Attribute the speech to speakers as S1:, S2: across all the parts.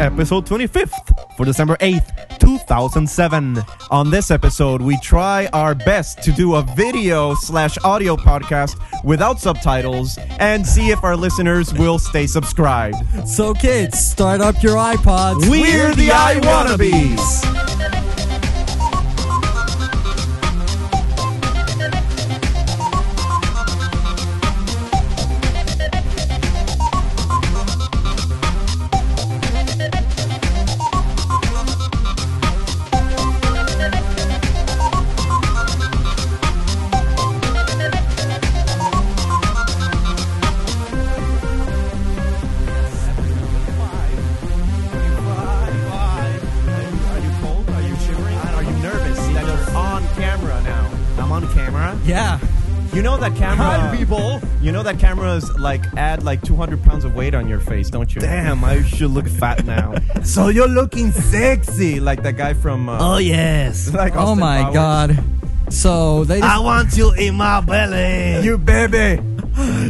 S1: episode 25th for December 8th, 2007. On this episode, we try our best to do a video slash audio podcast without subtitles and see if our listeners will stay subscribed.
S2: So, kids, start up your iPods.
S1: We're the I Wannabes! Are you cold? Are you shivering? Are you nervous that you're on camera now? I'm on camera.
S2: Yeah.
S1: You know that camera.
S3: Hi, people.
S1: You know that cameras like add like 200 pounds of weight on your face, don't you? Damn, I should look fat now. so you're looking sexy, like that guy from. Uh,
S3: yes.
S1: like
S2: oh
S1: Austin
S2: my
S1: Powers.
S2: God. So, ladies,
S1: Ah.
S3: want you in my belly.
S1: you baby.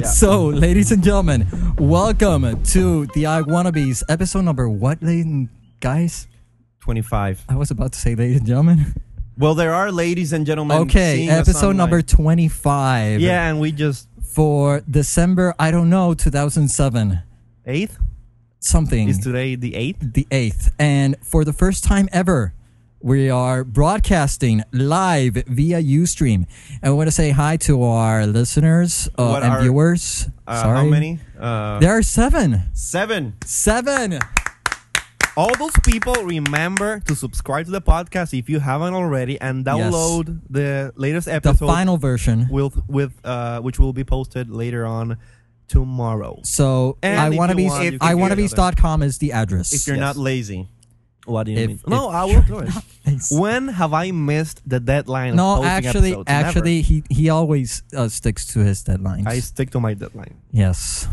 S2: so ladies and gentlemen, welcome to the I Wannabes episode number what, ladies, guys?
S1: 25.
S2: I was about to say, ladies and gentlemen.
S1: Well, there are ladies and gentlemen.
S2: Okay,
S1: seeing us
S2: episode
S1: online.
S2: number twenty-five.
S1: Yeah, and we just
S2: For December, I don't know, two thousand seven,
S1: eighth
S2: something.
S1: is today the eighth.
S2: the 8th. And for the first time ever, we are broadcasting live via Ustream. And we want to say hi to our listeners uh,
S1: What
S2: and
S1: are-
S2: viewers.
S1: Uh,
S2: Sorry.
S1: How many? Uh,
S2: There are seven.
S1: seven.
S2: Seven.
S1: All those people, remember to subscribe to the podcast if you haven't already, and download the latest
S2: The
S1: episode
S2: final version.
S1: with with uh, which will be posted later on tomorrow.
S2: So
S1: And
S2: I
S1: if you
S2: want to be
S1: want, you
S2: I
S1: can
S2: want to
S1: do
S2: be
S1: another.
S2: dot com is the address.
S1: If you're not lazy, what do you
S2: If-
S1: mean? No,
S2: if
S1: I will do it.
S2: Yes.
S1: When have I missed the deadline? of
S2: no,
S1: posting
S2: actually,
S1: episodes? Never.
S2: actually, he he always uh, sticks to his deadlines.
S1: I stick to my deadline.
S2: yes.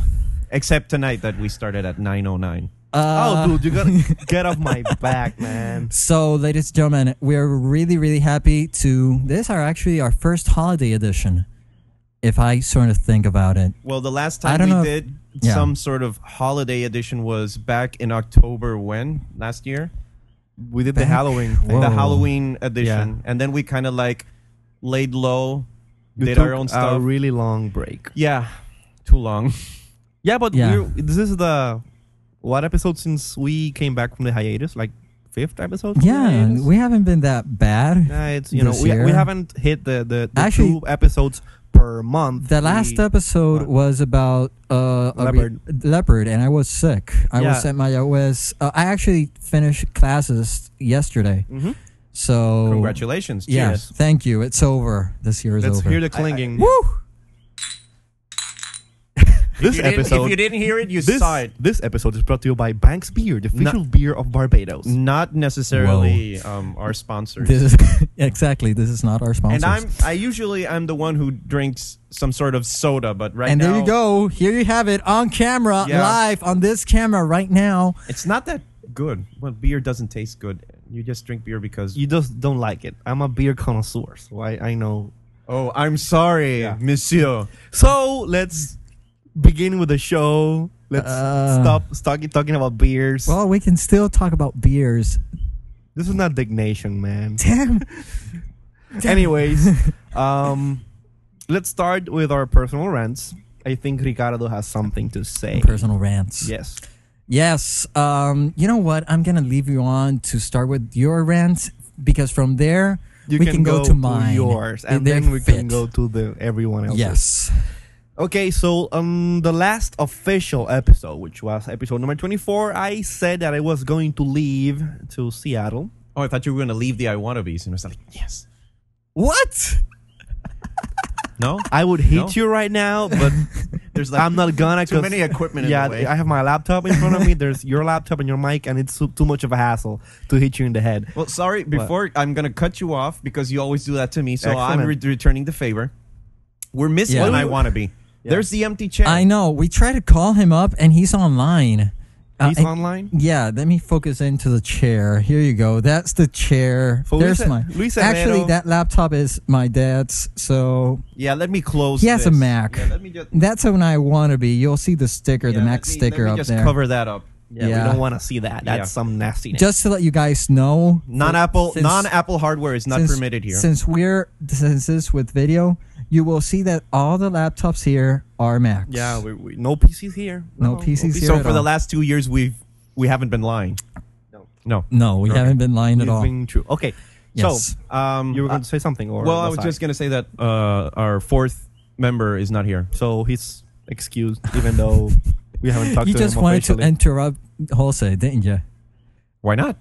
S1: Except tonight that we started at nine oh nine.
S2: Uh,
S1: Oh, dude, you gotta get off my back, man.
S2: So, ladies and gentlemen, we're really, really happy to. This are actually our first holiday edition, if I sort of think about it.
S1: Well, the last
S2: I
S1: time
S2: don't
S1: we
S2: know if-
S1: did
S2: yeah.
S1: some sort of holiday edition was back in October when last year we did the
S2: Back?
S1: Halloween
S2: Whoa.
S1: the Halloween edition, and then we kind of like laid low, did our own stuff.
S3: A really long break.
S1: yeah, too long. yeah, but
S2: Yeah.
S1: We're, this is the what episode since we came back from the hiatus, like fifth episode. from the
S2: Yeah,
S1: hiatus?
S2: we haven't been that bad.
S1: Nah, it's you know
S2: this
S1: we, we
S2: year.
S1: haven't hit the the, the
S2: Actually-
S1: two episodes per month.
S2: The last
S1: We-
S2: episode
S1: What?
S2: was about uh, a re- leopard, and I was sick. I was
S1: Yeah.
S2: at my I was. Uh, I actually finished classes yesterday,
S1: Mhm.
S2: so
S1: Congratulations!
S2: Yeah,
S1: Cheers.
S2: thank you. It's over. This year is
S1: Let's
S2: over.
S1: hear the clinging.
S2: Woo!
S3: This
S1: you didn't- if you
S3: didn't hear it, you
S1: this-
S3: This episode is brought to you by Banks Beer, the
S1: official
S3: official beer of Barbados.
S1: Not necessarily um, our sponsors.
S2: This is exactly. This is not our sponsor.
S1: and I'm I usually I'm the one who drinks some sort of soda, but right
S2: and
S1: now
S2: there you go. Here you have it on camera,
S1: Yeah.
S2: live on this camera right now.
S1: it's not that good. Well, beer doesn't taste good. You just drink beer because
S3: You just don't like it. I'm a beer connoisseur, so I, I know.
S1: Oh, I'm sorry,
S3: Yeah.
S1: monsieur.
S3: So let's begin with the show. Let's
S2: Uh.
S3: stop stop talking about beers.
S2: Well, we can still talk about beers.
S3: this is not dignation, man.
S2: Damn.
S3: Anyways, um, let's start with our personal rants. I think Ricardo has something to say.
S2: Personal rants.
S3: Yes.
S2: Yes. Um, you know what? I'm going to leave you on to start with your rant because from there,
S3: You
S2: we can, go, to mine.
S3: yours,
S2: They-
S3: and
S2: they
S3: then we can
S2: fit.
S3: go to the everyone else.
S2: Yes.
S3: Okay, so um, the last official episode, which was episode number twenty-four, I said that I was going to leave to Seattle.
S1: Oh, I thought you were gonna leave the I wannabes, and I was like, yes.
S2: What?
S1: No,
S3: I would hit
S1: No?
S3: you right now, but
S1: there's like
S3: I'm not gonna.
S1: too
S3: 'cause-
S1: many equipment in
S3: Yeah,
S1: the way.
S3: I have my laptop in front of me. There's your laptop and your mic, and it's too too much of a hassle to hit you in the head.
S1: well, sorry. Before I'm gonna cut you off because you always do that to me, so I'm re-
S3: Excellent.
S1: returning the favor. We're missing
S2: Yeah.
S1: an I wannabe. There's the empty chair.
S2: I know. We tried to call him up and he's online. Uh,
S1: He's
S2: and-
S1: online.
S2: Yeah, let me focus into the chair. Here you go. That's the chair.
S3: For
S2: There's
S3: Luis-
S2: my.
S3: Luis
S2: Actually,
S3: Herrero.
S2: that laptop is my dad's. So
S1: Yeah, let me close.
S2: He has a
S1: this.
S2: Mac.
S1: Yeah, let me just,
S2: that's when I want to be. You'll see the sticker,
S1: yeah,
S2: the
S1: let
S2: Mac
S1: me- let
S2: sticker
S1: me
S2: up
S1: just
S2: there.
S1: Cover that up.
S3: Yeah,
S2: Yeah.
S3: we don't want to see that. That's
S1: Yeah.
S3: some nastiness.
S2: Just to let you guys know,
S1: Non Apple
S2: Since-
S1: non Apple hardware is not permitted here.
S2: Since we're since this with video, you will see that all the laptops here are Macs.
S3: yeah, we, we, no PCs here.
S2: No PCs here
S1: so
S2: at
S1: for the
S2: all.
S1: last two years, we've we haven't been lying.
S3: No.
S1: No.
S2: no, we
S1: Okay.
S2: haven't been lying at
S3: We've
S2: all.
S3: been true. Okay.
S2: Yes.
S1: So um,
S3: You were going to say something, or
S1: well, I was
S3: I?
S1: just gonna say that uh, our fourth member is not here.
S3: so he's excused, even though we haven't talked
S2: you
S3: to
S2: just
S3: him
S2: wanted to
S3: officially.
S2: interrupt Jose, didn't you?
S1: Why not?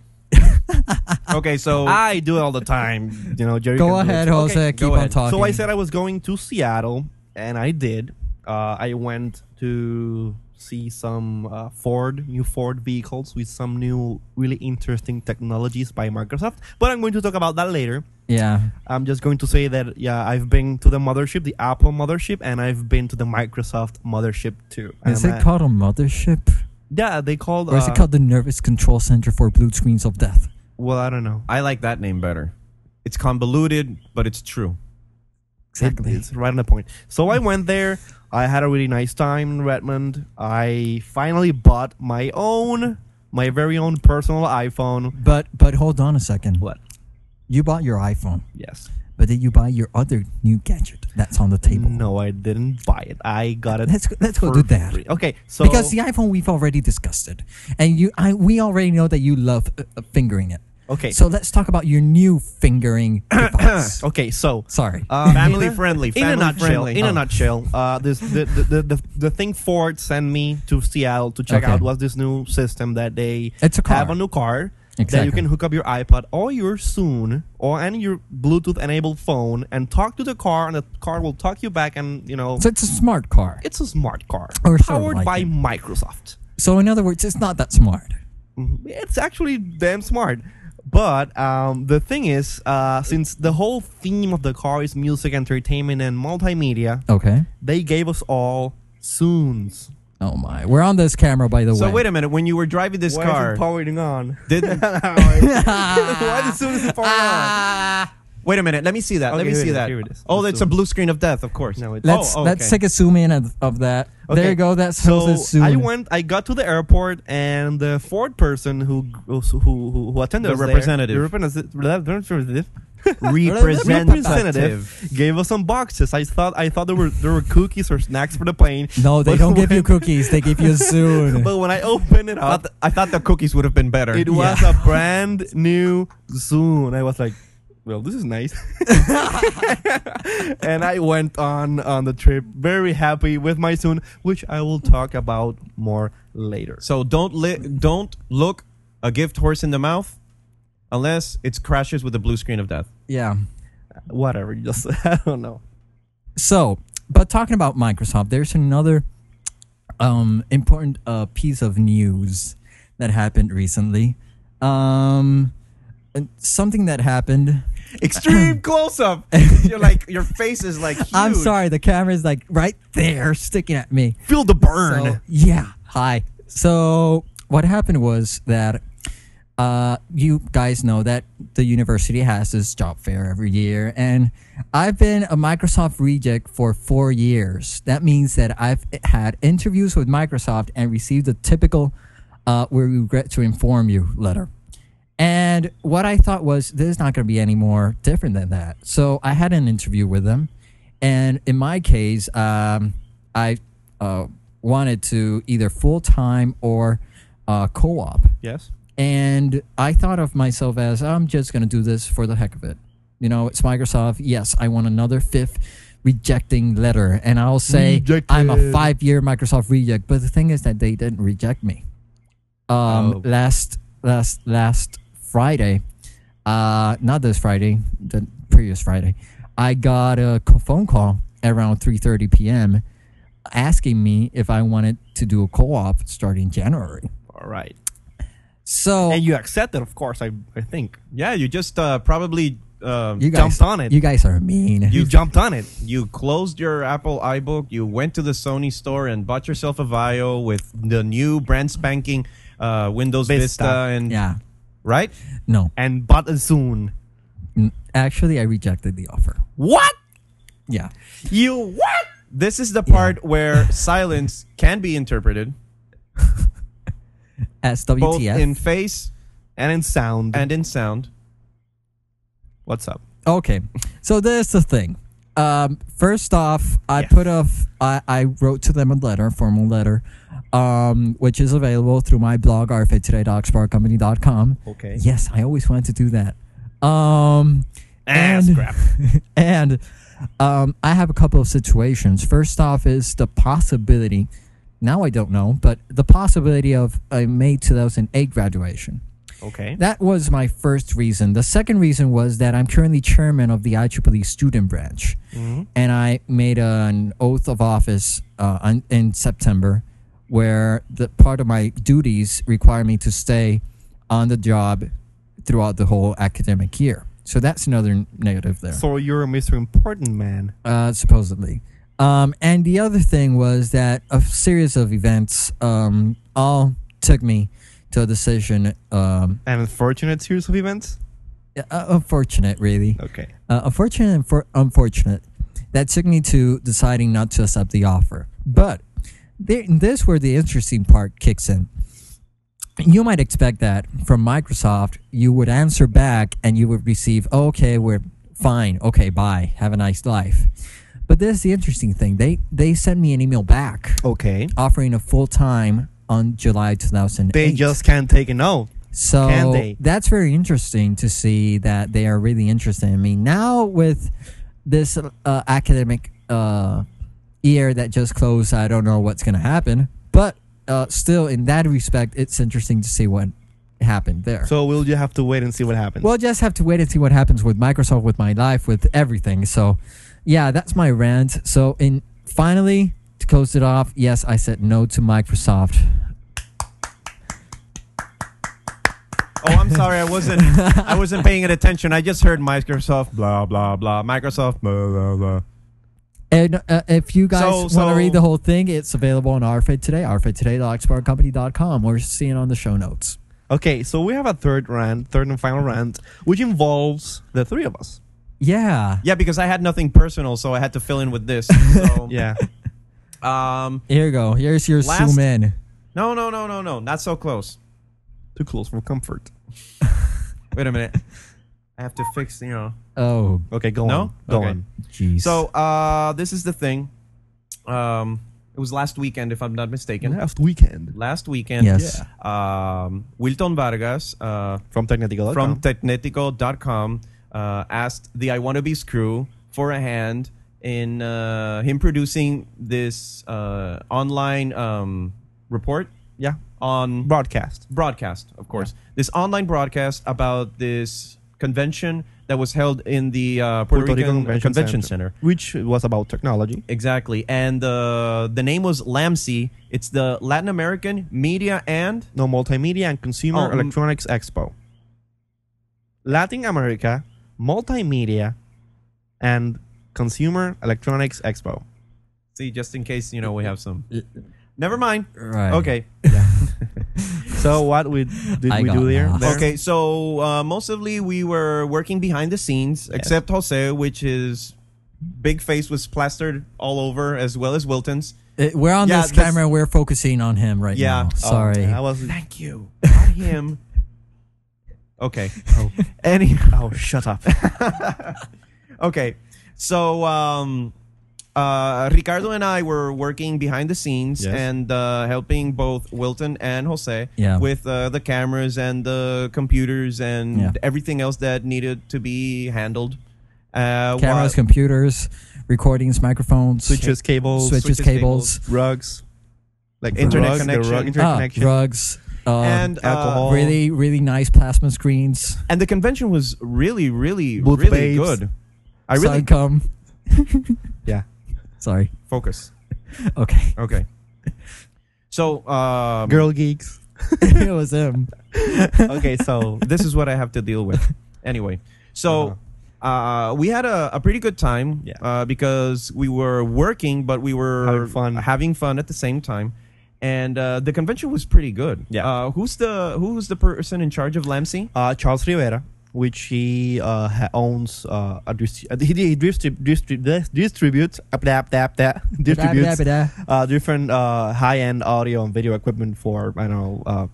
S1: okay,
S2: Ah,
S1: so
S3: I do it all the time, you know, Jerry.
S2: Go
S3: can do it
S2: ahead,
S3: too.
S2: Jose.
S1: Okay,
S2: keep
S1: go
S2: on
S1: ahead. So
S2: talking.
S3: So I said I was going to Seattle, and I did. Uh, I went to see some uh, Ford, new Ford vehicles with some new, really interesting technologies by Microsoft. But I'm going to talk about that later.
S2: yeah,
S3: I'm just going to say that, yeah, I've been to the mothership, the Apple mothership, and I've been to the Microsoft mothership too.
S2: is
S3: And
S2: it
S3: I-
S2: called a mothership,
S3: Yeah, they called.
S2: or is
S3: uh,
S2: it called the Nervous Control Center for Blue Screens of Death?
S3: Well, I don't know.
S1: I like that name better. It's convoluted, but it's true.
S2: Exactly.
S3: It- it's right on the point. So I went there. I had a really nice time in Redmond. I finally bought my own, my very own personal iPhone.
S2: But but hold on a second.
S3: What?
S2: You bought your iPhone,
S3: Yes.
S2: but did you buy your other new gadget that's on the table?
S3: No, I didn't buy it. I got it.
S2: Let's go- let's go
S3: for
S2: do that.
S3: free. Okay. So
S2: because the iPhone we've already discussed it, and you, I, we already know that you love uh, uh, fingering it.
S3: okay.
S2: So let's talk about your new fingering device.
S3: okay. So
S2: Sorry.
S3: Uh,
S1: Family
S3: in a-
S1: friendly,
S3: In a
S1: family
S3: nutshell,
S1: friendly.
S3: in
S1: Oh.
S3: a nutshell, uh, this the, the, the, the, the thing Ford sent me to Seattle to check
S2: Okay.
S3: out was this new system that they
S2: It's a
S3: have
S2: car.
S3: a new car that
S2: Exactly.
S3: you can hook up your iPod or your Soon or and your Bluetooth enabled phone and talk to the car and the car will talk you back and you know
S2: so it's a smart car.
S3: it's a smart car
S2: Or sort of
S3: powered
S2: like
S3: by
S2: it.
S3: Microsoft.
S2: So in other words, it's not that smart.
S3: Mhm. It's actually damn smart. But um, the thing is, uh, since the whole theme of the car is music, entertainment, and multimedia,
S2: Okay.
S3: they gave us all soons.
S2: Oh my. We're on this camera, by the
S1: So
S2: way.
S1: wait a minute. When you were driving this car,
S3: powering on?
S1: didn't
S3: Why the soon is it powering
S1: wait a minute. Let me see that. let
S3: Okay,
S1: me
S3: here it
S1: see
S3: is,
S1: that.
S3: here it is.
S1: Oh,
S3: Let's
S1: it's
S3: zoom.
S1: a blue screen of death, of course.
S3: No, it's-
S2: Let's
S1: Oh,
S2: let's
S1: okay.
S2: take a zoom in of, of that.
S3: on?
S2: There you go. That's so
S3: so.
S2: zoom.
S3: I went. I got to the airport, and the Ford person who who who, who attended
S1: The
S3: us there-
S1: representative.
S3: the representative,
S1: Representative.
S3: representative, gave us some boxes. I thought I thought there were there were cookies or snacks for the plane.
S2: No, they
S3: But
S2: don't give you
S3: when-
S2: cookies. They give you Zoom.
S3: But when I opened it
S1: I
S3: up,
S1: thought, I thought the cookies would have been better.
S3: It was a brand new Zoom. I was like, well, this is nice. and I went on on the trip very happy with my Zoom, which I will talk about more later.
S1: so don't li- don't look a gift horse in the mouth unless it crashes with the blue screen of death.
S2: yeah.
S3: Whatever, just I don't know.
S2: So, but talking about Microsoft, there's another um, important uh, piece of news that happened recently. Um, and something that happened.
S1: Extreme close up. You're like your face is like. Huge.
S2: I'm sorry, the camera's like right there, sticking at me.
S1: Feel the burn.
S2: So, yeah. Hi. So what happened was that uh, you guys know that the university has this job fair every year, and I've been a Microsoft reject for four years. That means that I've had interviews with Microsoft and received the typical uh, "We regret to inform you" letter. And what I thought was, this is not going to be any more different than that. So I had an interview with them. And in my case, um, I uh, wanted to either full time or uh, co op.
S3: Yes.
S2: And I thought of myself as, I'm just going to do this for the heck of it. You know, it's Microsoft. Yes, I want another fifth rejecting letter. And I'll say, I'm a
S3: Rejected.
S2: five year Microsoft reject. But the thing is that they didn't reject me um,
S3: Oh.
S2: last last last Friday, uh, not this Friday, the previous Friday, I got a c- phone call around 3:30 p.m. asking me if I wanted to do a co-op starting January.
S3: All right.
S2: So
S3: And you accepted, of course. I I think
S1: Yeah, you just uh, probably um,
S2: you guys,
S3: jumped on it.
S2: You guys are mean.
S3: you jumped on it.
S1: you closed your Apple iBook. You went to the Sony store and bought yourself a Vio with the new brand spanking uh, Windows Vista,
S3: Vista.
S1: and
S2: yeah.
S1: right.
S2: No,
S3: And bought a Zoom.
S2: N- actually, I rejected the offer.
S1: What
S2: Yeah.
S1: you what? This is the part where silence can be interpreted.
S2: as
S1: both
S2: WTF.
S1: in face
S3: and in sound.
S1: and in sound.
S3: what's up?
S2: okay, so there's the thing. Um, first off, I
S3: Yes.
S2: put a, I, I wrote to them a letter, a formal letter, um, which is available through my blog, rfittoday.sparkcompany.com.
S3: Okay.
S2: Yes, I always wanted to do that. Um,
S3: Ass
S2: and,
S3: crap.
S2: and um, I have a couple of situations. First off, is the possibility. Now I don't know, but the possibility of a May 2008 graduation.
S3: Okay.
S2: That was my first reason. The second reason was that I'm currently chairman of the IEEE student branch, and I made an oath of office uh, on, in September, where the part of my duties require me to stay on the job throughout the whole academic year. So that's another n- negative there,
S3: So you're a Mr. Important Man.
S2: uh, supposedly. Um, and the other thing was that a series of events um, all took me to a decision. Um,
S3: An unfortunate series of events?
S2: uh, unfortunate, really.
S3: Okay.
S2: Uh, unfortunate and for- unfortunate. That took me to deciding not to accept the offer. But there, this where the interesting part kicks in. You might expect that from Microsoft, you would answer back and you would receive, "Oh, okay, we're fine. Okay, bye. Have a nice life. But this is the interesting thing. They they sent me an email back
S3: Okay.
S2: offering a full time on July 2008.
S3: They just can't take a no.
S2: So
S3: Can they?
S2: that's very interesting to see that they are really interested in me now with this uh, academic uh, year that just closed. I don't know what's going to happen, but uh, still, in that respect, it's interesting to see what happened there.
S3: So we'll just have to wait and see what happens.
S2: we'll just have to wait and see what happens with Microsoft, with my life, with everything. So, yeah, that's my rant. So, in finally to close it off, yes, I said no to Microsoft.
S1: Oh, I'm sorry, I wasn't. I wasn't paying it attention. I just heard Microsoft blah blah blah. Microsoft blah blah blah.
S2: And uh, if you guys
S1: So-
S2: want to
S1: so-
S2: read the whole thing, it's available on RFID Today, rfidtoday.explorecompany.com, or see it on the show notes.
S3: okay, so we have a third rant, third and final rant, which involves the three of us.
S2: Yeah.
S1: Yeah, because I had nothing personal, so I had to fill in with this. So,
S3: Yeah.
S1: Um.
S2: Here you go. Here's your
S1: Last-
S2: zoom in.
S1: No, no, no, no, no. Not so close.
S3: Too close for comfort.
S1: Wait a minute. I have to fix. You know.
S2: Oh,
S3: Okay, go
S1: No?
S3: on. Go
S1: Okay.
S3: on.
S2: jeez.
S1: So, uh, this is the thing. Um, it was last weekend, if I'm not mistaken.
S3: Last weekend.
S1: Last weekend.
S2: yes.
S3: yeah.
S1: Um, Wilton Vargas. Uh,
S3: From Technical.
S1: from technetico.com uh, asked the I Want to Be Screw for a hand in uh, him producing this uh, online um, report
S3: yeah.
S1: on
S3: Broadcast.
S1: broadcast, of course. This online broadcast about this convention that was held in the uh, Puerto, Rican Convention, Center.
S3: Which was about technology.
S1: Exactly. And uh, the name was LAMSI. It's the Latin American Media and
S3: No Multimedia and
S1: Oh,
S3: Consumer
S1: mm.
S3: Electronics Expo. Latin America, Multimedia, and Consumer Electronics Expo.
S1: See, just in case, you know, we have some. Never mind.
S2: right.
S1: Okay.
S3: So what we did
S2: I
S3: we
S2: got
S3: do there?
S2: lost.
S3: there?
S1: Okay, so uh, mostly we were working behind the scenes, except Jose, which his big face was plastered all over, as well as Wilton's.
S2: It- we're on
S1: Yeah,
S2: this
S1: that's-
S2: camera. We're focusing on him right
S1: Yeah.
S2: now.
S1: Oh,
S2: Sorry.
S3: I was
S1: Thank you. Not him. Okay.
S3: oh,
S1: Any.
S3: oh, shut up.
S1: Okay. So um, uh, Ricardo and I were working behind the scenes
S3: Yes.
S1: and uh, helping both Wilton and Jose
S2: Yeah.
S1: with uh, the cameras and the computers and
S2: Yeah.
S1: everything else that needed to be handled. Uh,
S2: Cameras,
S1: while-
S2: computers, recordings, microphones,
S3: Switches, cables,
S2: switches,
S1: switches,
S2: cables,
S3: rugs, like
S1: Internet
S3: rugs, the rug-
S1: connection.
S2: ah,
S3: internet connection.
S2: drugs, uh,
S1: and uh,
S3: alcohol.
S2: really, really nice plasma screens,
S1: And the convention was really, really,
S3: Booth
S1: really
S3: babes.
S1: good. I really
S2: sun cum.
S3: Yeah.
S2: Sorry.
S1: focus.
S2: Okay.
S1: Okay. So, um,
S3: Girl geeks.
S2: it was him.
S3: Okay, so
S1: this is what I have to deal with. Anyway, so uh, we had a, a pretty good time
S3: Uh-huh. Yeah.
S1: uh, because we were working, but we were
S3: Having fun.
S1: having fun at the same time. And uh, the convention was pretty good.
S3: Yeah.
S1: Uh, who's the who's the person in charge of Lamsey?
S3: uh, Charles Rivera, which he uh, ha- owns, uh, a dist- uh, he, he distrib- distrib- dis- distributes, uh, blah, blah, blah, distributes
S2: Ba-da-ba-da.
S3: uh, different uh, high-end audio and video equipment for I don't know uh,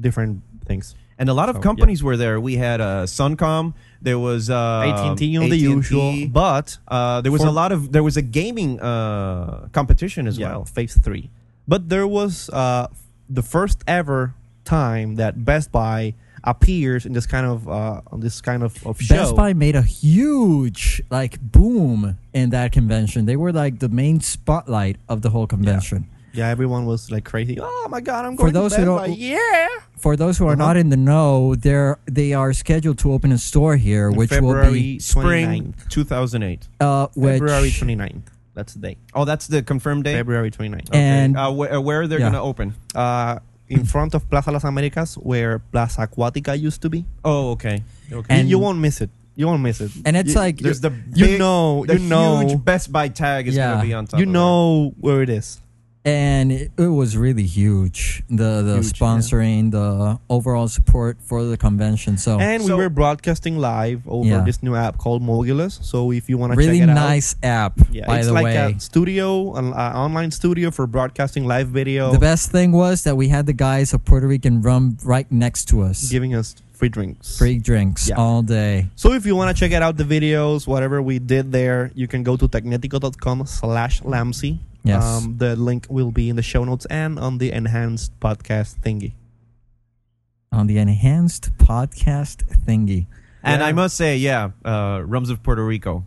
S3: different things.
S1: And a lot of
S3: So, Oh, yeah.
S1: companies were there. We had uh, Suncom. There was uh,
S3: AT&T, you know, the
S1: AT&T,
S3: usual,
S1: But uh, there was a
S3: for-
S1: lot of there was a gaming uh, competition as
S3: yeah,
S1: well.
S3: Phase three. But there was uh, the first ever time that Best Buy appears in this kind of uh, on this kind of, of show.
S2: Best Buy made a huge like boom in that convention. They were like the main spotlight of the whole convention.
S3: Yeah, everyone was like crazy. Oh my god, I'm
S2: For
S3: going to
S2: those who
S3: Best
S2: don't-
S3: Buy. Yeah.
S2: For those who are not
S3: Uh-huh.
S2: in the know, they're they are scheduled to open a store here,
S3: In
S2: which will be
S3: February
S1: Spring
S3: 29th.
S1: 2008.
S2: uh, which
S3: February 29th. That's the day.
S1: Oh, that's the confirmed date.
S3: February 29th.
S2: and
S1: Uh, wh- uh, where they're
S2: Yeah.
S1: gonna open?
S3: Uh, in front of Plaza Las Americas, where Plaza Aquatica used to be.
S1: Oh, okay. Okay.
S2: And-
S3: you won't miss it. You won't miss it.
S2: and it's
S1: You-
S2: like
S1: there's the
S3: you
S1: big-
S3: know,
S1: the
S3: you know,
S1: huge Best Buy tag is
S2: Yeah.
S1: gonna be on top.
S3: you
S1: of
S3: know where it is.
S2: and it, it was really huge. The the
S3: Huge, yeah.
S2: sponsoring, the overall support for the convention. So
S3: And
S1: So-
S3: we were broadcasting live over
S2: Yeah.
S3: this new app called Mogulus. So if you want to
S2: really
S3: check it
S2: nice app,
S3: out, yeah,
S2: by the
S3: it's like
S2: way.
S3: a studio, an uh, online studio for broadcasting live video,
S2: The best thing was that we had the guys of Puerto Rican rum right next to us.
S3: giving us free drinks.
S2: Free drinks
S3: Yeah.
S2: all day.
S3: So if you want to check it out, the videos, whatever we did there, you can go to technetico.com slash lamsey. Um,
S2: Yes.
S3: the link will be in the show notes and on the enhanced podcast thingy.
S2: on the enhanced podcast thingy.
S1: And
S3: Yeah.
S1: I must say, yeah, uh, Rums of Puerto Rico.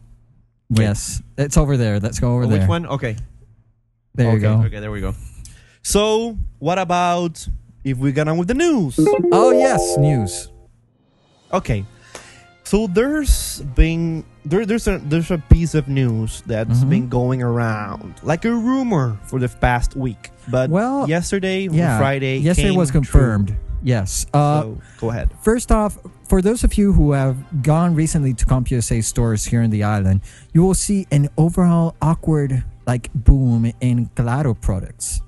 S1: Wait.
S2: Yes, it's over there. Let's go over
S1: Oh,
S2: there.
S1: which one? Okay.
S2: There
S1: okay.
S2: you go.
S1: Okay, there we go.
S3: So what about if we get on with the news?
S2: Oh yes, news.
S3: Okay. So there's been there, there's a there's a piece of news that's
S2: Mhm.
S3: been going around like a rumor for the past week, but
S2: Well,
S3: yesterday,
S2: yeah,
S3: Friday,
S2: Yesterday
S3: came
S2: was
S3: true.
S2: confirmed. Yes. Uh,
S3: so go ahead.
S2: First off, for those of you who have gone recently to CompUSA stores here in the island, you will see an overall awkward like boom in Claro products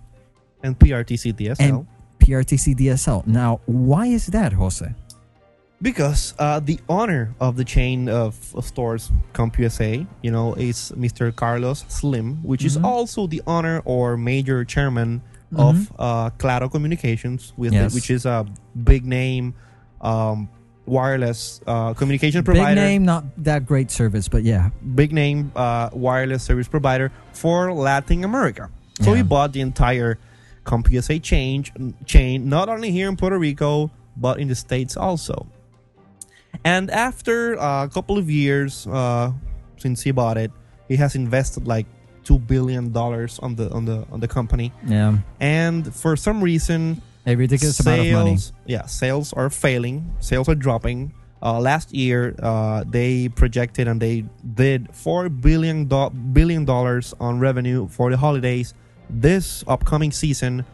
S3: And PRTC DSL.
S2: and PRTC DSL. Now, why is that, Jose?
S3: Because uh, the owner of the chain of, of stores, CompUSA, you know, is Mr. Carlos Slim, which is
S2: Mhm.
S3: also the owner or major chairman
S2: Mhm.
S3: of uh, Claro Communications, with
S2: Yes.
S3: which is a big name um, wireless uh, communication
S2: Big
S3: provider,
S2: name, not that great service, but yeah.
S3: big name, uh, wireless service provider for Latin America. So
S2: Yeah.
S3: he bought the entire CompUSA change, chain, not only here in Puerto Rico, but in the States also. And after uh, a couple of years uh, since he bought it, he has invested like two billion dollars on the on the on the company.
S2: Yeah.
S3: And for some reason,
S2: A ridiculous amount of money.
S3: yeah, sales are failing. Sales are dropping. Uh, last year, uh, they projected and they did four billion do- billion dollars on revenue for the holidays. This upcoming season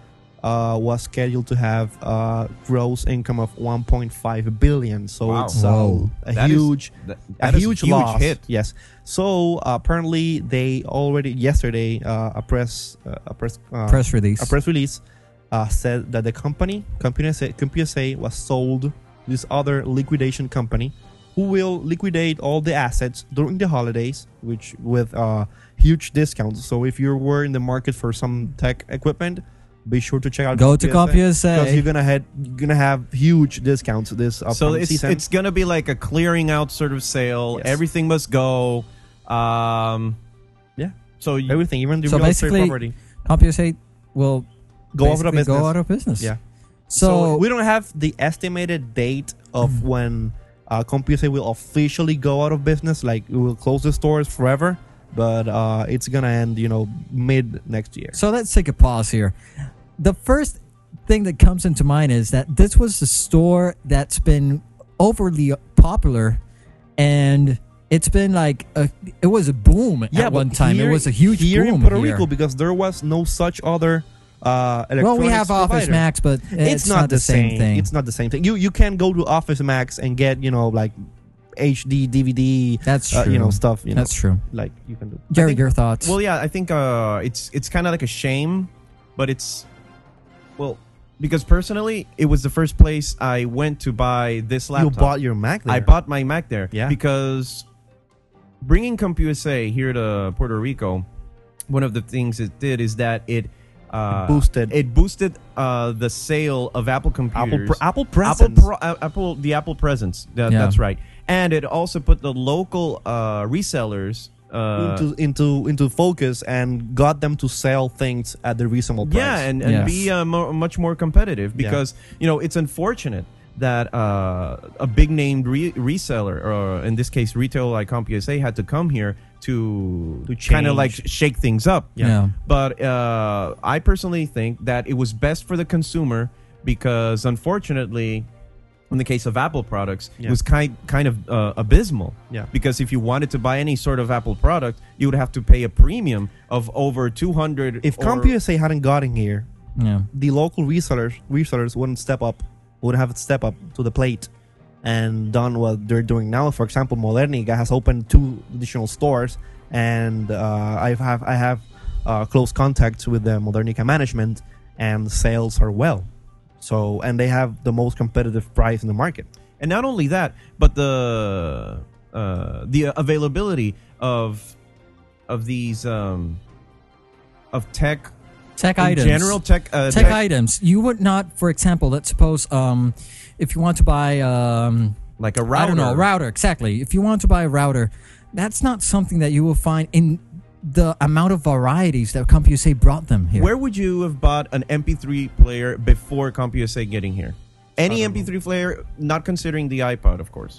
S3: uh, was scheduled to have uh, gross income of 1.5 billion. So
S1: Wow.
S3: it's uh,
S2: Whoa.
S3: a
S1: That is-
S3: huge
S1: That-
S3: a
S1: that is
S3: huge,
S1: huge
S3: loss.
S1: hit.
S3: Yes. So uh, apparently they already yesterday uh, a press uh, a press uh,
S2: Press release.
S3: a press release uh, said that the company CompUSA, CompUSA was sold to this other liquidation company who will liquidate all the assets during the holidays which with uh, huge discounts so if you were in the market for some tech equipment be sure to check out
S2: Go to
S3: because you're
S2: CompUSA.
S3: gonna have you're gonna have huge discounts this
S1: so
S3: upcoming
S1: it's
S3: season.
S1: it's gonna be like a clearing out sort of sale.
S3: Yes.
S1: Everything must go. Um,
S3: Yeah.
S1: So you,
S3: everything even the
S2: So
S3: real estate
S2: basically,
S3: property
S2: CompUSA will
S3: go out
S2: basically
S3: of business
S2: Go out of business.
S3: Yeah.
S2: So, Mm.
S3: we don't have the estimated date of when uh, CompUSA will officially go out of business. Like we will close the stores forever, but uh, it's gonna end, you know, mid next year.
S2: so let's take a pause here. The first thing that comes into mind is that this was the store that's been overly popular and it's been like a, it was a boom at
S3: but
S2: one time.
S3: here-
S2: it was a huge
S3: here
S2: boom
S3: in Puerto
S2: here.
S3: Rico because there was no such other. Uh,
S2: Well, we
S3: electronics
S2: have Office
S3: provider.
S2: Max, but
S3: It's, not, the same
S2: thing.
S3: It's not the same thing. You you can go to Office Max and get you know like HD DVD,
S2: that's true.
S3: uh, you know stuff. You know,
S2: that's true.
S3: like you can do. I
S2: Jerry,
S1: think-
S2: your thoughts?
S1: Well, yeah, I think uh, it's it's kind of like a shame, but it's well because personally, it was the first place I went to buy this
S3: you
S1: laptop.
S3: bought your Mac. There.
S1: I bought my Mac there.
S3: Yeah.
S1: Because bringing CompUSA here to Puerto Rico, one of the things it did is that it
S3: uh, boosted
S1: It boosted uh, the sale of Apple
S3: Apple
S1: computers.
S3: pr- Apple
S1: Apple,
S3: presents.
S1: Pro- uh, Apple the Apple presence. That,
S2: Yeah.
S1: That's right. And it also put the local uh, resellers. Uh,
S3: into into into focus and got them to sell things at the reasonable price.
S1: yeah, and, and
S2: Yes.
S1: be uh, mo- much more competitive
S3: Yeah.
S1: because you know it's unfortunate that uh, a big named re- reseller, or in this case, retail like CompUSA, had to come here to,
S3: To
S1: kind of
S3: change.
S1: like sh- shake things up.
S3: Yeah.
S2: Yeah.
S1: But uh, I personally think that it was best for the consumer because, unfortunately, in the case of Apple products, it
S3: Yeah.
S1: was kind kind of uh, abysmal.
S3: Yeah.
S1: Because if you wanted to buy any sort of Apple product, you would have to pay a premium of over two hundred.
S3: if CompUSA hadn't gotten here,
S2: Yeah.
S3: the local resellers resellers wouldn't step up, would have to step up to the plate and done what they're doing now. For example, Modernica has opened two additional stores, and uh, I have I have uh, close contacts with the Modernica management, and sales are well. So and they have the most competitive price in the market.
S1: And not only that, but the uh, the availability of of these um, of tech
S2: Tech
S1: in
S2: items.
S1: general tech uh,
S2: tech items. You would not, for example, let's suppose um, if you want to buy um,
S1: like a router.
S2: I don't know, a router, exactly. If you want to buy a router, that's not something that you will find in the amount of varieties that CompUSA brought them here.
S1: Where would you have bought an MP3 player before CompUSA getting here? Any
S3: I don't know.
S1: MP3 player, not considering the iPod, of course,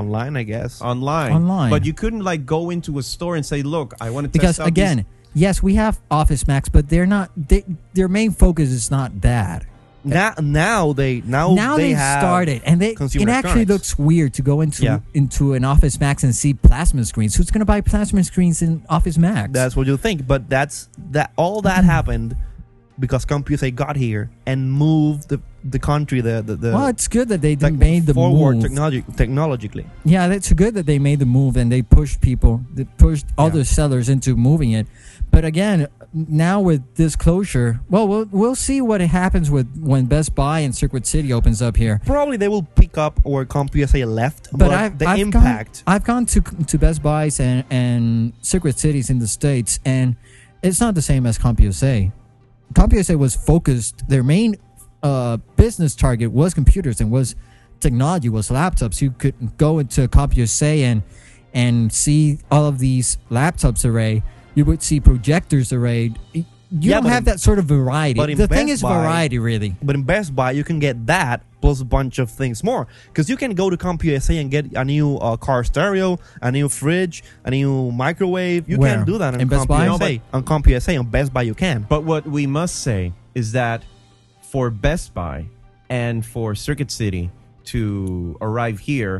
S3: Online, I guess.
S1: online.
S2: Online.
S1: but you couldn't like go into a store and say, "Look, I want to."
S2: because
S1: test out
S2: again, yes, we have Office Max, but they're not. They, their main focus is not that.
S3: now, now they now,
S2: now
S3: Oh, they
S2: they
S3: have
S2: started, and they
S3: consumer
S2: it actually
S3: electronics.
S2: looks weird to go into
S3: Yeah.
S2: into an Office Max and see plasma screens. Who's going to buy plasma screens in Office Max?
S3: That's what you think, but that's that. All that
S2: Mm-hmm.
S3: happened because CompUSA got here and moved the the country the the, the
S2: well, it's good that they
S3: tech-
S2: made the
S3: forward
S2: move.
S3: technology technologically.
S2: Yeah, that's good that they made the move and they pushed people, they pushed other sellers into moving it. But again, now with this closure, well, we'll we'll see what happens with when Best Buy and Circuit City opens up here.
S3: Probably they will pick up where CompUSA left, but,
S2: But I've,
S3: the
S2: I've
S3: impact.
S2: Gone, I've gone to to Best Buys and and Circuit Cities in the states, and it's not the same as CompUSA. CompUSA was focused. Their main uh, business target was computers and was technology, was laptops. You could go into CompUSA and and see all of these laptops array. You would see projectors arrayed. You
S3: Yeah,
S2: don't
S3: but
S2: have
S3: in-
S2: that sort of variety.
S3: but in
S2: The thing
S3: Best
S2: is
S3: Buy-
S2: variety, really.
S3: but in Best Buy you can get that plus a bunch of things more because you can go to CompUSA and get a new uh, car stereo, a new fridge, a new microwave. You
S2: Where?
S3: can't do that on
S2: In Best Buy?
S3: CompUSA. on CompUSA, on Best Buy you can.
S1: But what we must say is that for Best Buy and for Circuit City to arrive here,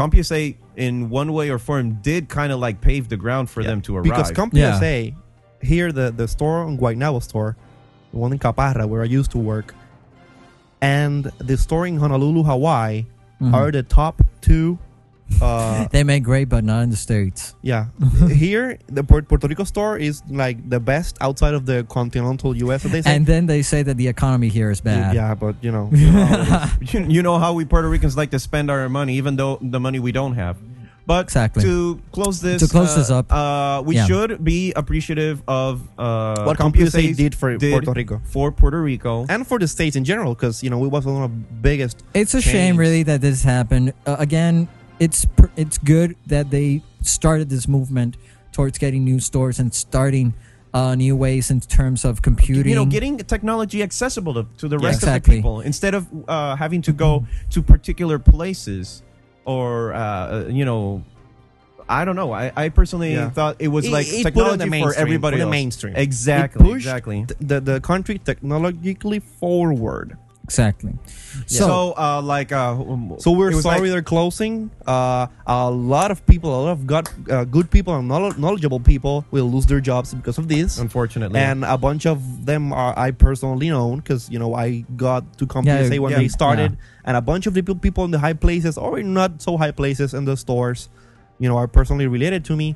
S1: CompUSA in one way or form did kind of like pave the ground for
S3: Yeah.
S1: them to arrive.
S3: Because CompUSA, here the, the store on Guaynabo store, the one in Caparra where I used to work, and the store in Honolulu, Hawaii
S2: Mhm.
S3: are the top two. Uh,
S2: Mm-hmm. They make great, but not in the states.
S3: yeah, here the Puer- Puerto Rico store is like the best outside of the continental U.S. that they say.
S2: And then they say that the economy here is bad.
S3: yeah, Oh, but you know, uh,
S1: you, you know how we Puerto Ricans like to spend our money, even though the money we don't have. But
S2: Exactly.
S1: to close this,
S2: To close
S1: uh,
S2: this up,
S1: uh, we
S2: yeah.
S1: should be appreciative of uh,
S3: what CompUSA
S1: CompUSA
S3: did for
S1: did
S3: Puerto Rico
S1: for Puerto Rico.
S3: and for the states in general, because you know it was one of the biggest.
S2: It's a
S3: change.
S2: shame, really, that this happened. Uh, again, it's pr- it's good that they started this movement towards getting new stores and starting uh, new ways in terms of computing.
S1: you know getting technology accessible to, to the
S3: Yeah.
S1: rest
S2: Exactly.
S1: of the people instead of uh, having to go to particular places or uh, you know i don't know i, I personally
S3: Yeah.
S1: thought it was like
S3: It- it put it on
S1: technology
S3: the
S1: for
S3: mainstream,
S1: everybody
S3: for the
S1: else.
S3: mainstream.
S1: exactly
S3: pushed
S1: exactly
S3: Th- The the country technologically forward.
S2: exactly.
S1: so,
S2: So,
S1: uh, like uh, um,
S3: So we're
S1: it was
S3: sorry
S1: like-
S3: they're closing. Uh, a lot of people, a lot of good, uh, good people and knowl- knowledgeable people will lose their jobs because of this.
S1: Oh, unfortunately
S3: And a bunch of them are I personally own because you know I got to
S2: Yeah,
S3: compensate when
S1: yeah,
S3: they started, and a bunch of the pe- people in the high places or in not so high places in the stores, you know, are personally related to me.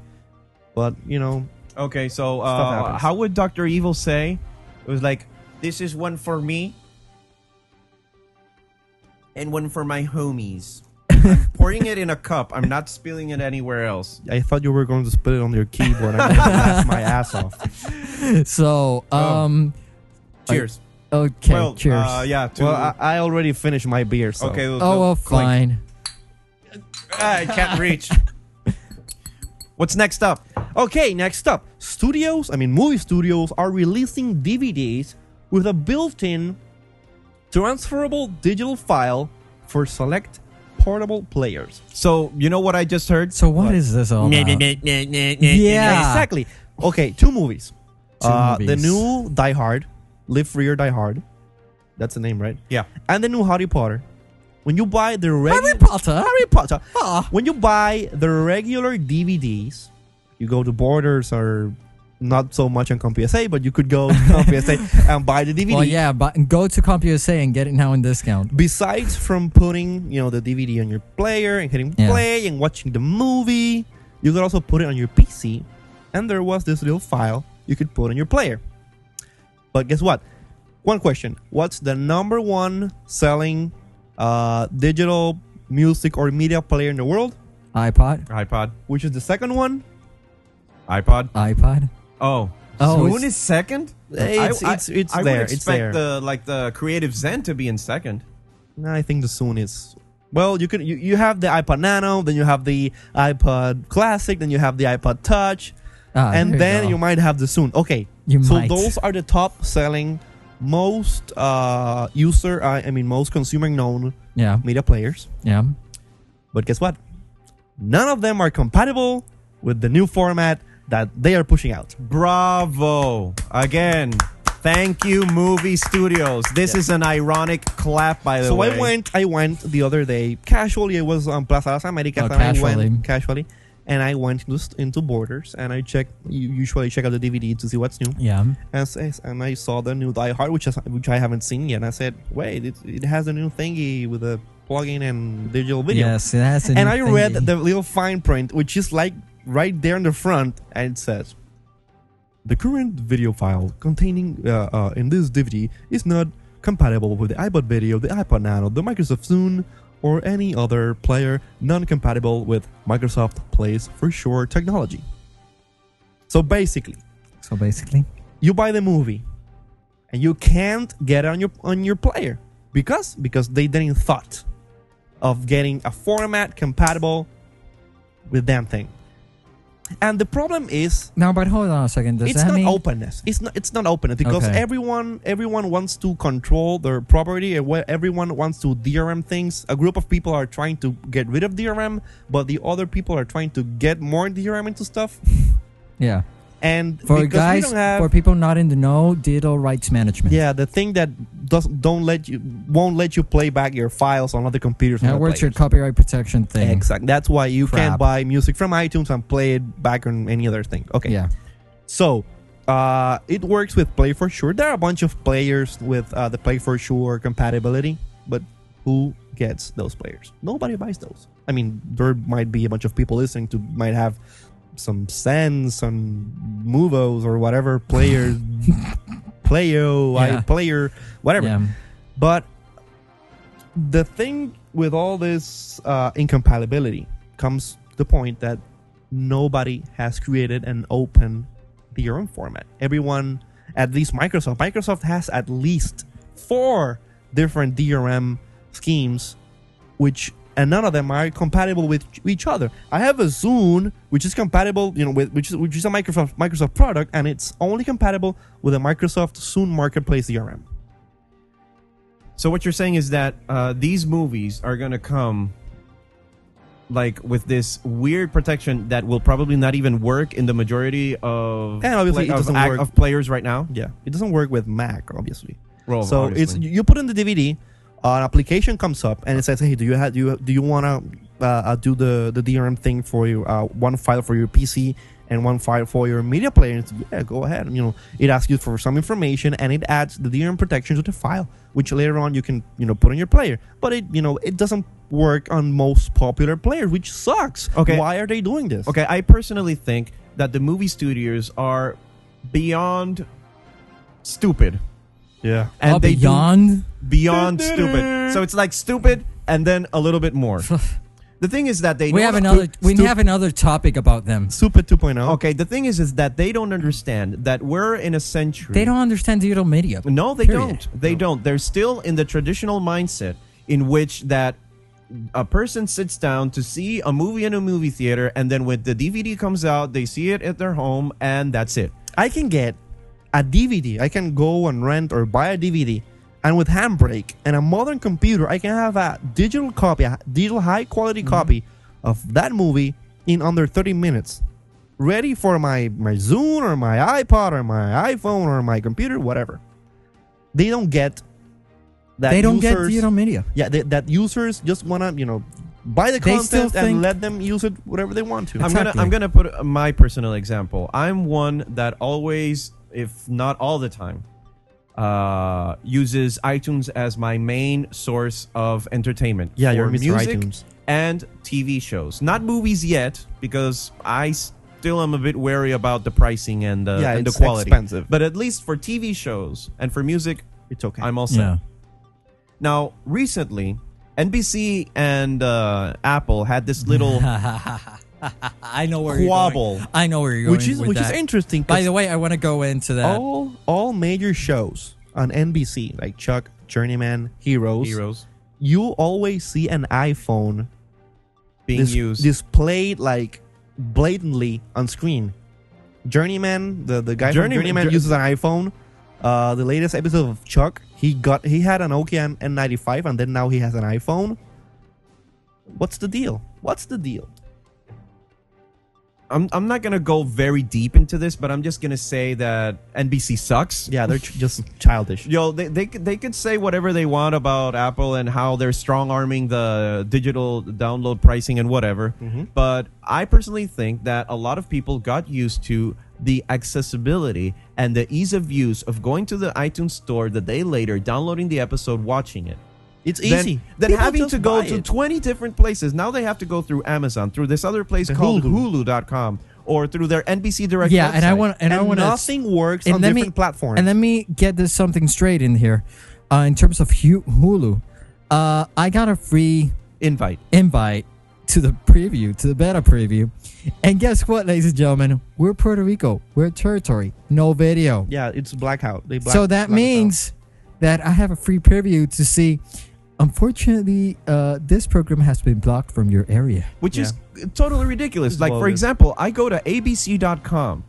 S3: But you know,
S1: okay so
S3: Stuff
S1: uh,
S3: happens.
S1: how would dr evil say it was like this is one for me and one for my homies I'm pouring it in a cup i'm not spilling it anywhere else
S3: I thought you were going to spit it on your keyboard. I'm gonna laugh my ass off.
S2: so um,
S3: Cheers.
S2: Okay,
S1: well,
S2: cheers.
S1: Uh, yeah. To,
S3: well, I, I already finished my beer. So.
S1: okay. well,
S2: oh, well,
S1: like,
S2: fine.
S1: I can't reach. What's next up?
S3: Okay, next up, studios, I mean movie studios are releasing DVDs with a built-in transferable digital file for select portable players.
S1: So you know what I just heard?
S2: So what is this all about? Yeah.
S3: Exactly. Okay, two movies.
S2: Two
S3: uh, The
S2: movies.
S3: new Die Hard, Live Free or Die Hard. That's the name, right?
S1: Yeah.
S3: And the new Harry Potter. When you buy the regular
S2: Harry Potter.
S3: Harry Potter.
S2: Ah.
S3: When you buy the regular DVDs, you go to Borders or not so much on CompUSA, but you could go to CompUSA and buy the DVD.
S2: Well, yeah, but go to CompUSA and get it now in discount.
S3: Besides from putting you know the DVD on your player and hitting
S2: Yeah.
S3: play and watching the movie, you could also put it on your PC, and there was this little file you could put on your player. But guess what? One question: What's the number one selling uh, digital music or media player in the world?
S2: iPod,
S1: iPod.
S3: which is the second one.
S1: iPod.
S2: iPod.
S1: Oh.
S2: Oh,
S1: Zune
S2: it's-
S1: is second.
S3: It's- it's- it's
S1: I
S3: there,
S1: Would
S3: it's
S1: expect
S3: there.
S1: the like the creative Zen to be in second.
S3: No, I think the Soon is. Well, you can you, you have the iPod Nano, then you have the iPod Classic, then you have the iPod Touch,
S2: Ah,
S3: and
S2: there
S3: then
S2: go.
S3: you might have the Soon. Okay,
S2: You
S3: so
S2: might.
S3: those are the top selling, most uh, user I I mean most consumer known
S2: yeah,
S3: media players.
S2: yeah.
S3: But guess what? None of them are compatible with the new format that they are pushing out.
S1: Bravo. Again, thank you, movie studios. This is an ironic clap, by the
S3: So
S1: way.
S3: I went, I went the other day casually. I was on Plaza Las Americas,
S2: Oh,
S3: and I
S2: casually.
S3: went casually, and I went just into Borders, and I checked. You usually check out the DVD to see what's new,
S2: Yeah.
S3: and, s- and I saw the new Die Hard, which is, which I haven't seen yet. And I said, wait, it, it has a new thingy with a plugin and digital video.
S2: Yes, it has a
S3: and
S2: new
S3: I read
S2: thingy.
S3: the little fine print, which is like right there in the front, and it says. The current video file containing uh, uh, in this DVD is not compatible with the iPod Video, the iPod Nano, the Microsoft Zune, or any other player non-compatible with Microsoft Plays for Sure technology. So basically,
S2: So basically,
S3: you buy the movie, and you can't get it on your on your player because because they didn't thought of getting a format compatible with them thing. And the problem is
S2: now, but hold on a second. Does
S3: it's
S2: that
S3: not
S2: mean?
S3: openness. It's not. It's not openness because
S2: Okay.
S3: everyone everyone wants to control their property, and where everyone wants to DRM things. A group of people are trying to get rid of DRM, but the other people are trying to get more DRM into stuff.
S2: Yeah.
S3: And
S2: For
S3: because we
S2: guys,
S3: don't have,
S2: for people not in the know, digital rights management. Uh,
S3: yeah, the thing that does don't let you won't let you play back your files on other computers. on
S2: That
S3: other
S2: works your
S3: players.
S2: copyright protection thing.
S3: Exactly. That's why you
S2: Crap.
S3: can't buy music from iTunes and play it back on any other thing. Okay.
S2: Yeah.
S3: So uh, it works with Play for Sure. There are a bunch of players with uh, the Play for Sure compatibility, but who gets those players? Nobody buys those. I mean, there might be a bunch of people listening to might have some Sens, some Movos, or whatever player, Playo,
S2: Yeah.
S3: I player, whatever.
S2: Yeah.
S3: But the thing with all this uh, incompatibility comes the point that nobody has created an open DRM format. Everyone, at least Microsoft, Microsoft has at least four different DRM schemes, which and none of them are compatible with each other. I have a Zune, which is compatible, you know, with which is which is a Microsoft Microsoft product, and it's only compatible with a Microsoft Zune Marketplace DRM.
S1: So what you're saying is that uh, these movies are going to come like with this weird protection that will probably not even work in the majority of
S3: And obviously it
S1: of,
S3: doesn't
S1: ac-
S3: work.
S1: of players right now.
S3: Yeah, it doesn't work with Mac, obviously.
S1: Well,
S3: so
S1: obviously.
S3: it's you put in the DVD, uh, an application comes up and it says, "Hey, do you have do you do you wanna uh, uh, do the the DRM thing for your uh, one file for your PC and one file for your media player?" And it's, yeah, go ahead. You know, it asks you for some information and it adds the DRM protection to the file, which later on you can you know put in your player. But it you know it doesn't work on most popular players, which sucks.
S1: Okay.
S3: why are they doing this?
S1: Okay, I personally think that the movie studios are beyond stupid.
S3: yeah.
S2: And
S1: they do-
S2: Oh, beyond.
S1: beyond stupid. So it's like stupid and then a little bit more. The thing is that they
S2: we
S1: don't
S2: have another.
S1: stu-
S2: We
S1: stu-
S2: have another topic about them.
S3: Super oh. 2.0.
S1: Okay, the thing is, is that they don't understand that we're in a century.
S2: They don't understand digital media.
S1: No, they
S2: Period.
S1: don't. They don't. They're still in the traditional mindset in which that a person sits down to see a movie in a movie theater, and then when the DVD comes out, they see it at their home, and that's it.
S3: I can get a DVD. I can go and rent or buy a DVD. And with Handbrake and a modern computer, I can have a digital copy, a digital high quality
S2: Mm-hmm.
S3: copy of that movie in under 30 minutes. Ready for my, my Zoom or my iPod or my iPhone or my computer, whatever. They don't get that
S2: They don't get
S3: users-
S2: digital media.
S3: yeah, they, that users just want to, you know, buy the
S2: They still
S3: content and
S2: think-
S3: let them use it whatever they want to.
S1: I'm gonna
S2: Exactly.
S1: I'm gonna put my personal example. I'm one that always, if not all the time, uh, uses iTunes as my main source of entertainment.
S3: Yeah,
S1: for
S3: you're Mr.
S1: music
S3: iTunes.
S1: and TV shows, not movies yet, because I still am a bit wary about the pricing and the
S3: Yeah,
S1: and the
S3: it's
S1: quality.
S3: expensive.
S1: But at least for TV shows and for music,
S3: It's okay.
S1: I'm all set.
S2: Yeah.
S1: Now, recently, NBC and uh, Apple had this little.
S2: I know where you're
S1: Quabble.
S2: going. I know where you're
S3: which
S2: going
S3: is
S2: with
S3: which is Oh,
S2: that.
S3: interesting. 'cause
S2: By the way, I want to go into that.
S3: all all major shows on NBC, like Chuck, Journeyman, Heroes,
S1: Heroes
S3: you always see an iPhone
S1: being
S3: dis-
S1: used.
S3: displayed like blatantly on screen. Journeyman, the, the guy
S1: Journeyman-
S3: from Journeyman
S1: Jour-
S3: uses an iPhone. Uh, the latest episode of Chuck, he got he had an Nokia N95, and then now he has an iPhone. What's the deal? What's the deal?
S1: I'm, I'm not gonna go very deep into this, but I'm just gonna say that NBC sucks.
S3: Yeah, they're ch- just childish.
S1: Yo, they, they could- they could say whatever they want about Apple and how they're strong arming the digital download pricing and whatever.
S3: Mm-hmm.
S1: But I personally think that a lot of people got used to the accessibility and the ease of use of going to the iTunes store the day later, downloading the episode, watching it.
S3: It's
S1: Then-
S3: easy.
S1: Then,
S3: People
S1: having
S3: just
S1: to go
S3: buy
S1: to
S3: it.
S1: 20 different places. Now they have to go through Amazon, through this other place called
S3: Hulu.
S1: Hulu.com, or through their NBC Direct.
S2: yeah, and I
S1: website.
S2: want and, I
S3: and
S2: want to
S3: nothing works on
S2: let
S3: different platforms.
S2: And let me get this something straight in here. Uh, in terms of Hu- Hulu, uh, I got a free
S1: invite.
S2: invite to the preview, to the beta preview. And guess what, ladies and gentlemen? We're Puerto Rico. We're a territory. No video.
S3: yeah, it's blackout. They black,
S2: so that
S3: black us out.
S2: means that I have a free preview to see. Unfortunately, uh, this program has been blocked from your area.
S1: which is totally ridiculous.
S3: It's
S1: Like for
S3: bogus.
S1: example, I go to abc.com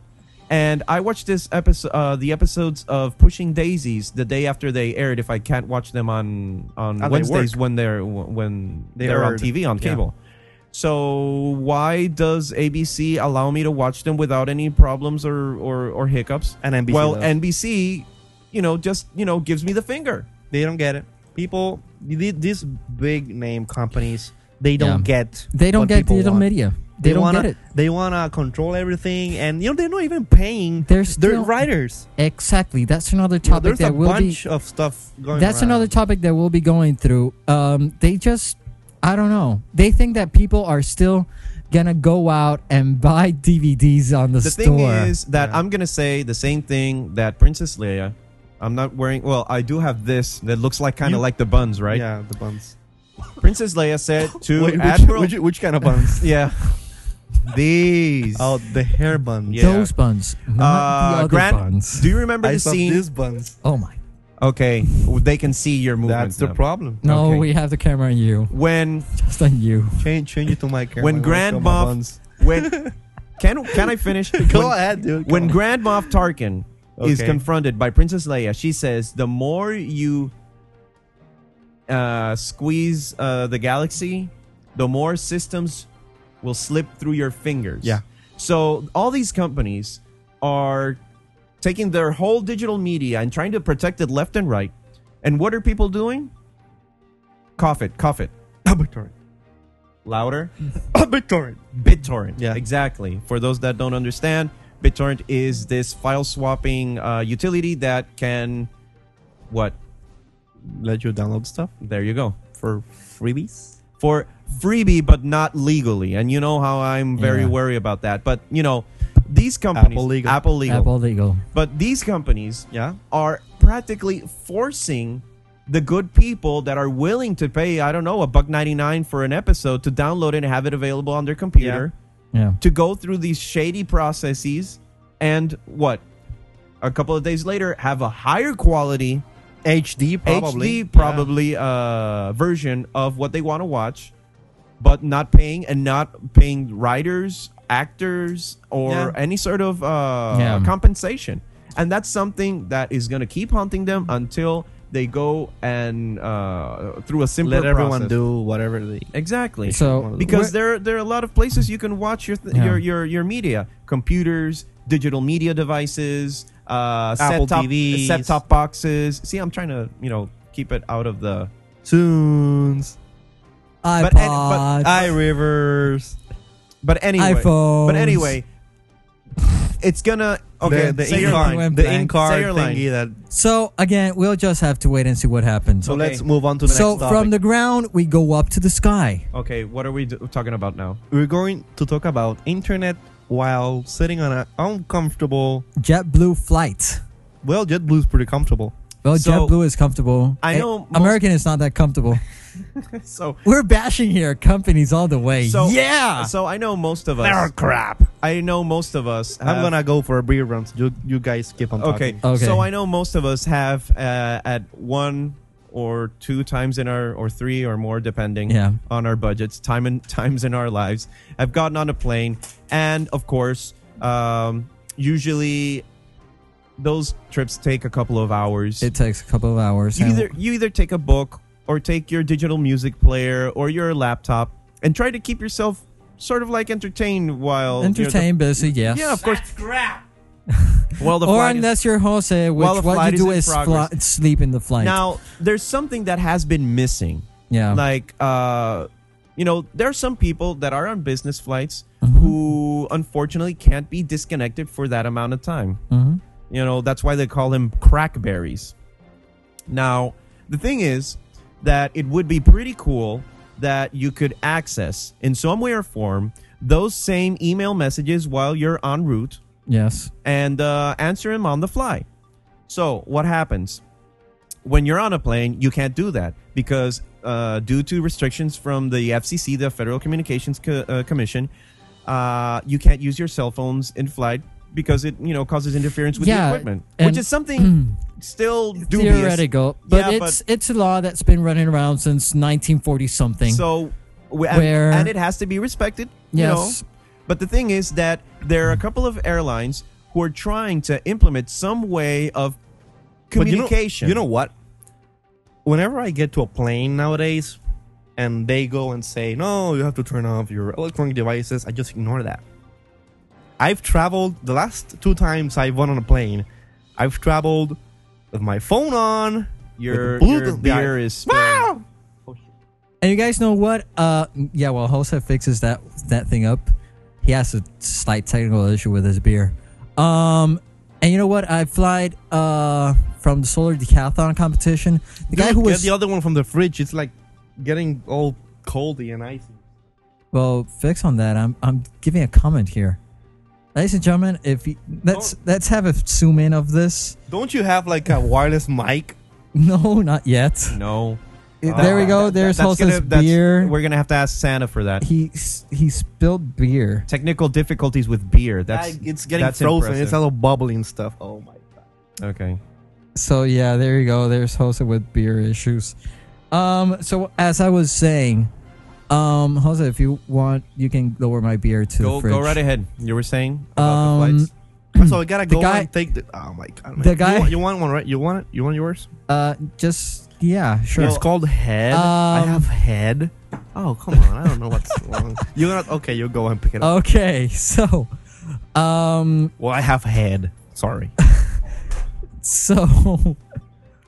S1: and I watch this episode uh, the episodes of Pushing Daisies the day after they aired if I can't watch them on on
S3: Ah, they
S1: Wednesdays when they're when
S3: They
S1: they're on
S3: aired.
S1: TV on
S3: Yeah.
S1: cable. So why does ABC allow me to watch them without any problems or or, or hiccups?
S3: And NBC
S1: well,
S3: does.
S1: NBC, you know, just you know gives me the finger.
S3: they don't get it. People, th- these big name companies, they don't
S2: Yeah.
S3: get.
S2: They don't
S3: what
S2: get
S3: people
S2: digital
S3: want.
S2: media. They, don't
S3: wanna,
S2: get it.
S3: They wanna control everything, and you know they're not even paying
S2: They're
S3: their
S2: still-
S3: writers.
S2: Exactly. That's another
S3: You know,
S2: topic
S3: there's a
S2: that will be
S3: bunch of stuff going.
S2: That's
S3: around.
S2: another topic that we'll be going through. Um, they just, I don't know. They think that people are still gonna go out and buy DVDs on the,
S1: the
S2: store.
S1: thing is that
S3: Yeah.
S1: I'm gonna say the same thing that Princess Leia. I'm not wearing. Well, I do have this that looks like kind of
S3: You-
S1: like the buns, right?
S3: Yeah, the buns.
S1: Princess Leia said to
S3: Wait, which,
S1: Admiral.
S3: which, which kind of buns?
S1: yeah, these.
S3: oh, the hair buns.
S1: Yeah.
S2: Those buns, not the
S1: uh,
S2: other
S1: Grant,
S2: buns.
S1: do you remember
S3: I
S1: the
S3: saw
S1: scene?
S3: these buns.
S2: oh my!
S1: Okay, they can see your movements.
S3: That's the
S1: now.
S3: problem.
S2: No,
S1: Okay.
S2: we have the camera on you,
S1: When
S2: just on you.
S3: Change, change it to my camera.
S1: when Grand Moff when can can I finish?
S3: Go
S1: When-
S3: ahead, dude. Go
S1: when
S3: on.
S1: Grand Moff Tarkin is
S3: Okay.
S1: confronted by Princess Leia, she says, "The more you uh, squeeze uh, the galaxy, the more systems will slip through your fingers."
S3: Yeah.
S1: So all these companies are taking their whole digital media and trying to protect it left and right. And what are people doing? Cough it, cough it,
S3: BitTorrent.
S1: louder.
S3: BitTorrent.
S1: BitTorrent.
S3: Yeah.
S1: exactly. For those that don't understand, BitTorrent is this file swapping uh, utility that can, what?
S3: Let you download stuff
S1: There you go.
S3: for freebies.
S1: For freebie, but not legally. And you know how I'm very
S2: Yeah.
S1: wary about that. But you know, these companies,
S3: Apple legal.
S1: Apple legal.
S2: Apple legal.
S1: But these companies
S3: Yeah.
S1: are practically forcing the good people that are willing to pay, I don't know, a buck 99 for an episode to download it and have it available on their computer
S2: Yeah.
S1: to go through these shady processes and what? A couple of days later, have a higher quality
S3: HD probably.
S1: HD probably uh, version of what they want to watch, but not paying and not paying writers, actors, or
S3: Yeah.
S1: any sort of uh,
S2: Yeah.
S1: compensation. And that's something that is going to keep haunting them until they go and uh, through a
S3: Yeah.
S1: simpler
S3: Let everyone
S1: process.
S3: do whatever they.
S1: exactly
S2: So
S1: because there
S2: we're-
S1: there are a lot of places you can watch your th-
S2: Yeah.
S1: your, your your media, computers, digital media devices, uh,
S3: Apple
S1: set top
S3: TVs.
S1: set top boxes. See, I'm trying to you know keep it out of the
S3: Tunes,
S1: but-
S2: iPod,
S3: iRivers,
S1: but anyway.
S2: iPhone.
S1: But anyway, it's gonna okay.
S3: the, the
S1: say your
S2: ink-
S1: line.
S2: went
S3: in-card, the
S2: blank.
S1: Say
S3: in-card
S1: your line.
S3: thingy that.
S2: So again, we'll just have to wait and see what happens.
S3: So
S1: Okay.
S3: let's move on to the
S2: So
S3: next topic.
S2: from the ground, we go up to the sky.
S1: Okay, what are we d- talking about now?
S3: we're going to talk about internet while sitting on an uncomfortable.
S2: JetBlue flight.
S3: Well, JetBlue's pretty comfortable.
S2: Well,
S1: So-
S2: JetBlue is comfortable.
S1: I
S2: Eh,
S1: know most-
S2: American is not that comfortable.
S1: So
S2: We're bashing here companies all the way.
S1: so
S2: yeah.
S1: So I know most of us.
S3: crap.
S1: I know most of us.
S3: I'm
S1: have-
S3: gonna go for a beer run. so You, you guys keep on
S1: Uh, Okay.
S3: talking.
S2: Okay.
S1: So I know most of us have uh, at one or two times in our or three or more depending
S2: Yeah.
S1: on our budgets, time and times in our lives, have gotten on a plane and of course, um, usually those trips take a couple of hours.
S2: it takes a couple of hours.
S1: you
S2: and-
S1: either you either take a book or take your digital music player or your laptop and try to keep yourself sort of like entertained while you're the-
S2: entertained, busy, yes.
S1: yeah, of course. Well, the
S2: or
S1: flight is-
S2: unless you're Jose, which
S1: While the
S2: what
S1: flight
S2: you
S1: is
S2: do
S1: in
S2: is fly,
S1: progress.
S2: sleep in the flight.
S1: Now, there's something that has been missing.
S2: yeah,
S1: Like, uh, you know, there are some people that are on business flights who unfortunately can't be disconnected for that amount of time.
S2: Mhm.
S1: You know, that's why they call them crackberries. Now, the thing is that it would be pretty cool that you could access in some way or form those same email messages while you're en route
S2: yes,
S1: and uh, answer him on the fly. So what happens when you're on a plane? You can't do that because uh, due to restrictions from the FCC, the Federal Communications Co- uh, Commission, uh, you can't use your cell phones in flight because it you know causes interference with
S2: Yeah,
S1: the equipment,
S2: and-
S1: which is something still dubious.
S2: theoretical, but
S1: Yeah,
S2: it's it's a law that's been running around since 1940 something.
S1: So, w- and,
S2: Where-
S1: and it has to be respected. you know.
S2: Yes.
S1: But the thing is that there are a couple of airlines who are trying to implement some way of
S3: But you know-
S1: communication.
S3: You know, what? Whenever I get to a plane nowadays, and they go and say, "No, you have to turn off your electronic devices," I just ignore that. I've traveled the last two times I've gone on a plane. I've traveled with my phone on.
S1: your,
S3: with Bluetooth- Ah!
S1: your beer is spilled.
S3: Wow!
S2: and you guys know what? Uh, yeah, well, Jose fixes that that thing up. He has a slight technical issue with his beer. Um, and you know what? I flied uh from the solar decathlon competition. The guy
S3: Dude,
S2: who
S3: get
S2: was
S3: the other one from the fridge. It's like getting all coldy and icy.
S2: Well, fix on that. I'm I'm giving a comment here, ladies and gentlemen. If you,
S3: Oh.
S2: let's let's have a zoom in of this.
S3: Don't you have like a wireless mic?
S2: No, not yet.
S1: No.
S2: there
S1: Uh,
S2: we go.
S1: that-
S2: There's
S1: that's
S2: Jose's
S1: gonna- that's-
S2: beer.
S1: We're going to have to ask Santa for that.
S2: He s- he spilled beer.
S1: Technical difficulties with beer. That's
S3: Like, it's getting
S1: that's
S3: frozen.
S1: impressive.
S3: It's all bubbling stuff. Oh my god!
S1: okay.
S2: So yeah, there you go. There's Jose with beer issues. Um. So as I was saying, um, Jose, if you want, you can lower my beer to
S1: Go
S2: the fridge.
S1: go right ahead. You were saying about
S2: Um,
S1: the flights.
S3: so I gotta
S2: The
S3: go
S2: guy-
S3: and take the. Oh my god! man.
S2: The guy-
S3: You want, you want one, right? You want it? You want yours?
S2: Uh, just yeah, sure.
S3: It's called head. I
S2: Um,
S3: have head. Oh come on! I don't know what's wrong. You're not okay. You go and pick
S2: Uh,
S3: it up.
S2: Okay. So, um,
S3: well, I have head. Sorry,
S2: so.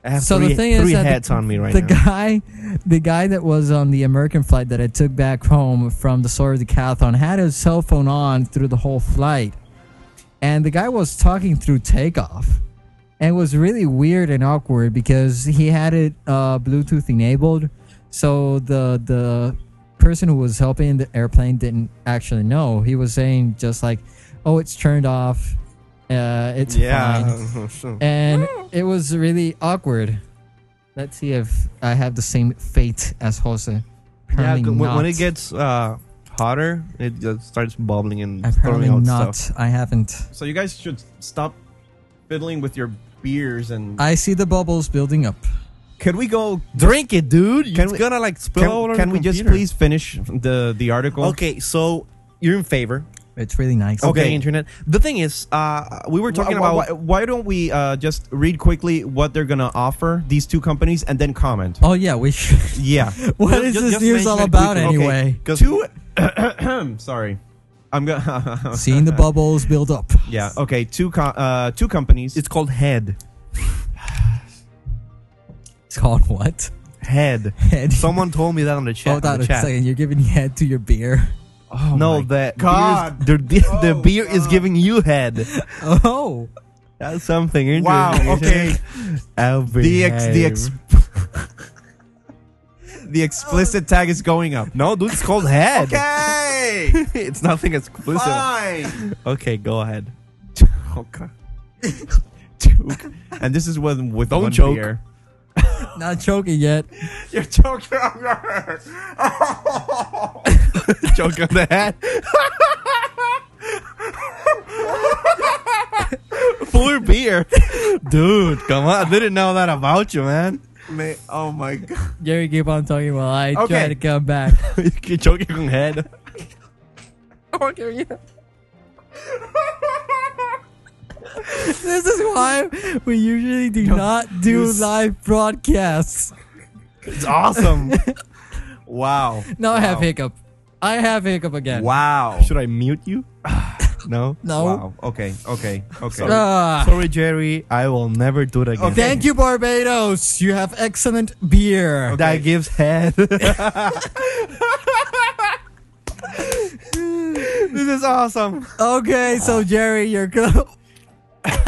S3: I have
S2: So the
S3: three,
S2: thing is
S3: three
S2: that the-
S3: heads on me right
S2: the
S3: now.
S2: guy the guy that was on the American flight that I took back home from the Solar Decathlon had his cell phone on through the whole flight. And the guy was talking through takeoff. And it was really weird and awkward because he had it uh, Bluetooth enabled. So the the person who was helping the airplane didn't actually know. He was saying just like, "Oh, it's turned off. Uh, it's fine."
S3: yeah.
S2: and it was really awkward. Let's see if I have the same fate as Jose. Apparently
S3: yeah, c- when, when
S2: not.
S3: it gets uh, hotter, it just starts bubbling and
S2: apparently
S3: throwing out
S2: not.
S3: stuff.
S2: I haven't.
S1: So you guys should stop fiddling with your beers and.
S2: I see the bubbles building up.
S1: Can we go?
S3: Drink it, dude.
S1: Can
S3: it's
S1: we-
S3: gonna like spill all
S1: Can,
S3: over
S1: can we
S3: the
S1: just
S3: computer.
S1: please finish the the article?
S3: Okay, so you're in favor.
S2: It's really nice.
S1: Okay.
S3: Okay, internet. The thing is, uh, we were talking
S1: Why-
S3: about
S1: why, why don't we uh, just read quickly what they're gonna offer these two companies and then comment.
S2: Oh yeah, we should.
S1: Yeah,
S2: What
S3: Just-
S2: is this
S3: just- just
S2: news
S3: mention
S2: all
S3: it
S2: about
S3: quickly.
S2: anyway?
S3: Okay.
S1: two. sorry, I'm gonna.
S2: Seeing the bubbles build up.
S1: yeah. Okay. Two. Com- uh, two companies.
S3: it's called head.
S2: It's called what?
S3: Head.
S2: Head.
S3: Someone told me that on the chat.
S2: Hold
S3: on
S2: on
S3: the
S2: a
S3: chat.
S2: second. You're giving head to your beer.
S1: oh
S3: no,
S1: my
S3: that
S1: God.
S3: Beer is, the, the
S1: Oh,
S3: beer is
S1: God.
S3: giving you head.
S2: Oh,
S3: That's something interesting.
S1: Wow, okay. the ex, the ex, the explicit tag is going up.
S3: No, dude, it's called head.
S1: Okay.
S3: it's nothing exclusive.
S1: Fine.
S3: Okay, go ahead.
S1: okay. Joke. And this is when with
S3: Don't
S1: one
S3: joke.
S1: beer.
S2: not choking yet.
S1: You're joking. oh
S3: Joke on the head. Fuller beer. Dude, come on. I didn't know that about you, man.
S1: my, oh my god.
S2: Jerry keep on talking while I try
S1: Okay.
S2: to come back.
S3: You're joking on head.
S2: this is why we usually do not do
S1: use-
S2: live broadcasts.
S3: It's awesome.
S1: Wow.
S2: Now I have
S1: Wow.
S2: hiccup. I have hiccup again.
S1: Wow.
S3: Should I mute you? No.
S2: No.
S1: Wow. Okay. Okay. Okay.
S2: Ah.
S3: Sorry, Jerry. I will never do it again.
S1: Okay.
S2: Thank you, Barbados. You have excellent beer.
S3: That gives head. this is awesome.
S2: Okay, so Jerry, you're go.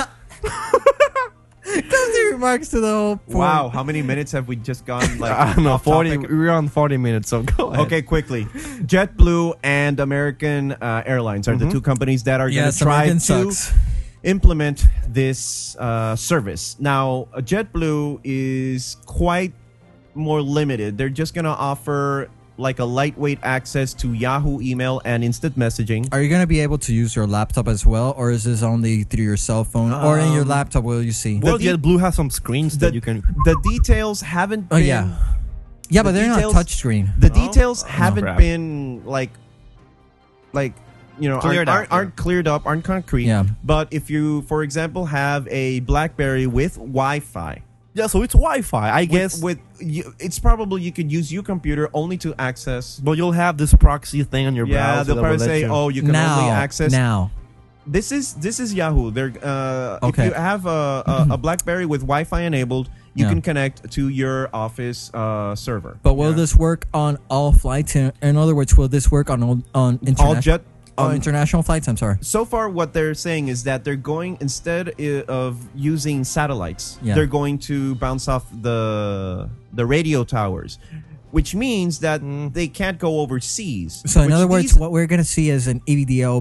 S2: Cozy remarks to the whole point.
S1: Wow. How many minutes have we just gone? Like
S3: I don't know.
S1: off
S3: Forty.
S1: topic?
S3: We're on forty minutes, so go ahead.
S1: Okay, quickly. JetBlue and American uh, Airlines are the two companies that are
S2: Yes,
S1: going
S2: American
S1: to try
S2: sucks.
S1: to implement this uh, service. Now, uh, JetBlue is quite more limited. They're just going to offer like a lightweight access to Yahoo email and instant messaging.
S2: Are you gonna be able to use your laptop as well, or is this only through your cell phone or in your
S1: Um,
S2: laptop? Will you see?
S1: well,
S3: Well,
S1: the-
S3: JetBlue has some screens that
S1: the-
S3: you can.
S1: The details haven't
S2: Oh,
S1: been
S2: yeah. yeah, but
S1: the
S2: they're
S1: details-
S2: not touchscreen.
S1: the
S3: No?
S1: details
S3: Oh,
S1: haven't
S3: crap.
S1: been like like you know aren't,
S3: Cleared up,
S1: aren't,
S3: yeah.
S1: aren't cleared up aren't concrete
S2: Yeah.
S1: but if you for example have a blackberry with wi-fi
S3: Yeah, so it's Wi-Fi, I
S1: with-
S3: guess.
S1: with, you, it's probably you could use your computer only to access
S3: but you'll have this proxy thing on your
S1: yeah
S3: browser.
S1: they'll
S3: that will
S1: probably
S3: let
S1: say
S3: you-
S1: oh you can
S2: now,
S1: only access
S2: now.
S1: this is this is yahoo they're uh
S2: Okay. Mm-hmm.
S1: if you have a, a, a blackberry with wi-fi enabled you
S2: Yeah.
S1: can connect to your office uh server
S2: But will
S1: Yeah.
S2: this work on all flights? In, in other words, will this work on all on
S1: all
S2: international
S1: jet
S2: on
S1: um,
S2: international flights? I'm sorry.
S1: so far what they're saying is that they're going instead i- of using satellites
S2: Yeah.
S1: they're going to bounce off the the radio towers which means that they can't go overseas
S2: Mm. So in
S1: which
S2: other words,
S1: these-
S2: what we're gonna see is an E EVDO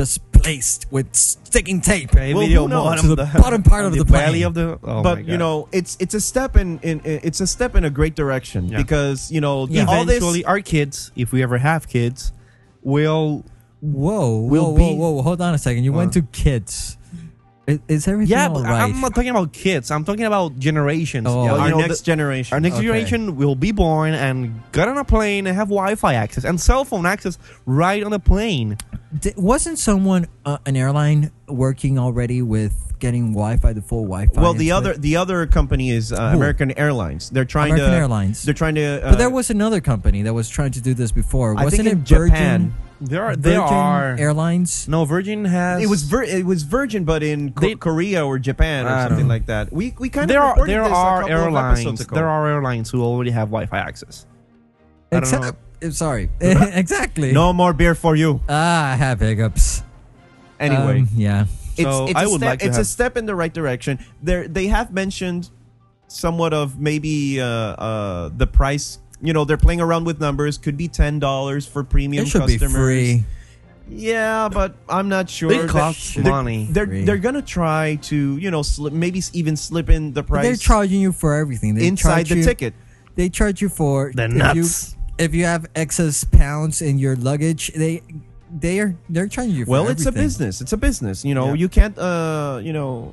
S2: just placed with sticking tape to
S3: Okay,
S1: Well,
S3: video
S1: who knows?
S3: mode
S1: To
S3: on
S2: the bottom part
S3: on
S2: of the, plane.
S3: belly of the. Oh my
S1: but you
S3: God.
S1: know it's it's a step in, in in- it's a step in a great direction
S3: Yeah.
S1: because you know
S2: Yeah.
S1: all this
S3: eventually, our kids, if we ever have kids, will.
S2: whoa, whoa,
S3: will
S2: whoa,
S3: be-
S2: whoa! Hold on a second. You went
S1: uh,
S2: to kids. Is, is everything
S3: Yeah,
S2: all
S3: but
S2: right?
S3: I'm not talking about kids. I'm talking about generations.
S2: Oh.
S3: You
S2: Our
S1: our
S3: know,
S1: next
S3: the-
S1: generation
S3: Our next
S2: Okay.
S3: generation will be born and get on a plane and have Wi-Fi access and cell phone access right on the plane.
S2: D- wasn't someone uh, an airline working already with getting Wi-Fi, the full Wi-Fi?
S1: well the
S2: and
S1: other
S2: stuff?
S1: the other company is uh,
S2: Who?
S1: American Airlines they're trying
S2: American
S1: to
S2: Airlines.
S1: they're trying to uh,
S2: but there was another company that was trying to do this before.
S1: I think
S2: wasn't it
S1: in
S2: Virgin?
S1: Japan
S3: There are there
S2: Virgin
S3: are
S2: Airlines.
S3: no Virgin has
S1: It was vir- it was Virgin, but in Ko-
S3: They-
S1: Korea or Japan or
S3: I
S1: something
S3: don't-
S1: like that. We we kind
S3: there
S1: of
S3: are
S1: reported
S3: there
S1: this a
S3: are
S1: couple of episodes
S3: airlines
S1: ago.
S3: there are airlines who already have Wi-Fi access. I don't know.
S2: Exact- uh, Sorry. exactly.
S1: no more beer for you.
S2: Ah, I have hiccups.
S1: Anyway,
S2: Um, yeah.
S1: it's,
S3: so
S1: it's
S3: I
S1: a
S3: would
S1: step,
S3: like to
S1: it's a
S3: have-
S1: step in the right direction. There they have mentioned somewhat of maybe uh, uh, the price. You know, they're playing around with numbers. Could be ten dollars for premium
S2: It should be
S1: customers.
S2: free.
S1: Yeah, but I'm not sure.
S3: It costs
S1: They're-
S3: money.
S1: They're
S2: Agree.
S1: they're gonna try to you know slip, maybe s- even slip in the
S2: But
S1: price
S2: They're charging you for everything. They
S1: inside
S2: charge
S1: the
S2: you,
S1: ticket.
S2: They charge you for
S3: The
S2: if
S3: nuts.
S2: You, if you have excess pounds in your luggage, they they are they're charging you. For
S1: Well, it's a
S2: everything.
S1: business. It's a business. You know,
S3: Yeah.
S1: you can't uh you know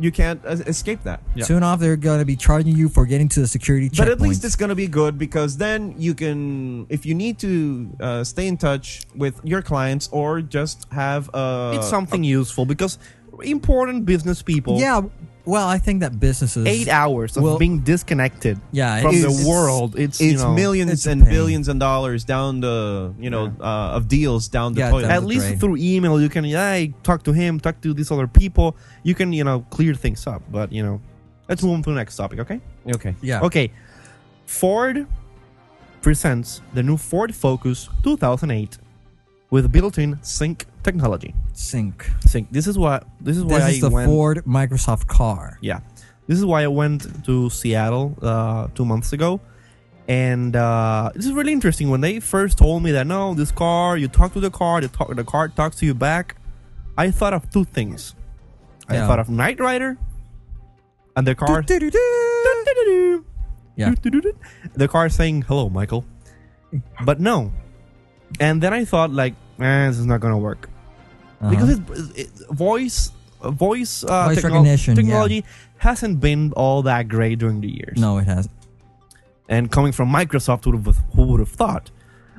S1: you can't uh, escape that.
S3: Yeah.
S2: Soon off, they're gonna be charging you for getting to the security
S1: But at least
S2: checkpoints.
S1: it's gonna be good because then you can, if you need to uh, stay in touch with your clients or just have uh,
S3: it's something useful because important business people.
S2: yeah. Well, I think that businesses
S3: Eight hours of
S2: Well-
S3: being disconnected
S2: Yeah,
S3: from
S2: it's-
S3: the world. It's, you
S1: it's
S3: know,
S1: millions
S2: It's a
S1: and
S2: pain.
S1: billions and dollars down the you know uh, of deals down the
S2: Yeah,
S1: toilet.
S2: down
S3: At
S2: the
S3: least
S2: drain.
S3: through email, you can yeah, talk to him, talk to these other people. You can you know clear things up. But you know, let's move on to the next topic. Okay.
S1: Okay.
S2: Yeah.
S3: Okay. Ford presents the new Ford Focus 2008 with built-in sync technology.
S2: sync.
S3: Sync. This is what this is why
S2: This
S3: I
S2: is the
S3: went.
S2: Ford Microsoft car.
S3: Yeah. This is why I went to Seattle uh, two months ago. And uh, this is really interesting. When they first told me that, no, this car, you talk to the car, the, talk, the car talks to you back, I thought of two things. I
S2: Yeah.
S3: thought of Knight Rider and the car.
S2: Yeah.
S3: The car saying, hello, Michael. But no. And then I thought, like, eh, this is not going to work
S2: Uh-huh.
S3: because it, it, voice uh, voice, uh,
S2: Voice
S3: technol-
S2: recognition, yeah.
S3: technology hasn't been all that great during the years.
S2: no, it has.
S3: And coming from Microsoft, who would have, who would have thought?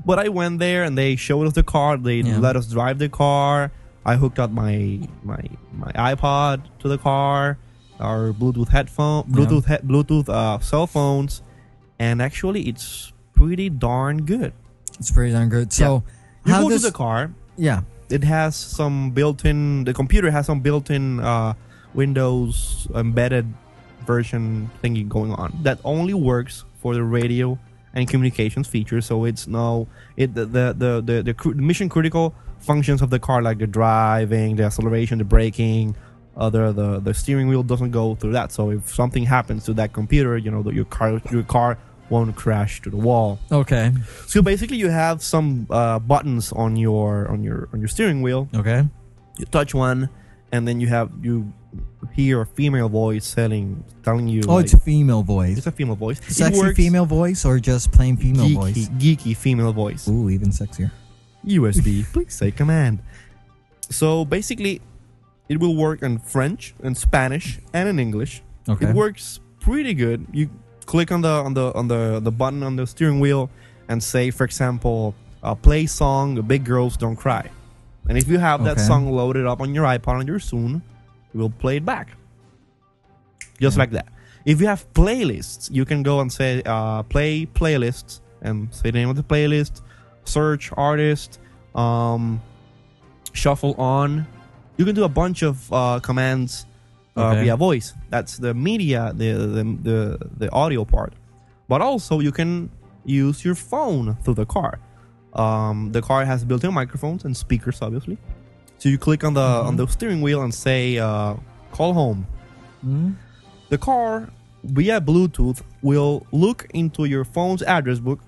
S3: But I went there and they showed us the car. They
S2: Yeah.
S3: let us drive the car. I hooked up my my my iPod to the car, our Bluetooth headphone,
S2: Yeah.
S3: Bluetooth he- Bluetooth uh, cell phones, and actually it's pretty darn good.
S2: It's pretty darn good. So
S3: You
S2: how
S3: go
S2: does
S3: to the car,
S2: yeah
S3: it has some built-in the computer has some built-in uh, windows embedded version thingy going on that only works for the radio and communications feature so it's no it the the the, the, the, cru- the mission critical functions of the car like the driving the acceleration the braking other the the steering wheel doesn't go through that so if something happens to that computer you know that your car your car won't crash to the wall
S2: okay
S3: so basically, you have some uh, buttons on your on your on your steering wheel.
S2: okay
S3: You touch one, and then you have you hear a female voice telling telling you.
S2: oh
S3: like-
S2: it's a female voice
S3: it's a female voice. It
S2: sexy
S3: works-
S2: female voice or just plain female
S3: geeky,
S2: voice
S3: geeky female voice.
S2: ooh even sexier
S3: USB, please say command. So basically, it will work in French and Spanish and in English.
S2: okay
S3: It works pretty good. You click on the on the on the the button on the steering wheel and say, for example, uh, play song "Big Girls Don't Cry," and if you have that
S2: Okay.
S3: song loaded up on your iPod on your soon, it will play it back, just
S2: Yeah.
S3: like that. If you have playlists, you can go and say uh, play playlists and say the name of the playlist, search artist, um, shuffle on. You can do a bunch of uh, commands uh,
S2: Okay.
S3: via voice. That's the media, the, the the the audio part. But also you can use your phone through the car. Um, the car has built-in microphones and speakers, obviously. So you click on the on the steering wheel and say uh, "call home."
S2: Mm.
S3: The car via Bluetooth will look into your phone's address book.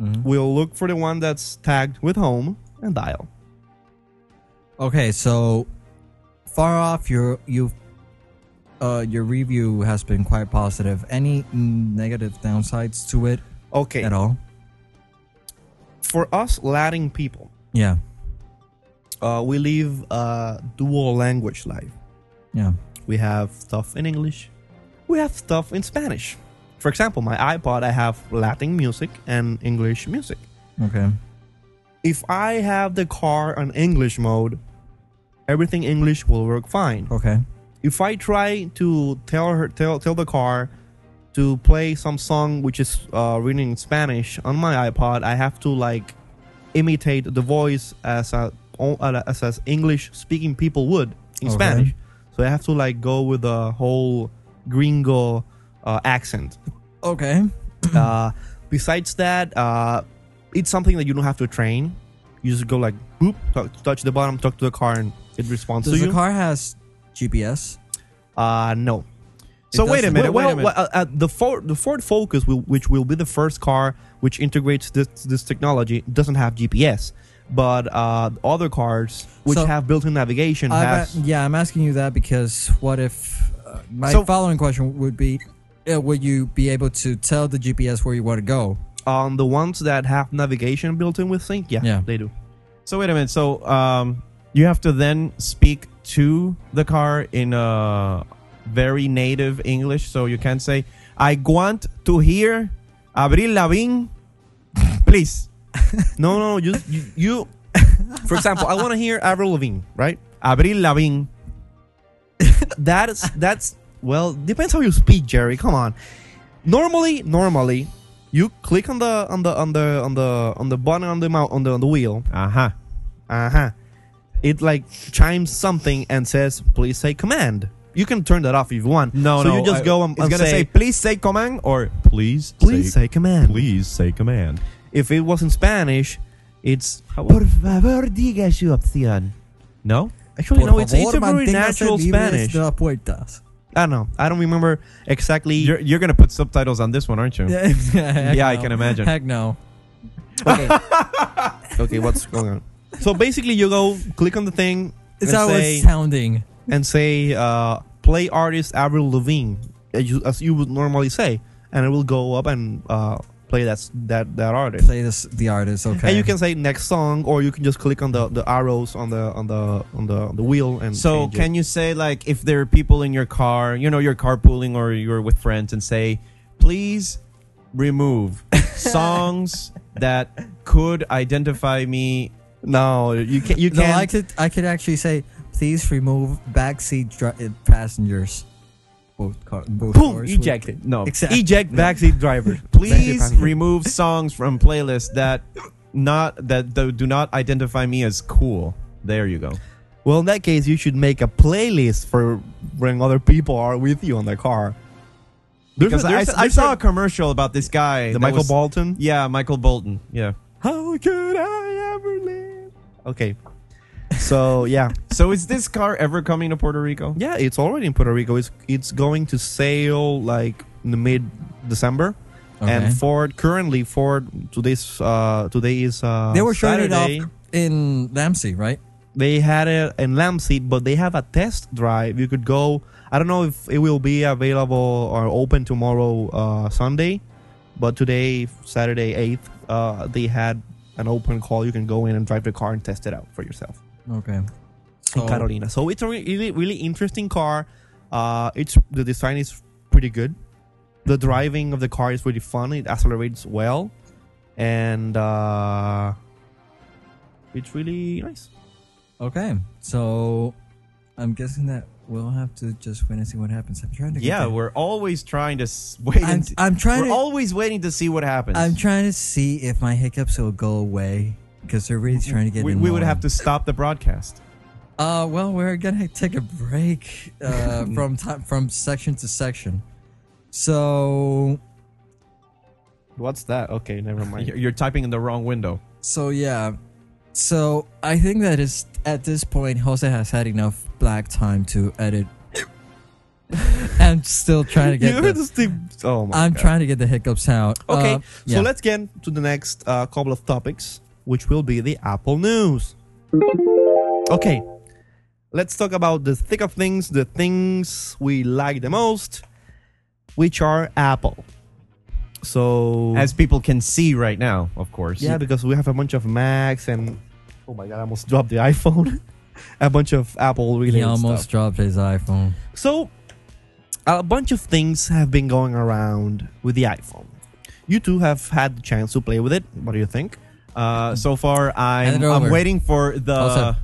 S2: Mhm.
S3: Will look for the one that's tagged with home and dial.
S2: okay so far off your you uh your review has been quite positive any mm, negative downsides to it
S3: Okay.
S2: at all
S3: For us Latin people,
S2: yeah
S3: uh, we live a dual language life.
S2: yeah
S3: We have stuff in English. We have stuff in Spanish. For example, my iPod, I have Latin music and English music.
S2: okay
S3: If I have the car on English mode, everything English will work fine.
S2: okay
S3: If I try to tell her, tell, tell the car to play some song which is uh, written in Spanish on my iPod, I have to like imitate the voice as a, uh, as, as English speaking people would in
S2: Okay.
S3: Spanish. So I have to like go with the whole gringo uh, accent.
S2: okay
S3: uh, besides that, uh, it's something that you don't have to train. You just go like boop, touch, touch the bottom, talk to the car, and it responds
S2: does
S3: to
S2: the
S3: you.
S2: car has gps
S3: uh, no.
S1: So
S2: It
S1: wait a
S2: doesn't-
S1: minute.
S3: well,
S1: wait a minute.
S3: well, uh, uh, the Ford the Ford Focus, will, which will be the first car which integrates this this technology, doesn't have GPS. But uh, other cars which
S2: So-
S3: have built-in navigation
S2: I've-
S3: has
S2: yeah, I'm asking you that because what if uh, my
S1: So-
S2: following question would be, uh, would you be able to tell the GPS where you want to go?
S3: on the ones that have navigation built in with sync. Yeah,
S2: Yeah.
S3: they do.
S1: So wait a minute. So um, you have to then speak to the car in
S3: uh,
S1: a very native English. So you can say, "I want to hear Abril Lavigne, please."
S3: No, no, you, you, you for example, I want to hear Avril Lavigne, right?
S1: Abril Lavigne.
S3: That's that's well, depends how you speak, Jerry. Come on. Normally, normally, you click on the on the on the on the on the button on the mount on the on the wheel.
S1: Uh huh.
S3: Uh huh. It like chimes something and says, "Please say command." You can turn that off if you want.
S1: No,
S3: so
S1: no.
S3: you just
S1: I-
S3: go and,
S1: it's
S3: and
S1: gonna say, "Please say command" or "Please,
S3: "Please say command."
S1: please say command."
S3: If it was in Spanish, it's
S1: favor, diga su opción. No.
S3: actually
S2: Por
S3: no. It's, it's
S2: favor,
S3: a very
S2: manténgase
S3: natural
S2: libres
S3: Spanish.
S2: de puertas.
S3: I don't know. I don't remember exactly.
S1: You're, you're gonna put subtitles on this one, aren't you?
S2: Yeah, heck
S1: Yeah, I
S2: no.
S1: can imagine.
S2: Heck no. Okay,
S3: okay, what's going on? So basically, you go click on the thing
S2: is
S3: and
S2: that
S3: say,
S2: was sounding?
S3: and say uh, play artist Avril Lavigne as you, as you would normally say, and it will go up and uh, play that s- that that artist.
S2: Play this, the artist. Okay,
S3: And you can say next song, or you can just click on the, the arrows on the on the on the on the wheel and
S1: So
S3: change it.
S1: can you say like if there are people in your car, you know, you're carpooling or you're with friends, and say, please remove songs that could identify me.
S3: no you can you
S2: No, I
S3: can't
S2: could. I could actually say, please remove backseat dri- uh, passengers. Both car. Both
S3: boom
S2: doors would-
S3: eject it.
S1: No,
S2: Exactly.
S3: Eject backseat driver.
S1: please
S3: Backseat
S1: remove songs from playlists that not that do do not identify me as cool. There you go.
S3: Well, in that case, you should make a playlist for when other people are with you on the car. There's
S1: Because I,
S3: a- there's a-
S1: I
S3: there's
S1: saw
S3: a-
S1: a commercial about this guy,
S3: the
S1: that
S3: Michael
S1: was-
S3: Bolton.
S1: Yeah, Michael Bolton. Yeah.
S3: How could I ever live? Okay. So yeah,
S1: So is this car ever coming to Puerto Rico?
S3: yeah, it's already in Puerto Rico. It's it's going to sail like in the mid December,
S2: Okay.
S3: and Ford currently Ford today's uh today is uh
S2: they were showing it off
S3: Saturday.
S2: in Dempsey, right?
S3: They had it in Lamsey, but they have a test drive. You could go. I don't know if it will be available or open tomorrow uh Sunday, but today Saturday eighth uh they had an open call. You can go in and drive the car and test it out for yourself.
S2: Okay.
S3: in
S2: So,
S3: Carolina. So it's a re- really really interesting car. Uh, it's the design is pretty good. The driving of the car is really fun. It accelerates well, and uh, it's really nice.
S2: Okay. So I'm guessing that we'll have to just wait and see what happens. I'm trying to. get
S1: Yeah,
S2: there.
S1: we're always trying to s- wait.
S2: I'm,
S1: and-
S2: I'm trying
S1: we're
S2: to.
S1: always waiting to see what happens.
S2: I'm trying to see if my hiccups will go away because they're really trying to get.
S1: we,
S2: me
S1: we would
S2: going.
S1: have to stop the broadcast.
S2: Uh, well, we're gonna take a break uh, from time from section to section. So,
S3: What's that? Okay, never
S1: You're, you're typing in the wrong window.
S2: so yeah, so I think that is at this point, Jose has had enough black time to edit. I'm still trying to
S3: you
S2: get.
S3: heard
S2: The,
S3: this thing? Oh my!
S2: I'm
S3: God.
S2: trying to get the hiccups out.
S3: Okay,
S2: Uh,
S3: so
S2: yeah.
S3: let's get to the next uh, couple of topics, which will be the Apple News. Okay, let's talk about the thick of things, the things we like the most, which are Apple. So,
S1: As people can see right now, of course.
S3: yeah, because we have a bunch of Macs and oh my god, I almost dropped the iPhone. a bunch of Apple
S2: he
S3: related
S2: almost
S3: stuff.
S2: dropped his iPhone.
S3: So, a bunch of things have been going around with the iPhone. You two have had the chance to play with it. What do you think?
S1: Uh, so far,
S2: Hand
S1: I'm,
S2: it
S1: I'm
S2: over.
S1: waiting for the.
S2: Also-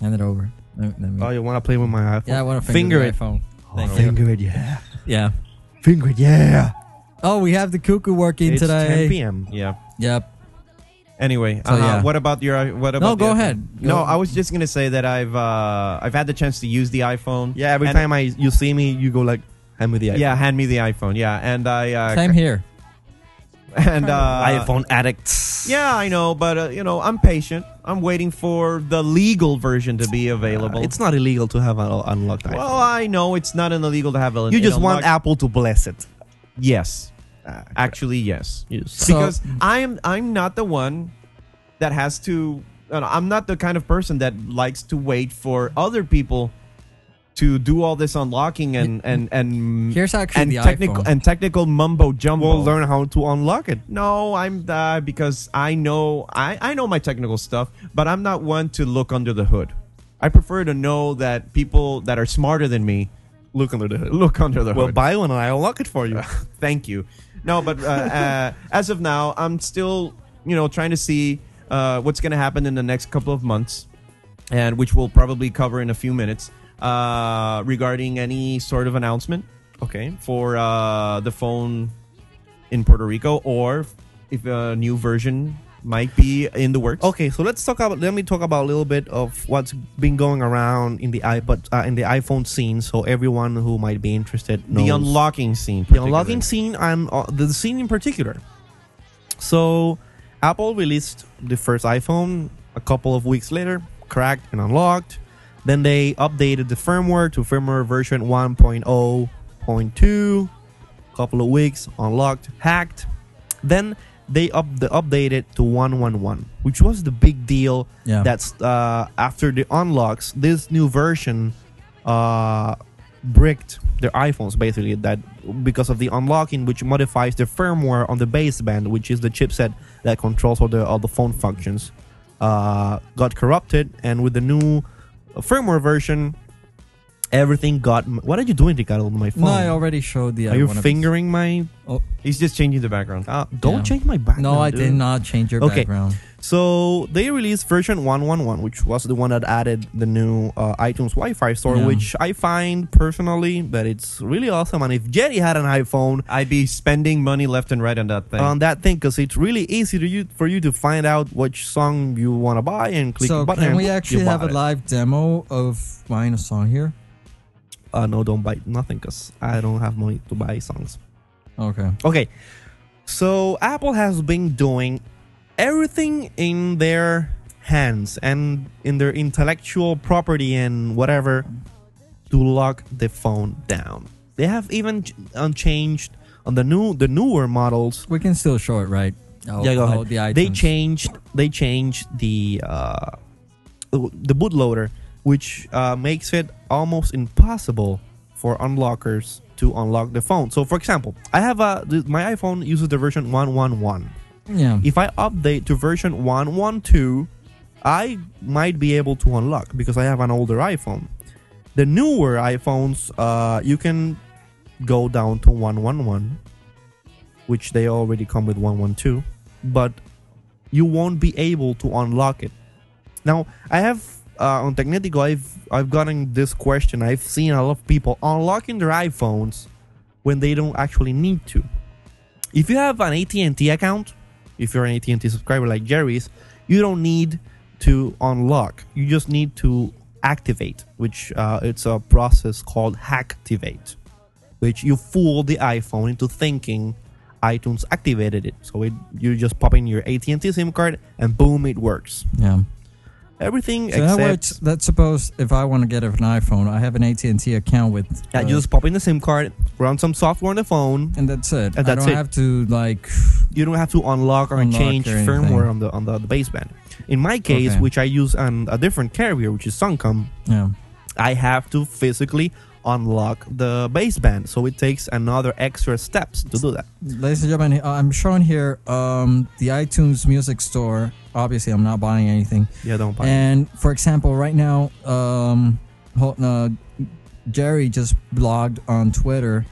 S2: Hand it over. Let- let me-
S3: Uh, Oh, you want to play with my iPhone?
S2: yeah, I want to
S3: finger
S2: finger,
S3: it.
S2: the iPhone. Thank you.
S3: finger it, yeah.
S2: Yeah.
S3: Finger it, yeah.
S2: Oh, we have the cuckoo working
S3: It's 10
S2: today.
S3: p.m.
S1: yeah.
S2: Yep.
S1: Anyway,
S2: So,
S1: uh,
S2: yeah.
S1: what about your? What about?
S2: go
S1: the-
S2: ahead.
S1: No,
S2: Go-
S1: I was just gonna say that I've uh, I've had the chance to use the iPhone.
S3: Yeah, every
S1: And-
S3: time I you see me, you go like, "I'm with the iPhone."
S1: Yeah, hand me the iPhone. Yeah, and I uh,
S2: Same here.
S1: and uh,
S3: iPhone addicts.
S1: Yeah, I know, but uh, you know, I'm patient. I'm waiting for the legal version to be available.
S3: Uh, it's not illegal to have an unlocked iPhone.
S1: well, I know it's not an illegal to have a.
S3: you just want
S1: app?
S3: Apple to bless it.
S1: Yes,
S3: Ah, crap.
S1: actually, yes,
S3: You suck.
S2: So-
S1: because I am. I'm not the one that has to no, no, I'm not the kind of person that likes to wait for other people to do all this unlocking and and and
S2: Here's actually
S1: and
S2: the
S1: technical
S2: iPhone.
S1: and technical mumbo jumbo.
S3: We'll learn how to unlock it.
S1: No, I'm uh, because I know I, I know my technical stuff, but I'm not one to look under the hood. I prefer to know that people that are smarter than me
S3: Look under the hood.
S1: look under the
S3: Well,
S1: hood.
S3: buy one and I unlock it for you.
S1: Thank you. No, but uh, uh, as of now, I'm still you know trying to see uh, what's going to happen in the next couple of months, and which we'll probably cover in a few minutes uh, regarding any sort of announcement
S3: okay.
S1: for uh, the phone in Puerto Rico, or if a new version might be in the works.
S3: Okay, so let's talk about. Let me talk about a little bit of what's been going around in the iPod, uh, in the iPhone scene, so everyone who might be interested knows
S1: the unlocking scene.
S3: the unlocking scene and uh, the scene in particular. So, Apple released the first iPhone a couple of weeks later, cracked and unlocked. Then they updated the firmware to firmware version 1.0.2. Couple of weeks, unlocked, hacked. Then they up the updated to 111, which was the big deal
S2: Yeah.
S3: that's uh, after the unlocks this new version uh, bricked their iphones basically that because of the unlocking which modifies the firmware on the baseband which is the chipset that controls all the all the phone functions uh, got corrupted and with the new firmware version everything got what are you doing Ricardo on my phone
S2: no, I already showed the.
S3: are
S2: other
S3: you
S2: one of-
S3: fingering my
S1: He's just changing the background.
S3: uh, don't
S2: Yeah.
S3: change my background
S2: No, I
S3: dude.
S2: did not change your
S3: Okay.
S2: background.
S3: So they released version 111, which was the one that added the new uh, iTunes Wi-Fi store,
S2: Yeah.
S3: which I find personally that it's really awesome. And if Jerry had an iPhone
S1: I'd be spending money left and right on that thing.
S3: on that thing, because it's really easy to you for you to find out which song you want to buy and click
S2: So
S3: the button.
S2: can
S3: and
S2: we
S3: you
S2: actually have a
S3: bought it.
S2: live demo of buying a song here?
S3: Uh, no, don't buy nothing, because I don't have money to buy songs.
S2: Okay.
S3: Okay. So Apple has been doing everything in their hands and in their intellectual property and whatever to lock the phone down. They have even ch- um, changed on the new the newer models.
S2: We can still show it, right? Oh,
S3: yeah, go
S2: oh,
S3: ahead.
S2: The iTunes.
S3: they changed they changed the uh, the bootloader, which uh, makes it almost impossible for unlockers to unlock the phone. So, for example, I have a th- my iPhone uses the version one one one.
S2: Yeah.
S3: If I update to version one one two, I might be able to unlock because I have an older iPhone. The newer iPhones, uh, you can go down to one one one, which they already come with one one two, but you won't be able to unlock it. Now, I have uh, on Tecnético, I've I've gotten this question. I've seen a lot of people unlocking their iPhones when they don't actually need to. If you have an AT&T account, if you're an AT&T subscriber like Jerry's, you don't need to unlock. You just need to activate, which uh, it's a process called hacktivate, which you fool the iPhone into thinking iTunes activated it. So it, you just pop in your AT&T SIM card and boom, it works.
S2: yeah.
S3: Everything
S2: So that
S3: except
S2: works. Let's suppose if I want to get an iPhone, I have an AT and T account with.
S3: yeah, you
S2: uh,
S3: just pop in the SIM card, run some software on the phone.
S2: and that's it.
S3: and
S2: I
S3: that's
S2: don't
S3: it.
S2: have to like.
S3: You don't have to unlock or
S2: Unlock
S3: change
S2: or anything.
S3: firmware on the on the, the baseband. In my case,
S2: Okay.
S3: which I use on a different carrier, which is Suncom,
S2: Yeah.
S3: I have to physically unlock the baseband. So it takes another extra steps to do that.
S2: Ladies and gentlemen, uh, I'm showing here um, the iTunes Music Store. Obviously, I'm not buying anything.
S3: Yeah, don't buy. it.
S2: And for example, right now, um, hol- uh, Jerry just blogged on Twitter,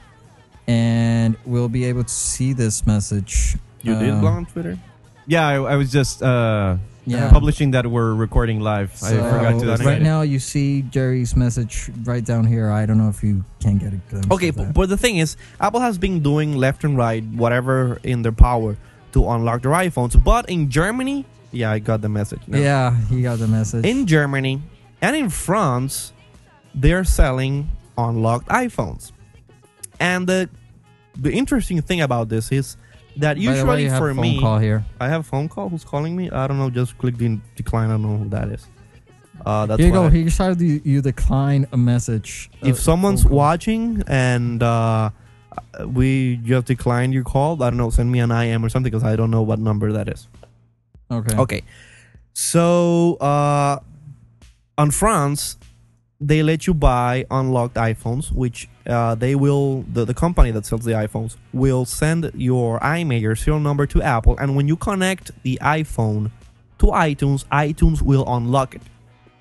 S2: and we'll be able to see this message.
S3: You did
S2: Um,
S3: blog on Twitter?
S1: yeah, I, I was just uh,
S2: Yeah.
S1: publishing that we're recording live. I
S2: Um, So,
S1: forgot to.
S3: that's
S2: right
S3: it.
S2: now, you see Jerry's message right down here. I don't know if you can get a glimpse.
S3: Okay,
S2: of
S3: but,
S2: that.
S3: but the thing is, Apple has been doing left and right, whatever in their power to unlock their iPhones. But in Germany, yeah, I got the message. now.
S2: yeah, he got the message.
S3: In Germany and in France, they're selling unlocked iPhones. And the the interesting thing about this is that
S2: By the way,
S3: usually
S2: you have
S3: for
S2: a phone
S3: me,
S2: call here.
S3: I have a phone call. Who's calling me? I don't know. Just click the decline. I don't know who that is. Uh, that's
S2: Here you
S3: why
S2: go.
S3: I-
S2: Here's how you, you decline a message. Uh,
S3: if someone's
S2: phone call.
S3: watching and uh, we just declined your call, I don't know. Send me an IM or something because I don't know what number that is.
S2: okay,
S3: Okay. So uh, on France, they let you buy unlocked iPhones, which uh, they will the, the company that sells the iPhones will send your iMac your serial number to Apple, and when you connect the iPhone to iTunes, iTunes will unlock it.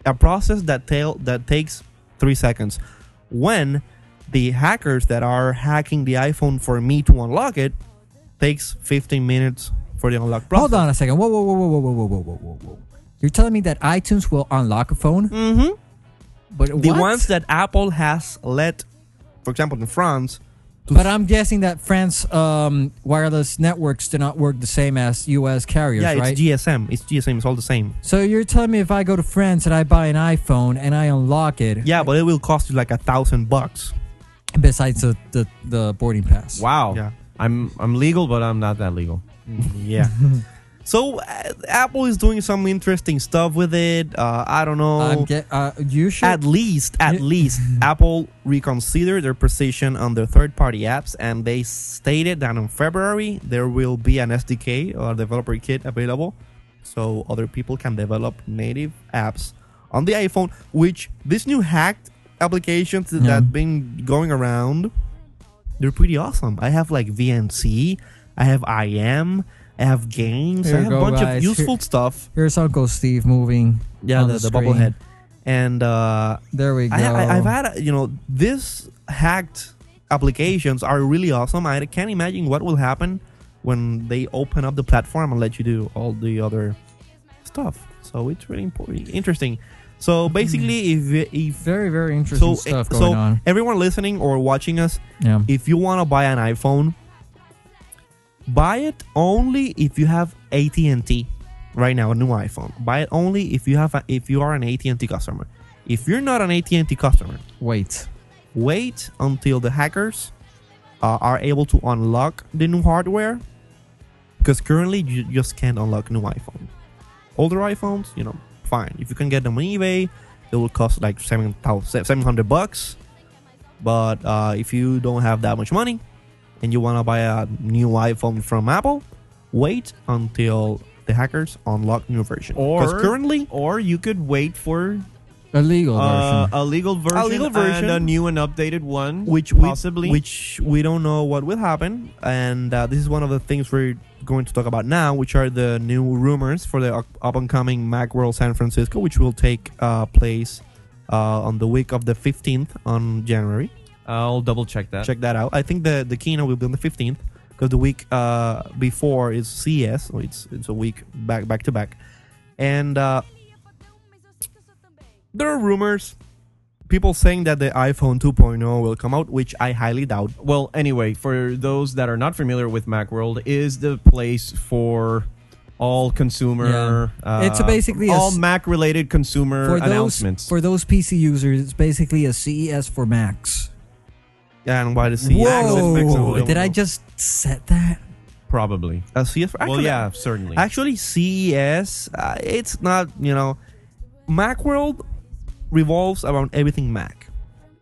S3: A process that tail that takes three seconds. When the hackers that are hacking the iPhone for me to unlock it takes 15 minutes for the unlock process.
S2: Hold on a second. Whoa, whoa, whoa, whoa, whoa, whoa, whoa, whoa, whoa, whoa. You're telling me that iTunes will unlock a phone?
S3: Mm-hmm.
S2: But
S3: the
S2: what?
S3: ones that Apple has let, for example, in France, to
S2: But I'm guessing that France um, wireless networks do not work the same as U.S. carriers,
S3: yeah, it's
S2: right?
S3: GSM. It's GSM. It's all the same.
S2: so you're telling me if I go to France and I buy an iPhone and I unlock it,
S3: Yeah, but it will cost you like a thousand bucks.
S2: besides the, the, the boarding pass.
S1: Wow.
S3: Yeah,
S1: I'm I'm legal, but I'm not that legal.
S2: Mm,
S3: yeah. so uh, Apple is doing some interesting stuff with it. Uh, I don't know.
S2: I'm get, uh, you should.
S3: At least, at
S2: Yeah.
S3: least, Apple reconsidered their position on their third-party apps, and they stated that in February there will be an SDK or developer kit available, so other people can develop native apps on the iPhone. Which this new hacked applications that
S2: Yeah.
S3: have been going around, they're pretty awesome. I have like VNC, I have IM, I have games,
S2: Here
S3: I
S2: you
S3: have a
S2: go,
S3: bunch
S2: guys.
S3: of useful stuff.
S2: Here's Uncle Steve moving.
S3: Yeah,
S2: on
S3: the,
S2: the
S3: the
S2: screen.
S3: bobblehead. And uh,
S2: There we go.
S3: I, I, I've had, uh, you know, this hacked applications are really awesome. I can't imagine what will happen when they open up the platform and let you do all the other stuff. So it's really important, interesting. So basically, if if
S2: very very interesting
S3: So, eh,
S2: stuff
S3: so-
S2: going on.
S3: everyone listening or watching us,
S2: Yeah.
S3: if you want to buy an iPhone, buy it only if you have AT and T right now, a new iPhone. Buy it only if you have a, if you are an AT and T customer. If you're not an AT and T customer,
S2: Wait.
S3: wait until the hackers uh, are able to unlock the new hardware because currently you just can't unlock new iPhones. Older iPhones, you know, fine. If you can get them on eBay, they will cost like 7,000 700 bucks. But uh, if you don't have that much money and you want to buy a new iPhone from Apple, wait until the hackers unlock new version. Because
S1: Or-
S3: currently,
S1: Or you could wait for
S2: A legal
S1: uh,
S2: version.
S1: a legal version,
S3: legal
S1: and a
S3: version.
S1: new and updated one,
S3: which we,
S1: possibly.
S3: which we don't know what will happen and uh, this is one of the things we're going to talk about now which are the new rumors for the up and coming macworld san francisco which will take uh, place uh, on the week of the 15th on january
S1: I'll double check that.
S3: check that out i think the, the keynote will be on the 15th because the week uh, before is ces so it's, it's a week back back to back and uh, there are rumors people saying that the iphone 2.0 will come out which i highly doubt
S1: Well, anyway, for those that are not familiar with Macworld, is the place for all consumer. Uh,
S2: It's basically a
S1: all
S2: s-
S1: Mac related consumer
S2: for those
S1: announcements.
S2: for those PC users, it's basically a CES for Macs.
S3: and why E the
S2: E
S3: CES
S1: Whoa.
S3: is Mexico.
S1: Mexico.
S2: Did I just set that?
S1: probably.
S3: Uh, CES actually,
S1: well, yeah, certainly.
S3: actually CES uh, it's not you know Macworld revolves around everything Mac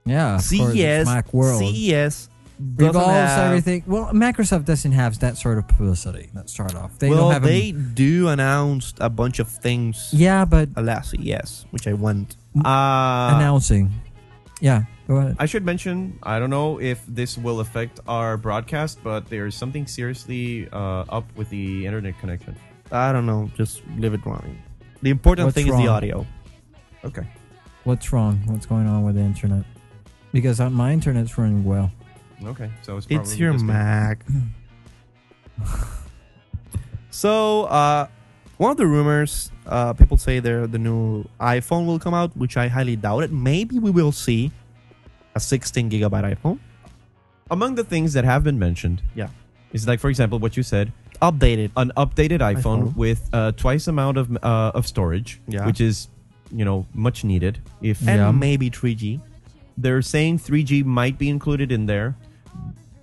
S2: Yeah. of course,
S3: CES
S2: it's Mac World.
S3: CES doesn't
S2: Revolves
S3: have-
S2: everything. Well, Microsoft doesn't have that sort of publicity. Let's start off. They
S3: well
S2: don't have. Any,
S3: they do announced a bunch of things
S2: yeah, but
S3: at last CES which I went
S1: uh,
S2: announcing. Yeah. Go ahead.
S1: I should mention, I don't know if this will affect our broadcast, but there's something seriously uh, up with the internet connection.
S3: I don't know just leave it running the important
S2: What's
S3: thing is the
S2: wrong?
S3: audio
S1: Okay.
S2: What's wrong? What's going on with the internet? Because uh, my internet's running well.
S1: Okay. So it's probably
S3: It's your
S1: just gonna-
S3: Mac. so, uh, one of the rumors, uh, people say there the new iPhone will come out, which I highly doubt it. Maybe we will see a 16 gigabyte iPhone
S1: Among the things that have been mentioned,
S3: Yeah.
S1: is like for example what you said,
S3: updated.
S1: an updated iPhone,
S3: iPhone.
S1: with uh, twice amount of uh, of storage,
S3: Yeah.
S1: which is you know much needed. If
S3: And
S2: Yeah.
S3: maybe 3G.
S1: they're saying 3G might be included in there,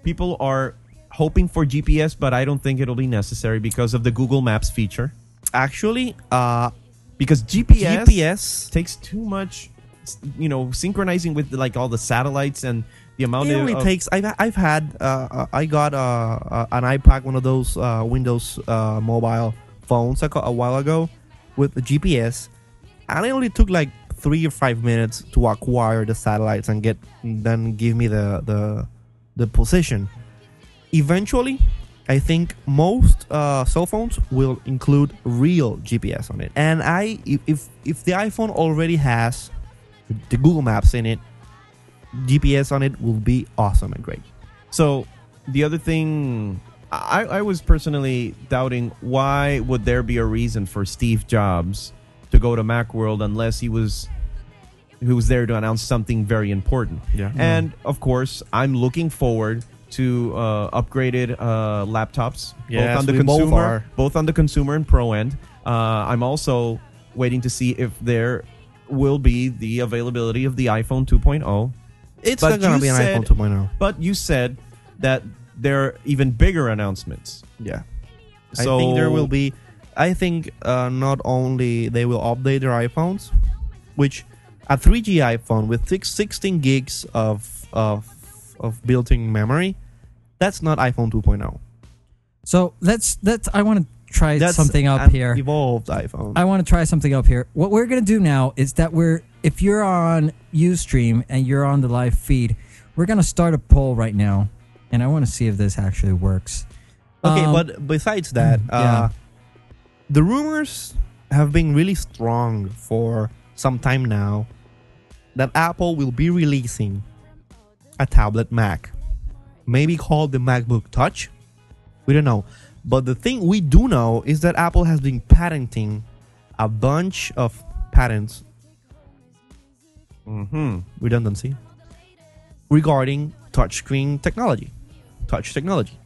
S1: people are hoping for GPS, but I don't think it'll be necessary because of the Google Maps feature.
S3: Actually, uh,
S1: Because GPS,
S3: GPS,
S1: takes too much, s- you know, synchronizing with like all the satellites and the amount
S3: it
S1: of,
S3: only
S1: of-
S3: takes. I've, I've had, uh, uh, I got uh, uh, an iPad, one of those uh, Windows uh, mobile phones a, cou- a while ago, with the GPS, and it only took like three or five minutes to acquire the satellites and get then give me the the the position. Eventually, I think most uh, cell phones will include real GPS on it, and I if- if if the iPhone already has the Google Maps in it, GPS on it will be awesome and great.
S1: So the other thing, I, I was personally doubting why would there be a reason for Steve Jobs to go to Macworld unless he was he was there to announce something very important.
S3: Yeah.
S1: And of course, I'm looking forward to uh, upgraded uh, laptops,
S3: Yes,
S1: both on the
S3: we both
S1: consumer,
S3: are.
S1: both on the consumer and pro end. Uh, I'm also waiting to see if there will be the availability of the iPhone 2.0
S3: It's
S1: But
S3: not gonna
S1: you
S3: be an
S1: said-
S3: iPhone oh. 2.0.
S1: but you said that there are even bigger announcements.
S3: Yeah.
S1: So
S3: I think there will be. I think uh, not only they will update their iPhones, which a 3G iPhone with six, 16 gigs of of of built-in memory, that's not iPhone oh. 2.0.
S2: So let's let's. I want to try
S3: That's
S2: something up
S3: an
S2: here.
S3: Evolved iPhone.
S2: I want to try something up here. What we're gonna do now is that we're if you're on UStream and you're on the live feed, we're gonna start a poll right now, and I want to see if this actually works.
S3: okay,
S2: Um,
S3: but besides that, uh, the rumors have been really strong for some time now that Apple will be releasing a tablet Mac, maybe called the MacBook Touch. We don't know. But the thing we do know is that Apple has been patenting a bunch of patents,
S1: Mm-hmm.
S3: redundancy, regarding touchscreen technology, touch technology.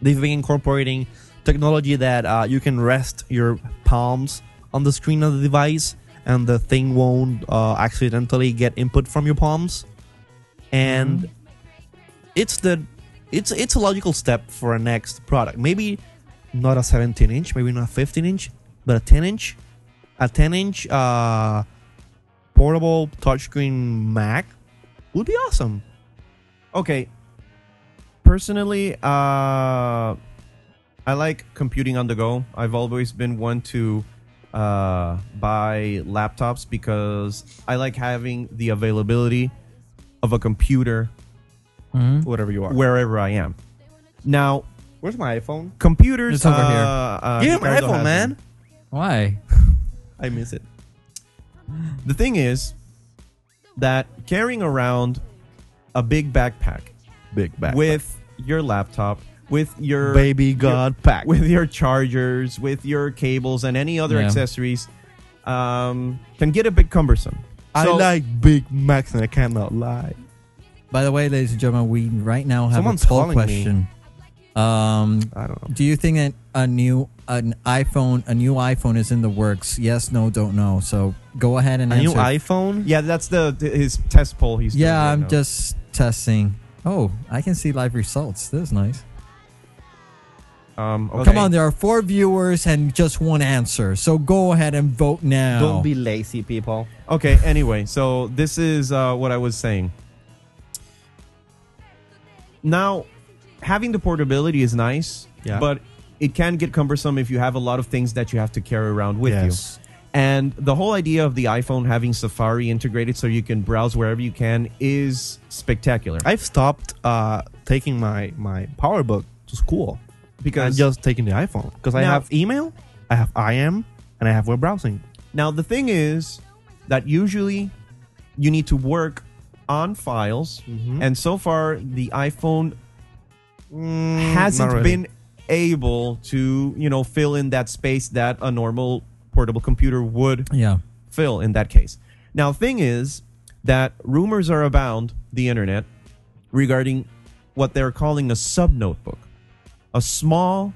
S3: They've been incorporating technology that uh, you can rest your palms on the screen of the device and the thing won't uh, accidentally get input from your palms. And it's the it's it's a logical step for a next product. Maybe not a 17 inch, maybe not 15 inch, but a 10 inch, a 10 inch uh, portable touchscreen Mac would be awesome.
S1: Okay. Personally, uh, I like computing on the go. I've always been one to uh, buy laptops because I like having the availability of a computer
S2: Mhm.
S3: Whatever you are.
S1: wherever I am. Now,
S3: Where's my iPhone?
S1: computers.
S2: It's over
S1: uh,
S2: here.
S1: Uh,
S3: Give me my
S1: Ricardo
S3: iPhone,
S1: has
S3: man.
S1: them.
S2: Why?
S3: I miss it.
S1: The thing is that carrying around a big backpack
S3: Big back.
S1: with your laptop, with your
S3: baby
S1: God
S3: God pack.
S1: with your chargers, with your cables, and any other
S2: Yeah.
S1: accessories, um, can get a bit cumbersome.
S3: I
S1: So-
S3: like Big Macs and I cannot lie.
S2: By the way, ladies and gentlemen, we right now have
S3: Someone's
S2: a poll
S3: calling me.
S2: question. Um,
S3: I don't know.
S2: do you think that a new an iPhone a new iPhone is in the works? Yes, no, don't know. So go ahead and
S3: A new
S2: answer.
S3: iPhone?
S1: Yeah, that's the th- his test poll. He's doing
S2: yeah,
S1: right
S2: I'm
S1: now.
S2: just testing. Oh, I can see live results. This is nice.
S1: Um, okay.
S2: Come on, there are four viewers and just one answer. So go ahead and vote now.
S3: Don't be lazy, people.
S1: Okay. Anyway, so this is uh, what I was saying. Now, having the portability is nice,
S3: Yeah.
S1: but it can get cumbersome if you have a lot of things that you have to carry around with you. And the whole idea of the iPhone having Safari integrated so you can browse wherever you can is spectacular.
S3: I've stopped uh, taking my my PowerBook to school
S1: Because
S3: I'm just taking the iPhone because I
S1: Now-
S3: have email, I have IM, and I have web browsing.
S1: now the thing is that usually you need to work on files,
S3: Mm-hmm.
S1: and so far the iPhone
S3: Mm,
S1: hasn't
S3: not really.
S1: been able to, you know, fill in that space that a normal portable computer would
S2: Yeah.
S1: Phil in that case. Now, thing is that rumors are abound the internet regarding what they're calling a sub notebook, a small,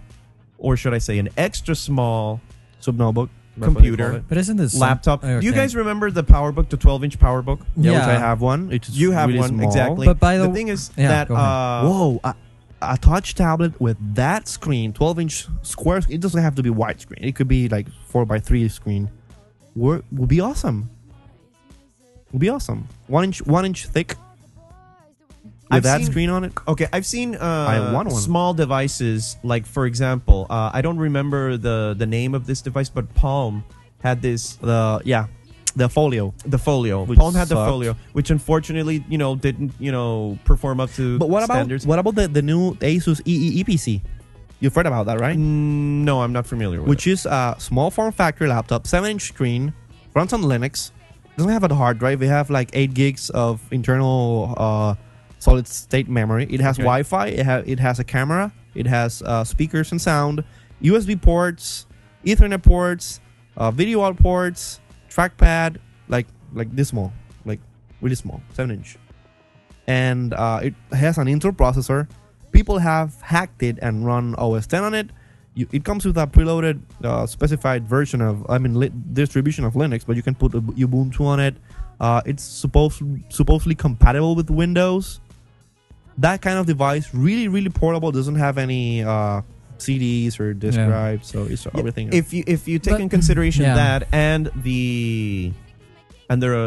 S1: or should I say, an extra small
S3: sub notebook that's what they
S1: Computer.
S3: call it.
S2: But isn't this some-
S1: laptop. Do you
S2: okay.
S1: guys remember the PowerBook, the 12 inch PowerBook?
S3: Yeah,
S2: Yeah.
S3: which I have one. It's
S1: You have
S3: really
S1: one
S3: small.
S1: exactly.
S2: But by the w-
S1: thing is
S2: yeah,
S1: that
S2: go ahead.
S1: uh,
S3: Whoa, a, a touch tablet with that screen, 12 inch square. It doesn't have to be widescreen. It could be like four by three screen. Would would be awesome. Would be awesome. One inch, one inch thick. with
S1: I've
S3: that
S1: seen-
S3: screen on it.
S1: Okay, I've seen uh,
S3: want one.
S1: small devices. Like for example, uh, I don't remember the the name of this device, but Palm had this
S3: The uh, yeah, the folio.
S1: the folio.
S3: Which
S1: Palm had the
S3: sucked.
S1: folio, which unfortunately, you know, didn't you know perform up to
S3: But what about
S1: standards.
S3: what about the, the new Asus E EE EPC? You've heard about that, right?
S1: Mm, no, I'm not familiar with
S3: Which
S1: it.
S3: is a small form factor laptop, seven inch screen, runs on Linux. Doesn't have a hard drive. We have like eight gigs of internal uh, solid state memory. It has
S1: Okay.
S3: Wi-Fi. It, ha- it has a camera. It has uh, speakers and sound, USB ports, Ethernet ports, uh, video out ports, trackpad, like like this small, like really small, seven inch, and uh, it has an Intel processor. People have hacked it and run OS 10 on it. You, it comes with a preloaded, uh, specified version of, I mean, li- distribution of Linux, but you can put Ub- Ubuntu on it. Uh, it's supposed supposedly compatible with Windows. That kind of device, really, really portable. Doesn't have any uh, CDs or disk
S2: Yeah.
S3: drives, so it's
S1: Yeah,
S3: everything.
S1: if you if you take
S2: But-
S1: in consideration
S2: yeah.
S1: that and the and the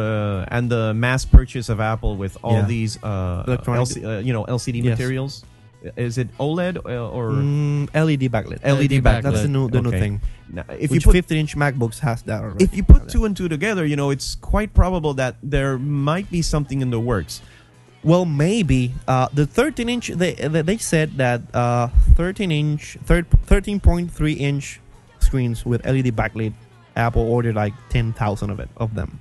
S1: uh, and the mass purchase of Apple with all
S3: Yeah.
S1: these uh,
S3: Electronic-
S1: LC, uh, you know LCD
S3: Yes.
S1: materials, uh, is it OLED uh, or
S3: Mm, LED backlit.
S1: LED
S2: LED
S1: E backlit?
S2: backlit.
S3: That's the new the new
S1: Okay.
S3: thing.
S1: Now,
S3: If
S1: if
S3: Which
S1: you put
S3: 15 inch MacBooks has that already.
S1: if you put two and two together, you know it's quite probable that there might be something in the works.
S3: Well, maybe uh, the 13 inch. They they they said that uh, 13 inch, thir- 13.3 inch screens with LED backlit. Apple ordered like 10,000 of it of them.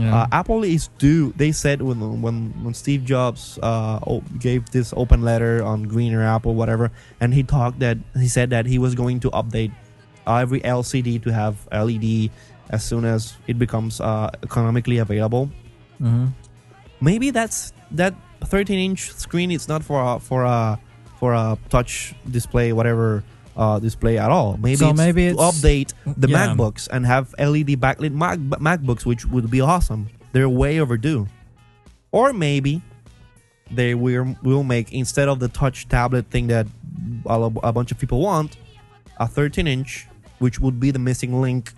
S2: Yeah.
S3: Uh, Apple is due. They said when when when Steve Jobs uh, o- gave this open letter on greener Apple whatever, and he talked that he said that he was going to update every LCD to have LED as soon as it becomes uh, economically available
S2: Mhm.
S3: maybe that's that 13 inch screen it's not for a for a for a touch display whatever uh, display at all maybe,
S2: So
S3: it's
S2: maybe
S3: to
S2: it's-
S3: update the
S2: Yeah.
S3: macbooks and have led backlit Mac, macbooks which would be awesome they're way overdue or maybe they will, will make instead of the touch tablet thing that a, lo- a bunch of people want a 13 inch which would be the missing link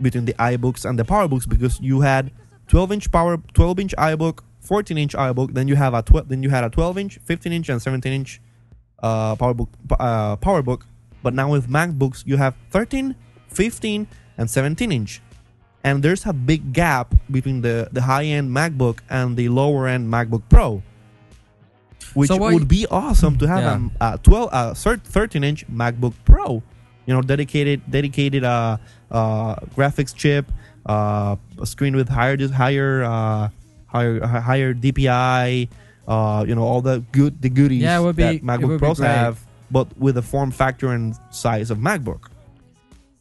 S3: between the ibooks and the powerbooks because you had 12 inch power 12 inch ibook 14 inch ibook then you have a 12 then you had a 12 inch 15 inch and 17 inch uh powerbook uh powerbook but now with macbooks you have 13 15 and 17 inch and there's a big gap between the the high end macbook and the lower end macbook pro which
S2: So why-
S3: would be awesome to have
S2: Yeah.
S3: um, a 12 uh, thir- 13 inch macbook pro you know dedicated dedicated uh, uh, graphics chip uh, a screen with higher dis- higher uh, higher hi- higher DPI uh, you know all the good the goodies
S2: Yeah, it would be-
S3: that
S2: it would
S3: MacBook
S2: be
S3: Pros
S2: great.
S3: have but with the form factor and size of MacBook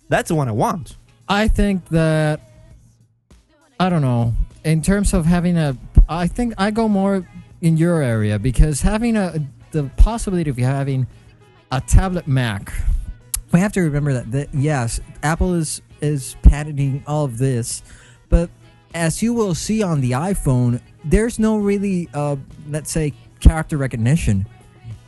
S3: that's the one I want
S2: I think that I don't know. In terms of having a, I think I go more in your area because having a the possibility of having a tablet Mac. We have to remember that, that yes, Apple is is patenting all of this, but as you will see on the iPhone, there's no really, uh, let's say, character recognition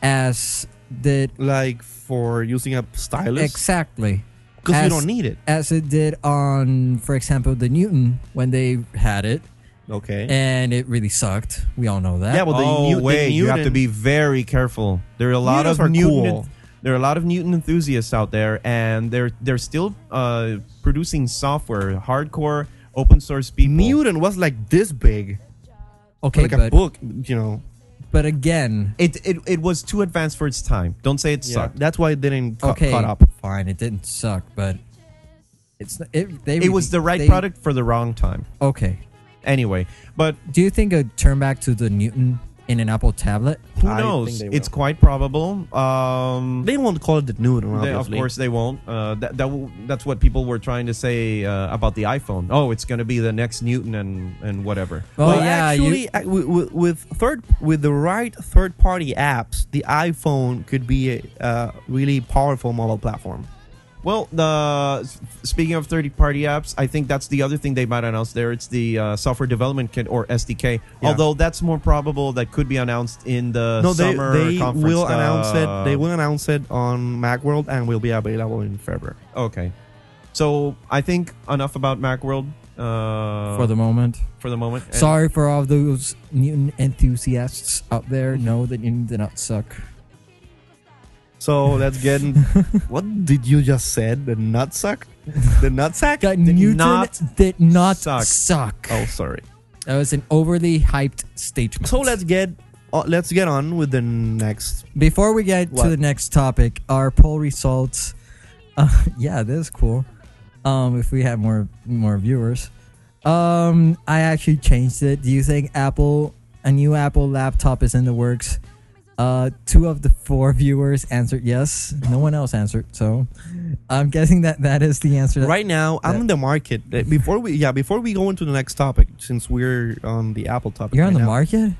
S2: as did
S3: like for using a stylus
S2: exactly
S3: because you
S2: as-
S3: don't need it
S2: as it did on, for example, the Newton when they had it,
S3: okay
S2: and it really sucked. We all know that.
S3: Yeah, well, the
S1: oh
S3: new- the
S1: wait, you have to
S3: Newton-
S1: be very careful. There are a lot
S3: Newtons
S1: of
S3: are
S1: Newton.
S3: cool.
S1: There are a lot of Newton enthusiasts out there, and they're they're still uh, producing software, hardcore open source people.
S3: Newton was like this big
S2: okay,
S3: like a
S2: but,
S3: book you know
S2: but again,
S1: It, it it was too advanced for its time. Don't say it
S3: Yeah,
S1: sucked.
S3: that's why it didn't cu-
S2: okay,
S3: cut up
S2: fine, it didn't suck, but it's it. They
S1: It was the right
S2: they-
S1: product for the wrong time.
S2: Okay,
S1: Anyway, but
S2: do you think a turn back to the Newton in an Apple tablet?
S1: who
S3: I think
S1: knows?
S3: they will.
S1: It's quite probable. Um,
S3: They won't call it the Newton,
S1: They-
S3: obviously.
S1: of course, they won't. Uh, that, that w- that's what people were trying to say uh, about the iPhone. Oh, it's going to be the next Newton and and whatever.
S2: Well,
S3: Well,
S2: Oh, yeah, you-
S3: actually, ac- wi- wi- with third with the right third-party apps, the iPhone could be a uh, really powerful mobile platform.
S1: Well, the s- speaking of third-party apps, I think that's the other thing they might announce there. It's the uh, software development kit or SDK.
S3: Yeah.
S1: Although that's more probable that could be announced in the
S3: no, they,
S1: summer
S3: they
S1: conference.
S3: will
S1: uh,
S3: announce it. They will announce it on MacWorld and will be available in February.
S1: Okay. So I think enough about MacWorld.
S3: uh,
S2: for the moment.
S3: for the moment. And
S2: Sorry for all those mutant enthusiasts out there. Know that you did not suck.
S3: So let's get. in- what did you just said? The nutsack? The nutsack?
S2: That
S3: Did
S2: Newton
S3: not-
S2: did not
S3: suck.
S2: suck.
S3: Oh, sorry.
S2: That was an overly hyped statement.
S3: So let's get uh, let's get on with the next.
S2: Before we get
S3: What?
S2: to the next topic, our poll results. Uh, yeah, this is cool. Um, if we have more more viewers, um, I actually changed it. Do you think Apple a new Apple laptop is in the works? Uh, two of the four viewers answered yes. No one else answered, so I'm guessing that that is the answer.
S3: Right now, I'm
S2: that-
S3: in the market. Uh, Before we yeah, before we go into the next topic, since we're on the Apple topic,
S2: You're on the
S3: right now,
S2: market.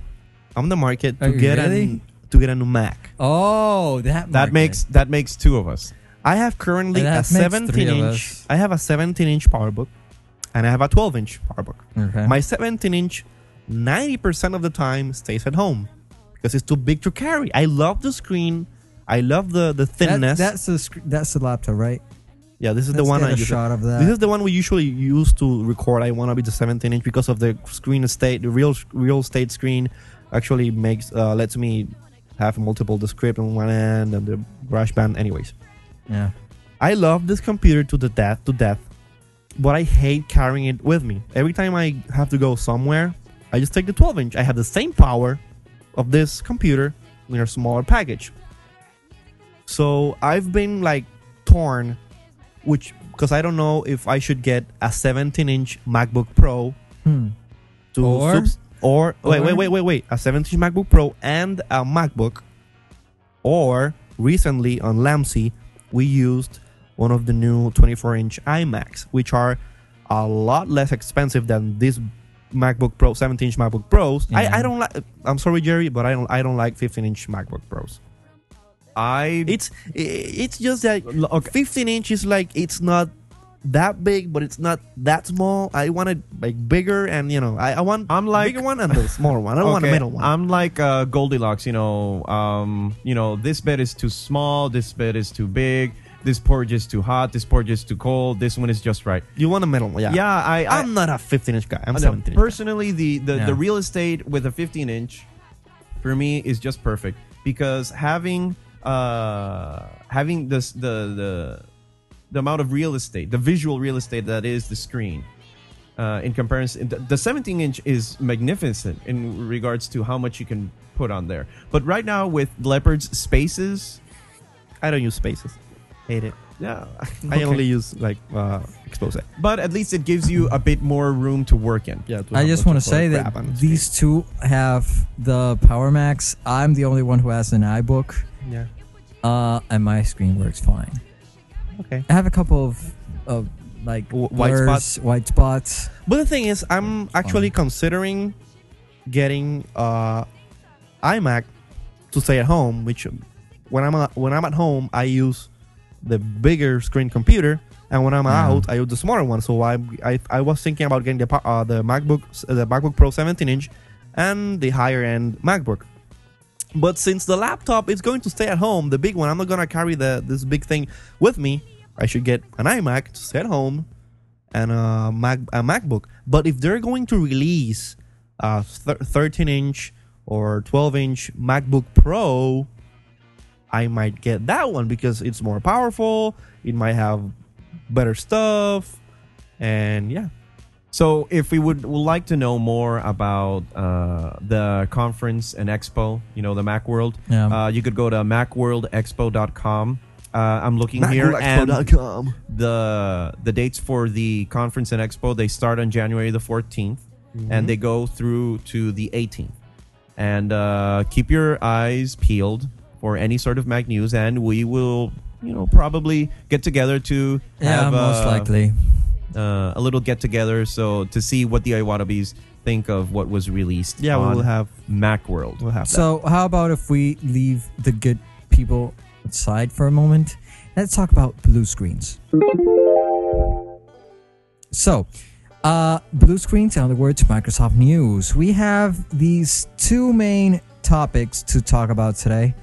S3: I'm on the market
S2: Are you
S3: to get
S2: really?
S3: an, to get a new Mac.
S2: Oh, that
S1: That
S2: market.
S1: makes that makes two of us.
S3: I have currently
S2: That
S3: a
S2: makes
S3: 17
S2: three of
S3: inch.
S2: us.
S3: I have a 17 inch PowerBook, and I have a 12 inch PowerBook.
S2: okay.
S3: My 17 inch, 90% of the time stays at home because it's too big to carry. I love the screen. I love the the
S2: That-
S3: thinness.
S2: that's the sc- that's the laptop, right?
S3: yeah, this is the
S2: Let's
S3: one
S2: get
S3: I
S2: a
S3: use.
S2: shot of that.
S3: This is the one we usually use to record. I want to be the 17 inch because of the screen estate. The real real estate screen actually makes uh, lets me have multiple the script on one end and the brush band. Anyways,
S2: yeah.
S3: I love this computer to the death to death, but I hate carrying it with me. Every time I have to go somewhere, I just take the 12 inch. I have the same power of this computer in a smaller package. So I've been like torn, which because I don't know if I should get a 17 inch MacBook Pro
S2: Hmm.
S3: to
S2: Or-
S3: subs- or wait wait
S2: or-
S3: wait wait wait a 17 inch MacBook Pro and a MacBook, or recently on Lamsey we used one of the new 24 inch iMacs, which are a lot less expensive than this MacBook Pro 17 inch MacBook Pros.
S2: Yeah.
S3: I, I don't like. I'm sorry, Jerry, but I don't I don't like 15 inch MacBook Pros.
S1: I
S3: It's i- it's just that
S1: L- okay.
S3: 15 inch is like it's not that big, but it's not that small. I want it like bigger, and you know, I, I want
S1: I'm like-
S3: bigger one and the smaller one. I don't want a
S1: Okay,
S3: middle one.
S1: I'm like uh, Goldilocks, you know. Um, you know, this bed is too small. This bed is too big. This porridge is too hot. This porridge is too cold. This one is just right.
S3: you want a middle one? Yeah.
S1: Yeah, I, I,
S3: I'm not a 15 inch guy. I'm
S1: I know.
S3: 17. inch guy.
S1: personally the the,
S2: Yeah.
S1: the real estate with a 15 inch for me is just perfect because having uh having this the the the amount of real estate the visual real estate that is the screen uh, in comparison the, the 17 inch is magnificent in regards to how much you can put on there but right now with leopard's spaces
S3: I don't use spaces. Hate it.
S1: yeah
S3: I
S1: okay.
S3: only use like uh, expose.
S1: but at least it gives you a bit more room to work in
S3: Yeah.
S2: I just want to say that these two have the Power Max. I'm the only one who has an iBook,
S3: Yeah.
S2: uh, and my screen works fine.
S3: Okay.
S2: I have a couple of, of like
S3: W- white
S2: blurs,
S3: spots?
S2: white spots.
S3: But the thing is, I'm actually considering getting uh, iMac to stay at home. Which, when I'm at, when I'm at home, I use the bigger screen computer, and when I'm
S2: Yeah.
S3: out, I use the smaller one. So I I, I was thinking about getting the pa- uh, the MacBook the MacBook Pro 17 inch and the higher end MacBook. But since the laptop is going to stay at home, the big one, I'm not gonna carry the this big thing with me. I should get an iMac to stay at home and a Mac a MacBook. But if they're going to release a thir- 13 inch or 12 inch MacBook Pro, I might get that one because it's more powerful. It might have better stuff, and yeah,
S1: So, if we would, would like to know more about uh, the conference and expo, you know, the Macworld,
S2: Yeah.
S1: uh, you could go to macworldexpo.com. Uh, I'm looking here, and
S3: MacBookExpo.com.
S1: the the dates for the conference and expo they start on January the 14th,
S2: Mm-hmm.
S1: and they go through to the 18th. And uh, keep your eyes peeled for any sort of Mac news, and we will, you know, probably get together to
S2: Yeah,
S1: have
S2: most
S1: uh,
S2: likely.
S1: uh, a little get together so to see what the Iwannabes think of what was released
S3: yeah,
S1: on
S3: we'll have
S1: Macworld.
S3: we'll have
S2: So how about if we leave the good people aside for a moment? Let's talk about blue screens. So, uh, blue screens, in other words, Microsoft News. We have these two main topics to talk about today.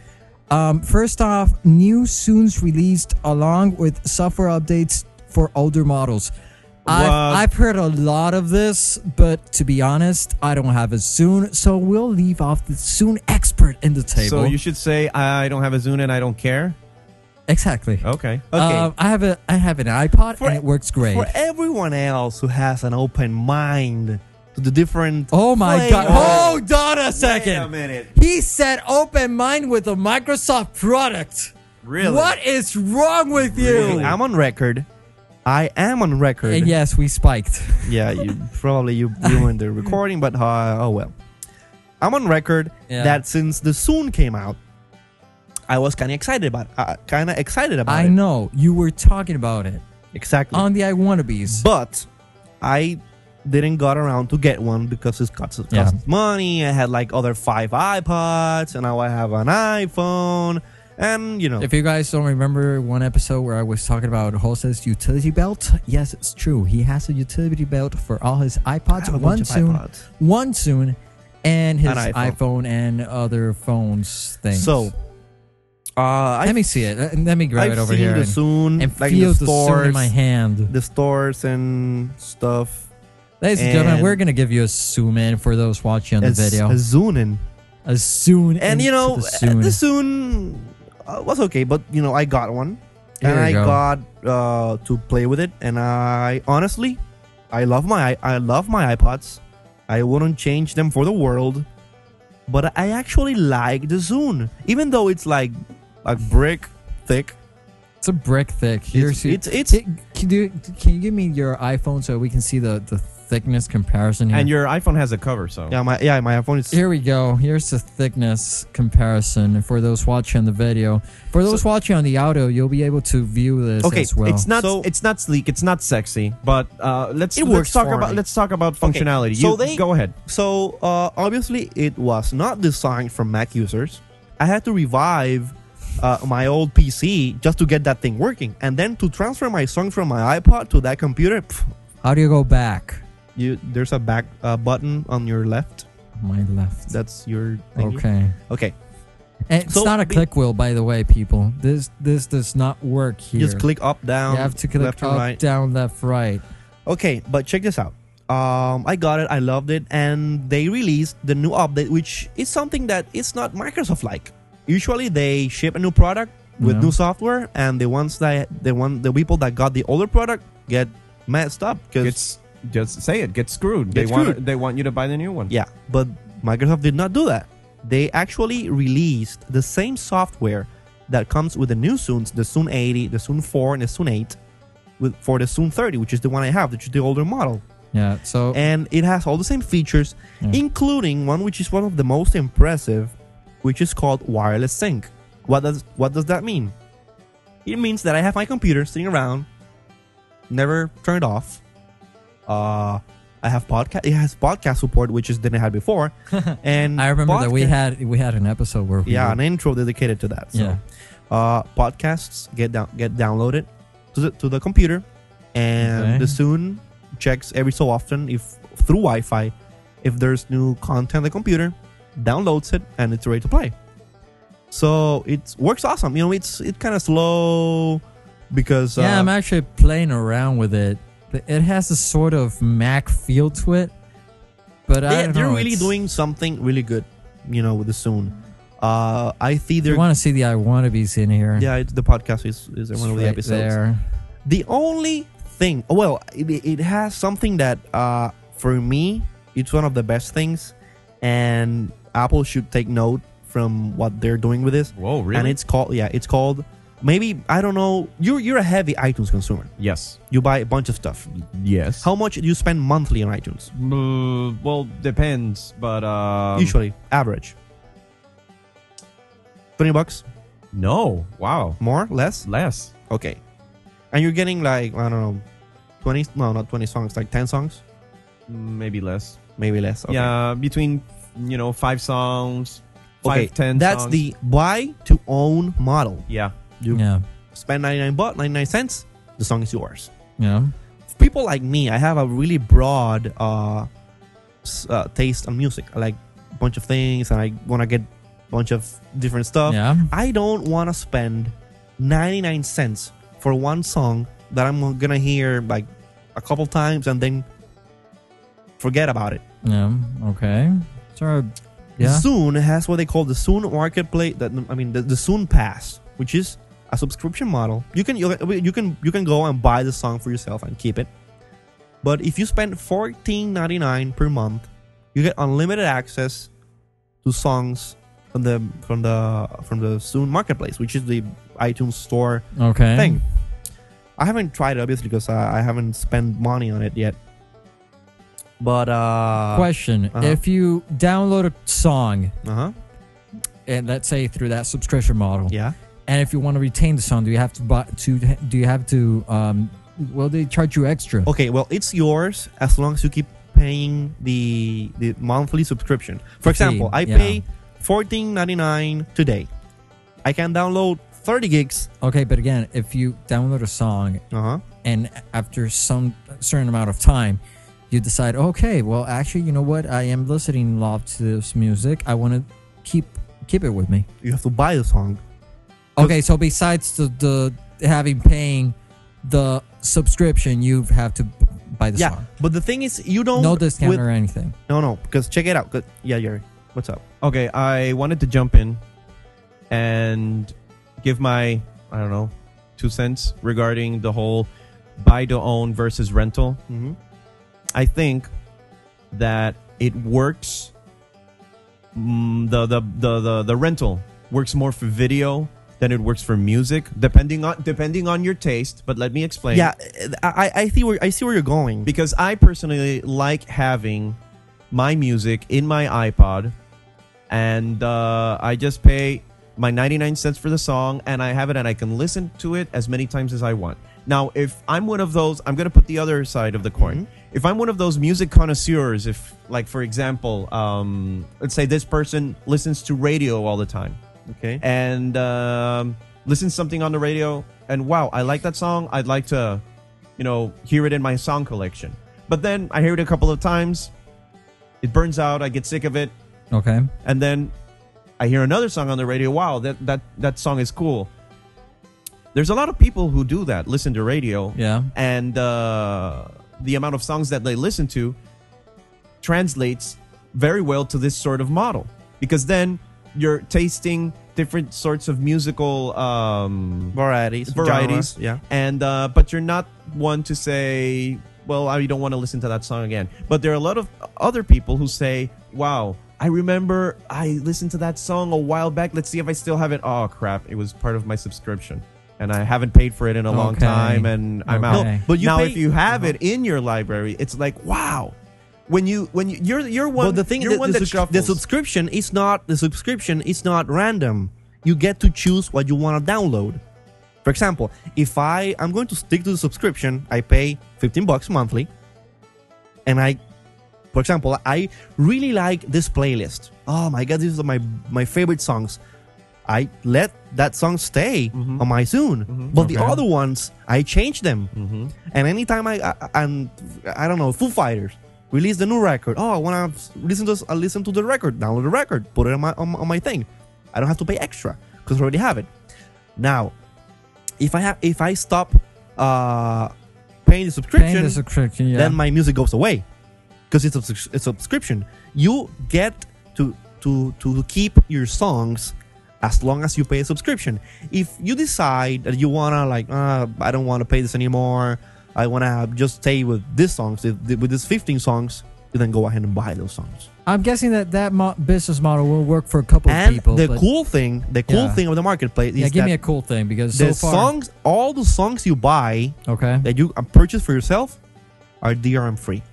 S2: Um, first off, new soon's released along with software updates for older models. I've,
S1: was-
S2: I've heard a lot of this, but to be honest, I don't have a Zoom, so we'll leave off the Zoom expert in the table.
S1: So you should say I don't have a Zune and I don't care.
S2: exactly.
S1: Oh, Okay.
S3: Okay.
S2: Um, I have a I have an iPod
S3: For-
S2: and it works great.
S3: For everyone else who has an open mind to the different.
S2: oh my
S3: Wait
S2: god!
S3: a-
S2: Hold on a
S1: Wait a
S2: second.
S1: minute.
S2: He said open mind with a Microsoft product.
S1: Really?
S2: What is wrong with you?
S1: Really?
S3: I'm on record. I am on record.
S2: And yes, we spiked.
S3: yeah, you probably you ruined the recording, but uh, oh well. I'm on record
S2: Yeah.
S3: that since the soon came out, I was kind of excited about uh, kind of excited about
S2: I
S3: it.
S2: know you were talking about it
S3: exactly,
S2: on the I wannabes.
S3: but I didn't got around to get one because it's cost, cost
S2: Yeah.
S3: money. I had like other five iPods, and now I have an iPhone, and you know,
S2: If you guys don't remember one episode where I was talking about Jose's utility belt, yes, it's true. He has a utility belt for all his
S3: I
S2: iPods,
S3: have a bunch
S2: one
S3: of
S2: soon,
S3: iPods.
S2: one soon, and his
S3: An
S2: iPhone.
S3: iPhone.
S2: and other phones things.
S3: So, uh, I,
S2: let me see it. Let- Let me grab
S3: I've
S2: it over
S3: seen
S2: here
S3: the
S2: and,
S3: soon
S2: and
S3: like in
S2: feel
S3: the
S2: the
S3: stores,
S2: Zoom in my hand.
S3: the stores and stuff.
S2: Ladies and gentlemen,
S3: and-
S2: we're gonna give you a zoom in for those watching on the
S3: as-
S2: video.
S3: as Zunin.
S2: a soon
S3: And you know, eh,
S2: soon.
S3: the Zun uh, was okay, but you know, I got one,
S2: There
S3: and I
S2: you go.
S3: got uh, to play with it, and I honestly, I love my I love my iPods. I wouldn't change them for the world, but I actually like the Zune, even though it's like a brick thick.
S2: It's a brick thick.
S3: It's
S2: Here's
S3: it's, it's
S2: Can, can, you, can you give me your iPhone so we can see the, the thickness comparison here?
S1: And your iPhone has a cover, so
S3: yeah my yeah my iPhone is
S2: here we go. Here's the thickness comparison for those watching the video. For those watching on the audio, you'll be able to view this
S3: Okay,
S2: as well.
S1: It's not
S3: So-
S1: it's not sleek, it's not sexy, but uh, let's
S3: It
S1: let's
S3: works
S1: talk
S3: for
S1: about
S3: me.
S1: let's talk about
S3: Okay,
S1: functionality. you
S3: so they-
S1: go ahead.
S3: So uh, obviously, it was not designed for Mac users. I had to revive uh, my old PC just to get that thing working, and then to transfer my song from my iPod to that computer. Pff,
S2: How do you go back?
S3: you, there's a back uh, button on your left.
S2: My left.
S3: That's your thingy.
S2: Okay.
S3: Okay,
S2: And it's
S3: So
S2: not a
S3: the-
S2: click wheel, by the way, people. This this does not work here.
S3: just click up,
S2: You
S3: down,
S2: have to click
S3: left,
S2: up,
S3: and right.
S2: down, left, right.
S3: Okay, but check this out. Um, I got it. I loved it, and they released the new update, which is something that it's not Microsoft like. Usually, they ship a new product with
S2: Yeah.
S3: new software, and the ones that the one the people that got the older product get messed up because
S1: It's just say it, get screwed.
S3: Get
S1: they want
S3: screwed.
S1: they want you to buy the new one.
S3: yeah. But Microsoft did not do that. They actually released the same software that comes with the new Zunes, the Zune 80, the Zune 4, and the Zune 8, with for the Zune 30, which is the one I have, which is the older model.
S2: Yeah. So
S3: and it has all the same features,
S2: Yeah.
S3: including one which is one of the most impressive, which is called wireless sync. What does what does that mean? It means that I have my computer sitting around, never turned off. Uh, I have podcast. It has podcast support, which is didn't have before. And
S2: I remember that we
S3: podca-
S2: had we had an episode where we
S3: yeah
S2: were-
S3: an intro dedicated to that. So
S2: yeah.
S3: uh, podcasts get down get downloaded to the, to the computer, and
S2: Okay.
S3: the soon checks every so often if through Wi-Fi if there's new content on the computer, downloads it and it's ready to play. So it works awesome. You know, it's it kind of slow because
S2: yeah,
S3: uh,
S2: I'm actually playing around with it. Th- It has a sort of Mac feel to it, but I
S3: they,
S2: don't
S3: they're
S2: know,
S3: really
S2: it's-
S3: doing something really good. You know, with the soon. Uh, I see
S2: You
S3: they're
S2: want to see the I wannabes in here?
S3: yeah. It's, the podcast is is
S2: It's
S3: one of the
S2: right
S3: episodes.
S2: there.
S3: The only thing, well, it, it has something that uh, for me, it's one of the best things, and Apple should take note from what they're doing with this.
S1: Whoa, really?
S3: And it's called, yeah, it's called. Maybe I don't know. You're you're a heavy iTunes consumer.
S1: yes.
S3: You buy a bunch of stuff.
S1: Yes.
S3: How much do you spend monthly on iTunes?
S1: Uh, well, depends, but um,
S3: Usually, average. Twenty bucks,
S1: No. Wow.
S3: more, less.
S1: Less.
S3: Okay, and you're getting like I don't know, twenty. No, not twenty songs. Like ten songs,
S1: Maybe less.
S3: maybe less. Okay.
S1: Yeah, between you know five songs, five
S3: okay,
S1: ten.
S3: That's
S1: songs.
S3: the buy to own model.
S1: yeah.
S3: You
S2: Yeah,
S3: spend 99 baht, 99 cents, the song is yours.
S2: yeah.
S3: People like me, I have a really broad uh, s- uh, taste on music. I like a bunch of things and I want to get a bunch of different stuff.
S2: yeah.
S3: Uh, I don't want to spend 99 cents for one song that I'm going to hear like a couple times and then forget about it.
S2: Yeah. Okay. So, uh, yeah.
S3: Soon has what they call the Soon Marketplace. That I mean, the, the Soon Pass, which is a subscription model. You can you, you can you can go and buy the song for yourself and keep it. But if you spend fourteen ninety nine per month, you get unlimited access to songs from the from the from the Soon Marketplace, which is the iTunes store
S2: Okay.
S3: thing. I haven't tried it obviously because I, I haven't spent money on it yet. But uh,
S2: Question:
S3: uh-huh.
S2: If you download a song,
S3: uh-huh,
S2: and let's say through that subscription model,
S3: yeah.
S2: and if you want to retain the song, do you have to buy? To do you have to? Um, will they charge you extra?
S3: Okay, well, it's yours as long as you keep paying the the monthly subscription. For
S2: The
S3: example,
S2: fee,
S3: I
S2: yeah.
S3: pay fourteen ninety nine today. I can download thirty gigs.
S2: Okay, but again, if you download a song
S3: Uh huh.
S2: and after some certain amount of time, you decide, okay, well, actually, you know what? I am listening a lot to this music. I want to keep keep it with me.
S3: You have to buy the song.
S2: Okay, so besides the, the having paying the subscription, you have to b- buy the
S3: Yeah,
S2: song.
S3: But the thing is, you don't.
S2: No discount
S3: with-
S2: or anything.
S3: no, no, because check it out. 'cause- yeah, Jerry, what's up?
S1: Okay, I wanted to jump in and give my I don't know two cents regarding the whole buy to own versus rental.
S3: Mm-hmm.
S1: I think that it works. Mm, the, the the the the rental works more for video than it works for music, depending on depending on your taste. But let me explain.
S3: Yeah, I, I I see where I see where you're going.
S1: because I personally like having my music in my iPod, and uh, I just pay my 99 cents for the song, and I have it, and I can listen to it as many times as I want. Now, if I'm one of those, I'm gonna put the other side of the coin.
S3: Mhm.
S1: If I'm one of those music connoisseurs, if like for example, um, let's say this person listens to radio all the time
S3: Okay.
S1: and um, listen to something on the radio and wow i like that song i'd like to you know hear it in my song collection but then i hear it a couple of times it burns out i get sick of it
S2: Okay.
S1: and then i hear another song on the radio wow that that that song is cool there's a lot of people who do that listen to radio
S2: Yeah.
S1: and uh, the amount of songs that they listen to translates very well to this sort of model because then you're tasting different sorts of musical um,
S3: Varieties.
S1: Varieties.
S3: genres, Yeah.
S1: and uh, but you're not one to say well i don't want to listen to that song again but there are a lot of other people who say wow i remember i listened to that song a while back let's see if i still have it oh crap it was part of my subscription and i haven't paid for it in a long
S2: Okay.
S1: time and i'm
S2: Okay.
S1: out
S2: No,
S3: but you
S1: now
S3: pay- Uh-huh.
S1: if you have it in your library it's like wow when you when you, you're you're one
S3: but the thing
S1: you're
S3: that
S1: one
S3: the,
S1: that
S3: subs- the
S1: shuffles.
S3: subscription is not the subscription is not random. You get to choose what you want to download. For example, if I I'm going to stick to the subscription, I pay 15 bucks monthly, and I, for example, I really like this playlist. Oh my god, these are my my favorite songs. I let that song stay
S1: Mhm.
S3: on my Zune, but the
S2: Okay.
S3: other ones I change them.
S1: Mhm.
S3: And anytime I, I I'm I don't know Foo Fighters release the new record. Oh, I want to listen to I listen to the record, download the record, put it on my on, on my thing. I don't have to pay extra because I already have it. Now, if I have if I stop uh, paying the subscription,
S2: Paying the subscription. Yeah.
S3: then my music goes away because it's a subs- it's a subscription. You get to to to keep your songs as long as you pay a subscription. If you decide that you wanna like, uh, I don't want to pay this anymore. I wanna just stay with these songs, with with these 15 songs. You then go ahead and buy those songs.
S2: I'm guessing that that mo- business model will work for a couple of
S3: And
S2: people.
S3: the
S2: but-
S3: cool thing, the cool
S2: Yeah.
S3: thing of the marketplace is
S2: Yeah. Give
S3: that
S2: me a cool thing because
S3: the
S2: so far.
S3: songs, all the songs you buy
S2: okay.
S3: that you uh, purchase for yourself, are DRM free.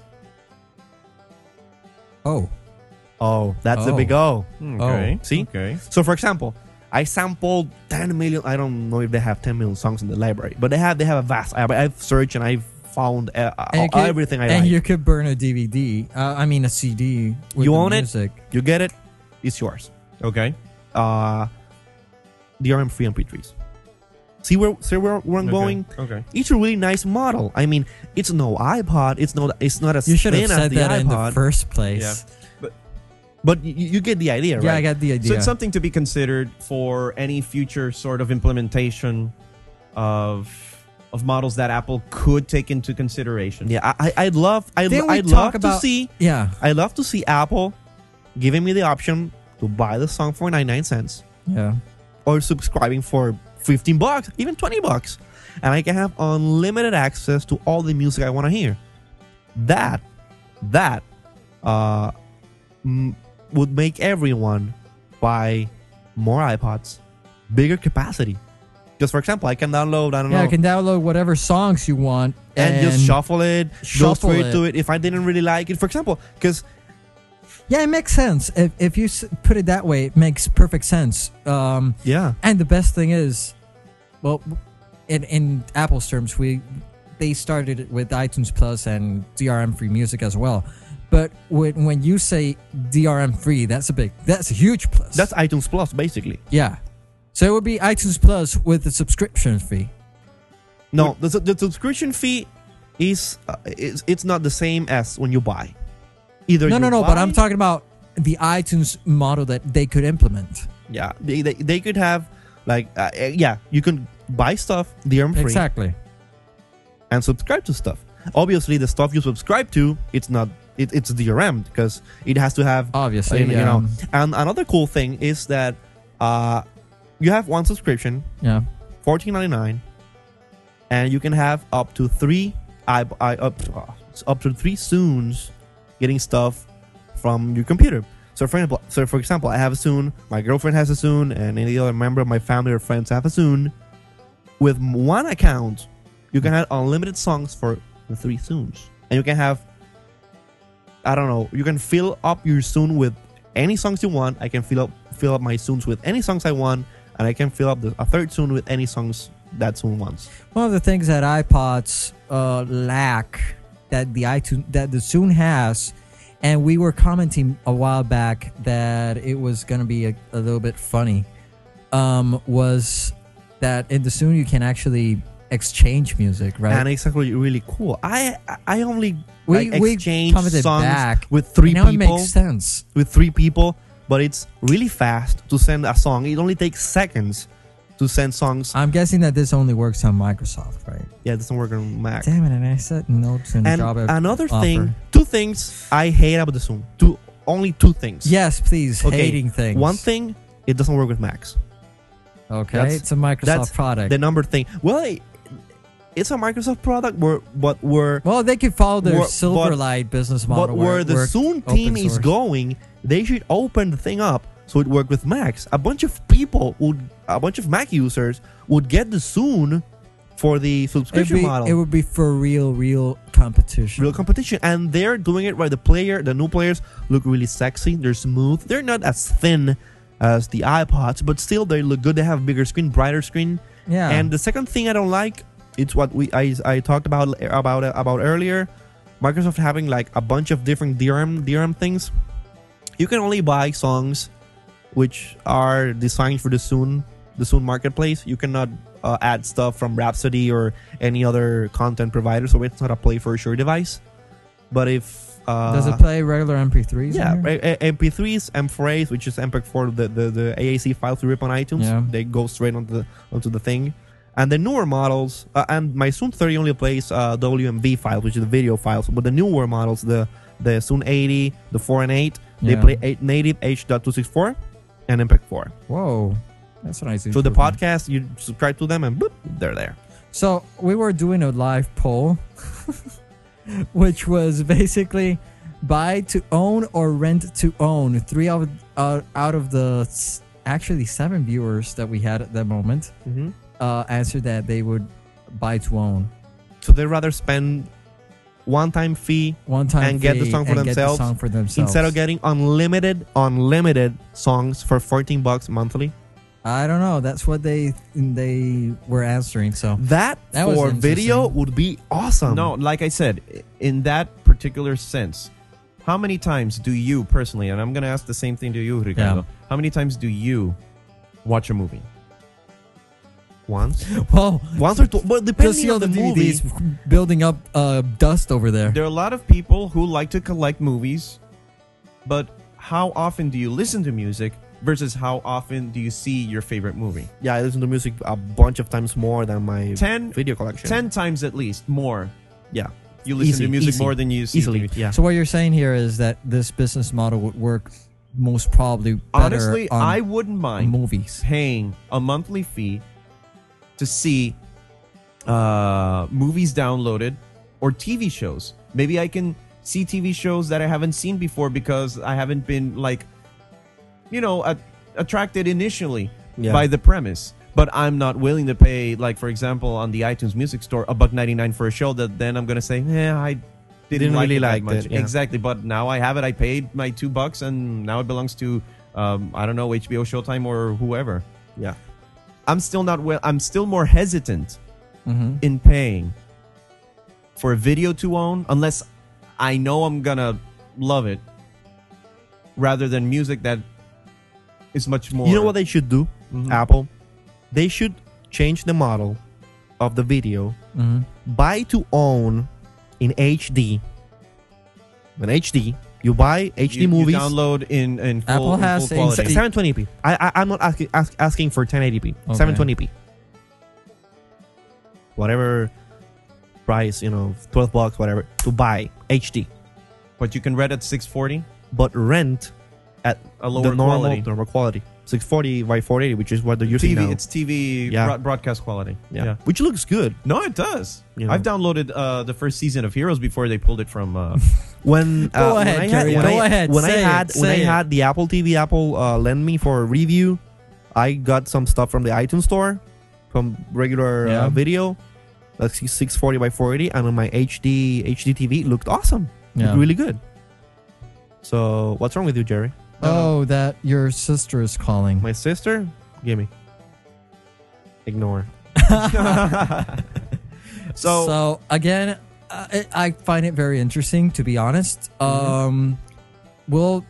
S2: Oh.
S3: Oh, that's the
S2: Oh.
S3: big O.
S1: okay
S3: Oh. See?
S1: okay
S3: So for example, I sampled 10 million. I don't know if they have 10 million songs in the library, but they have they have a vast. I, I've searched and I've found uh,
S2: And
S3: uh,
S2: you could-
S3: everything I
S2: And
S3: like. You,
S2: you could burn a DVD. Uh, I mean a CD. With
S3: You
S2: the
S3: own it?
S2: music.
S3: get it? It's yours.
S1: okay
S3: Uh, DRM free MP3s. See where see where, where I'm going.
S1: okay
S3: It's a really nice model. I mean, it's no iPod. It's not. It's not as
S2: You should have
S3: thin as
S2: said
S3: the
S2: that in the
S3: iPod.
S2: first place.
S3: but you, you get the idea,
S2: Yeah, I
S3: right?
S2: got the idea.
S1: So it's something to be considered for any future sort of implementation of of models that Apple could take into consideration.
S3: Yeah, I, I- I'd love, I,
S2: Didn't we
S3: I'd
S2: talk
S3: love to
S2: about-
S3: see,
S2: Yeah.
S3: I love to see Apple giving me the option to buy the song for 99 cents
S2: Yeah.
S3: or subscribing for 15 bucks, even 20 bucks. And I can have unlimited access to all the music I want to hear. That, that, uh, m- would make everyone buy more iPods, bigger capacity. Just for example, I can download, I don't
S2: Yeah,
S3: know,
S2: you can download whatever songs you want
S3: and,
S2: and,
S3: just shuffle it, go
S2: shuffle
S3: straight
S2: it.
S3: to it if I didn't really like it. For example, because
S2: Yeah, it makes sense. If, if you s- put it that way, it makes perfect sense. Um,
S3: yeah,
S2: and the best thing is, well, in in Apple's terms, we they started it with iTunes Plus and DRM free music as well. But when when you say DRM free, that's a big, that's a huge plus.
S3: that's iTunes Plus basically.
S2: yeah. So it would be iTunes Plus with a subscription fee.
S3: No, the, the subscription fee is uh, it's, it's not the same as when you buy. Either
S2: No,
S3: you
S2: no, no. But I'm
S3: buy-
S2: talking about the iTunes model that they could implement.
S3: Yeah, they, they, they could have like uh, uh, yeah, you can buy stuff DRM free
S2: Exactly.
S3: and subscribe to stuff. Obviously, the stuff you subscribe to, it's not it, it's DRM because it has to have
S2: Obviously,
S3: you, know, you
S2: yeah.
S3: know. And another cool thing is that uh, you have one subscription
S2: yeah.
S3: fourteen ninety nine, and you can have up to three I, I up uh, up to three soons getting stuff from your computer. So for example, so for example, I have a soon, my girlfriend has a soon, and any other member of my family or friends have a soon. With one account, you can have unlimited songs for the three soons, and you can have I don't know, you can fill up your soon with any songs you want. I can fill up fill up my soons with any songs I want and I can fill up the, a third tune with any songs that tune wants.
S2: One of the things that iPods uh, lack that the iTunes that the Zoom has, and we were commenting a while back that it was going to be a, a little bit funny, um, was that in the Zoom you can actually exchange music, right?
S3: And it's actually really cool. I I only
S2: we
S3: like,
S2: we
S3: exchange
S2: commented
S3: songs
S2: back.
S3: with three
S2: now
S3: people
S2: it makes sense.
S3: with three people, but it's really fast to send a song. It only takes seconds to send songs.
S2: I'm guessing that this only works on Microsoft, right?
S3: yeah, it doesn't work on Mac.
S2: Damn it! And I said no to the
S3: And
S2: job. app-
S3: another
S2: offer.
S3: thing, two things I hate about the Zoom. Two only two things.
S2: Yes, please.
S3: Okay,
S2: Hating things.
S3: One thing, it doesn't work with Macs.
S2: Okay,
S3: that's-
S2: it's a Microsoft
S3: that's
S2: product.
S3: The number thing. Well, it- it's a Microsoft product, where, but we're
S2: Well, they could follow their
S3: What- but-
S2: Silverlight business model.
S3: but where the
S2: where-
S3: Zoom
S2: open
S3: team is
S2: source.
S3: going, they should open the thing up so it worked with Macs. A bunch of people would, a bunch of Mac users would get the Zoom for the
S2: it'd
S3: subscription
S2: be,
S3: model,
S2: it would be for real, real competition.
S3: real competition, and they're doing it where the player, the new players look really sexy. They're smooth. They're not as thin as the iPods, but still they look good. They have bigger screen, brighter screen.
S2: yeah,
S3: And the second thing I don't like, it's what we I, I talked about about about earlier. Microsoft having like a bunch of different DRM DRM things. You can only buy songs which are designed for the Soon the Soon marketplace. You cannot uh, add stuff from Rhapsody or any other content provider, so it's not a play for sure device. But if uh,
S2: does it play regular MP3s?
S3: yeah,
S2: in here?
S3: a- a- MP3s, M4As, which is MPEG 4, the, the, the AAC files we rip on iTunes.
S2: Yeah.
S3: They go straight onto the onto the thing. And the newer models, uh, and my Soon 30 only plays uh, WMV files, which is the video files. But the newer models, the the Soon 80, the 4 and 8,
S2: yeah.
S3: they play eight, native H.264 and MPEG 4.
S2: Whoa, that's a nice.
S3: So the
S2: improvement.
S3: podcast, you subscribe to them, and boop, they're there.
S2: So we were doing a live poll, which was basically buy to own or rent to own. Three of uh, out of the s- actually seven viewers that we had at that moment
S3: Mm-hmm.
S2: uh, answered that they would buy to own.
S3: So they rather spend one time fee
S2: one time
S3: And get the
S2: fee
S3: song for
S2: and get the
S3: themselves
S2: song for themselves.
S3: instead of getting unlimited, unlimited songs for 14 bucks monthly.
S2: I don't know. That's what they they were answering. So
S3: That,
S2: That was
S3: for video
S2: interesting.
S3: would be awesome.
S1: No, like I said, i- in that particular sense, how many times do you personally, and I'm going to ask the same thing to you, Ricardo, how many times do you watch a movie?
S3: once,
S2: well,
S3: once or twice. But
S2: just see
S3: depending
S2: all
S3: on
S2: the
S3: the, movie,
S2: DVDs building up uh, dust over there.
S1: There are a lot of people who like to collect movies, but how often do you listen to music versus how often do you see your favorite movie?
S3: Yeah, I listen to music a bunch of times more than my
S1: 10,
S3: video collection.
S1: 10 times at least more.
S3: Yeah.
S1: You listen
S3: Easy,
S1: to music
S3: easy.
S1: more than you see
S3: easily.
S1: TV.
S3: Yeah.
S2: So what you're saying here is that this business model would work most probably better
S1: Honestly,
S2: on
S1: I wouldn't mind
S2: movies.
S1: paying a monthly fee to see uh, movies downloaded or TV shows. Maybe I can see TV shows that I haven't seen before because I haven't been like, you know, at, attracted initially
S3: Yeah.
S1: by the premise. But I'm not willing to pay, like for example, on the iTunes Music Store, a buck ninety nine for a show that then I'm gonna say, yeah, I didn't,
S3: Didn't
S1: like
S3: really
S1: it that
S3: like
S1: much.
S3: it, yeah.
S1: Exactly. But now I have it. I paid my two bucks, and now it belongs to um, I don't know HBO, Showtime, or whoever.
S3: yeah.
S1: I'm still not well. I'm still more hesitant
S2: hmm
S1: in paying for a video to own unless I know I'm gonna love it, rather than music that is much more. Mm-hmm.
S3: You know what they should do, Apple? They should change the model of the video.
S2: hmm
S3: Buy to own in HD. In HD, you buy HD
S1: you,
S3: movies.
S1: you download in in full,
S2: Apple
S1: in full
S2: has a-
S1: quality.
S3: Se- 720p. I, I I'm not asking ask, asking for 1080p.
S2: Okay.
S3: 720p. Whatever price, you know, 12 bucks, whatever, to buy HD,
S1: but you can read at 640.
S3: but rent at
S1: A lower
S3: the normal
S1: quality.
S3: normal quality, 640 by 480, which is what they're using
S1: TV,
S3: now.
S1: it's TV
S3: Yeah.
S1: broad- broadcast quality.
S3: yeah. which looks good.
S1: No, it does.
S3: You
S1: I've
S3: know.
S1: downloaded uh, the first season of Heroes before they pulled it from. Uh,
S3: When
S2: Go
S3: uh,
S2: ahead,
S3: when I
S2: Jerry,
S3: had, when
S2: go
S3: I,
S2: ahead,
S3: when I
S2: say it,
S3: had when I
S2: say it.
S3: had the Apple TV, Apple uh, lend me for a review. I got some stuff from the iTunes store, from regular
S2: Yeah.
S3: uh, video, like six- 640 by 480, and on my HD HD TV it looked awesome, It
S2: Yeah.
S3: looked really good. So what's wrong with you, Jerry?
S2: oh, that your sister is calling.
S3: My sister, give me. Ignore.
S1: uh, so,
S2: again, I, I find it very interesting to be honest.
S3: Mm-hmm.
S2: Um, we'll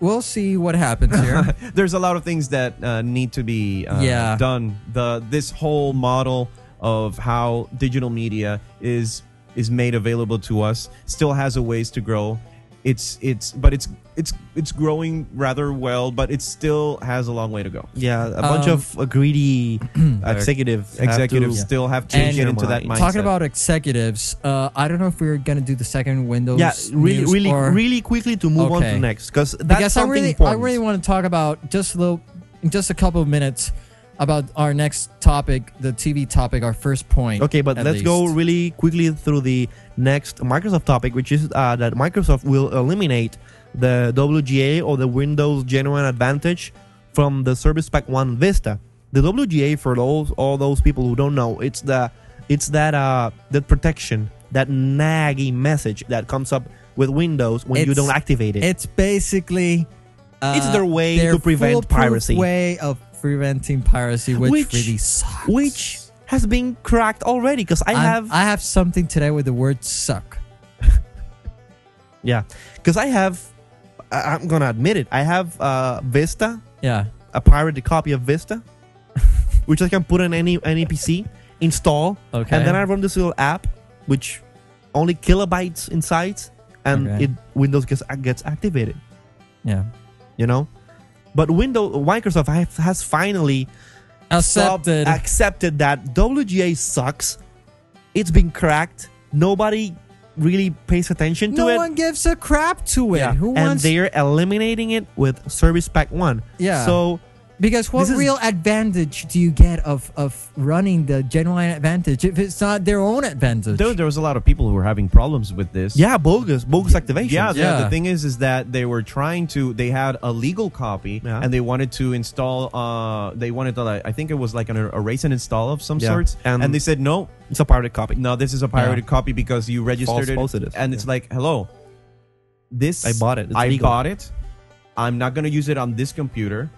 S2: we'll see what happens here.
S1: there's a lot of things that uh, need to be uh,
S2: Yeah.
S1: done. The this whole model of how digital media is is made available to us still has a ways to grow. It's it's but it's it's it's growing rather well, but it still has a long way to go.
S3: Yeah, a bunch
S2: Um,
S3: of uh, greedy executives. have to-
S1: Executives still have to
S2: Change
S1: get
S3: their
S1: into that mindset.
S3: minds.
S2: Talking about executives, uh, I don't know if we're gonna do the second Windows.
S3: yeah, really,
S2: news
S3: really,
S2: or-
S3: really quickly to move on
S2: Okay.
S3: to next because that's
S2: I guess I
S3: something
S2: really,
S3: important.
S2: I really want to talk about just a little, just a couple of minutes about our next topic, the TV topic, our first point.
S3: Okay, but
S2: at
S3: let's go
S2: least.
S3: really quickly through the next Microsoft topic, which is uh, that Microsoft will eliminate the WGA or the Windows Genuine Advantage from the Service Pack One Vista. The WGA, for those all those people who don't know, it's the it's that uh, that protection, that naggy message that comes up with Windows when you
S2: It's-
S3: don't activate it.
S2: It's basically uh,
S3: It's their way to prevent
S2: foolproof
S3: piracy.
S2: Way of preventing piracy, which,
S3: Which-
S2: really sucks.
S3: which has been cracked already because I
S2: I'm-
S3: have
S2: I have something today with the word "suck."
S3: yeah because I have I- I'm gonna admit it I have uh, Vista
S2: Yeah,
S3: a pirated copy of Vista which I can put on any any PC install
S2: Okay.
S3: and then I run this little app which only kilobytes in size and
S2: Okay.
S3: it Windows gets gets activated
S2: yeah.
S3: you know but Windows Microsoft have, has finally
S2: Accepted.
S3: sub- accepted that WGA sucks. It's been cracked. Nobody really pays attention
S2: no
S3: to it.
S2: one gives a crap to it.
S3: Yeah.
S2: Who
S3: and
S2: wants?
S3: they're eliminating it with Service Pack 1.
S2: Yeah.
S3: So,
S2: Because what
S3: This is-
S2: real advantage do you get of of running the genuine advantage if it's not their own advantage?
S1: there, there was a lot of people who were having problems with this.
S3: yeah, bogus. Bogus activation.
S1: Yeah, yeah.
S2: Yeah.
S1: The thing is, is that they were trying to. They had a legal copy,
S3: Yeah.
S1: and they wanted to install. Uh, they wanted to. Like, I think it was like an erase and install of some
S3: Yeah.
S1: sorts. And,
S3: And-
S1: they said no,
S3: It's a pirated copy.
S1: no, this is a pirated copy because you registered
S3: False positives.
S1: it, and it's
S3: Yeah.
S1: like, hello, this
S3: I bought it. It's
S1: I
S3: legal.
S1: bought it. I'm not going to use it on this computer.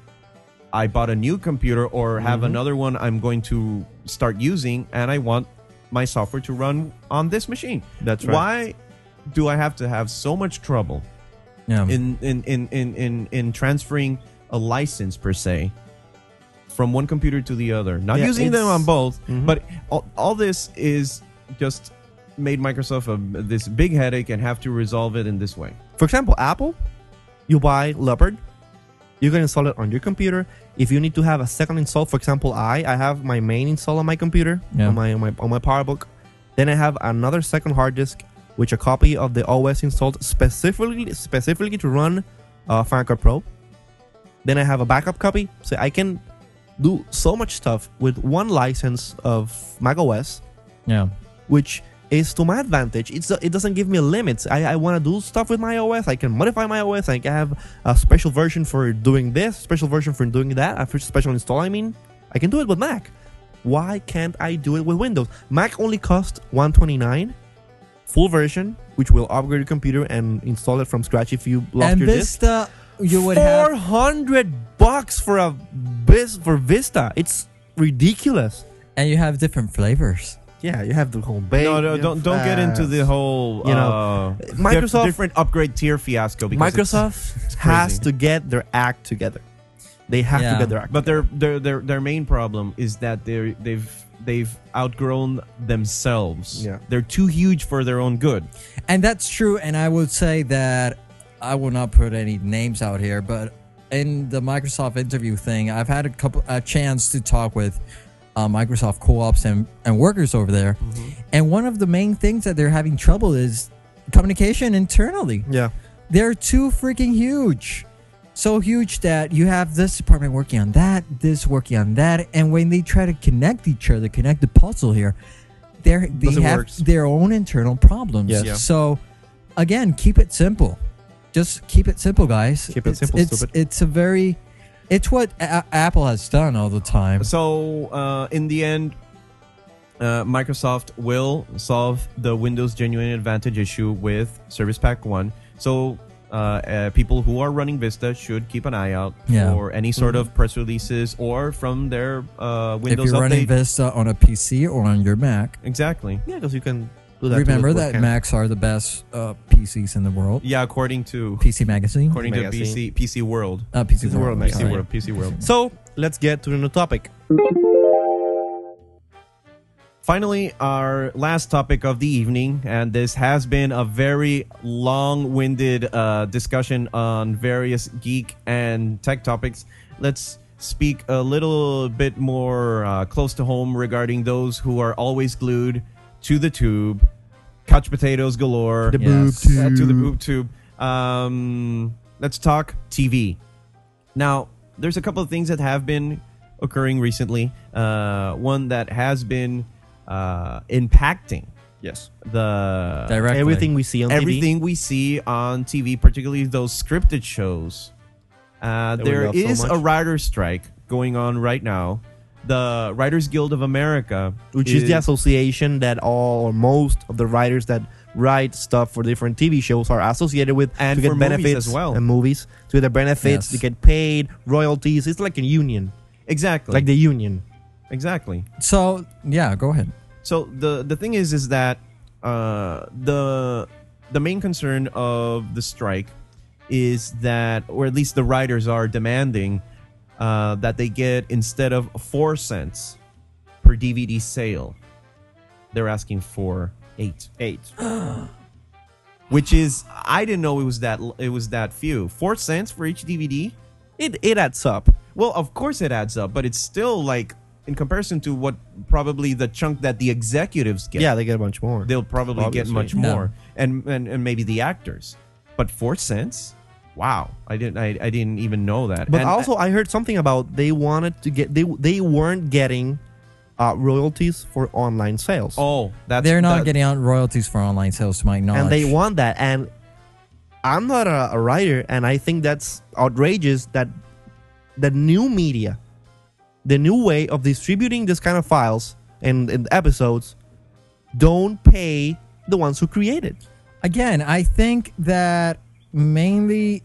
S1: I bought a new computer or have
S3: Mhm.
S1: another one I'm going to start using, and I want my software to run on this machine.
S3: That's right.
S1: Why do I have to have so much trouble
S2: yeah.
S1: in in in in in, in transferring a license per se from one computer to the other? Not
S3: Yeah,
S1: using them
S3: it's-
S1: on both,
S3: Mhm.
S1: but all, all this is just made Microsoft a, this big headache and have to resolve it in this way.
S3: For example, Apple, you buy Leopard, You can install it on your computer. If you need to have a second install, for example, I I have my main install on my computer
S2: Yeah.
S3: on my on my on my PowerBook. Then I have another second hard disk, which a copy of the OS installed specifically specifically to run uh, Final Cut Pro. Then I have a backup copy, so I can do so much stuff with one license of Mac OS
S2: Yeah.
S3: which is to my advantage. It's it doesn't give me limits. I, I want to do stuff with my OS. I can modify my OS. I can have a special version for doing this, special version for doing that, a fir- special install. I mean, I can do it with Mac. Why can't I do it with Windows? Mac only costs 129 full version, which will upgrade your computer and install it from scratch if you lost
S2: and
S3: your disk.
S2: Vista, you would have.
S3: 400 bucks for a vis- for Vista. It's ridiculous.
S2: And you have different flavors.
S3: Yeah, you have the whole base.
S1: no, no, don't don't get into the whole
S3: You know,
S1: uh, dif-
S3: Microsoft-
S1: different upgrade tier fiasco. Because it's-
S3: Microsoft has
S1: crazy.
S3: to get their act together. They have
S2: Yeah.
S3: to get their act.
S1: But their their their their main problem is that they they've they've outgrown themselves.
S3: Yeah.
S1: They're too huge for their own good.
S2: And that's true. And I would say that I will not put any names out here, but in the Microsoft interview thing, I've had a couple a chance to talk with uh, Microsoft co-ops and, and workers over there,
S1: Mm-hmm.
S2: and one of the main things that they're having trouble is communication internally.
S3: yeah,
S2: They're too freaking huge. So huge that you have this department working on that, this working on that, and when they try to connect each other, connect the puzzle here, they're, they
S3: Doesn't
S2: have
S3: works.
S2: their own internal problems.
S3: Yes.
S1: Yeah.
S2: So again, keep it simple. Just keep it simple, guys.
S3: Keep it
S2: it's,
S3: simple,
S2: It's,
S3: stupid.
S2: it's a very, it's what a- Apple has done all the time.
S1: So uh, in the end, uh, Microsoft will solve the Windows Genuine Advantage issue with Service Pack One. So. Uh, uh, people who are running Vista should keep an eye out
S2: Yeah. Mm-hmm.
S1: for any sort of press releases or from their uh,
S2: if
S1: Windows
S2: you're running
S1: update.
S2: Vista on a PC or on your Mac,
S1: exactly.
S3: yeah, because you can do that.
S2: remember that Macs are the best uh, PCs in the world.
S1: Yeah, according to
S2: PC Magazine,
S1: according to PC
S3: Magazine.
S1: PC World.
S2: uh, PC,
S3: It's the world
S2: World,
S3: Magazine.
S1: PC
S2: sorry.
S1: World. PC World.
S3: So let's get to the new topic.
S1: Finally, our last topic of the evening, and this has been a very long winded uh, discussion on various geek and tech topics. Let's speak a little bit more uh, close to home regarding those who are always glued to the tube, couch potatoes galore,
S2: Yeah. Yes.
S1: uh, to the boob tube. Um, let's talk TV. Now, there's a couple of things that have been occurring recently. Uh, one that has been uh, impacting
S3: Yes,
S1: the
S2: Directly.
S3: everything we see on
S1: everything we see on TV, particularly those scripted shows. Uh,
S3: That we
S1: there
S3: love so
S1: is
S3: much.
S1: a writer's strike going on right now. The Writers Guild of America,
S3: TV, which is the association that all or most of the writers that write stuff for different TV shows are associated with
S1: And
S3: to get
S1: for movies
S3: benefits
S1: as well.
S3: and movies to get the benefits
S2: Yes.
S3: to get paid royalties. It's like a union,
S1: exactly
S3: like the union.
S1: exactly.
S2: So yeah, go ahead.
S1: So the the thing is, is that uh, the the main concern of the strike is that, or at least the writers are demanding uh, that they get instead of four cents per DVD sale, they're asking for eight,
S3: Eight.
S1: which is I didn't know it was that l- it was that few. Four cents for each DVD.
S3: It it adds up.
S1: Well, of course it adds up, but it's still like in comparison to what probably the chunk that the executives get.
S3: Yeah, they get a bunch more.
S1: they'll probably
S3: Obviously.
S1: get much
S2: No.
S1: more and, and and maybe the actors but four cents wow i didn't i, I didn't even know that
S3: But
S1: And-
S3: also, I heard something about they wanted to get they they weren't getting uh, royalties for online sales,
S1: oh that's
S2: They're not
S1: that-
S2: getting out royalties for online sales, to my knowledge.
S3: and they want that. And I'm not a, a writer, and I think that's outrageous that the new media, the new way of distributing this kind of files and, and episodes, don't pay the ones who create it.
S2: again, I think that mainly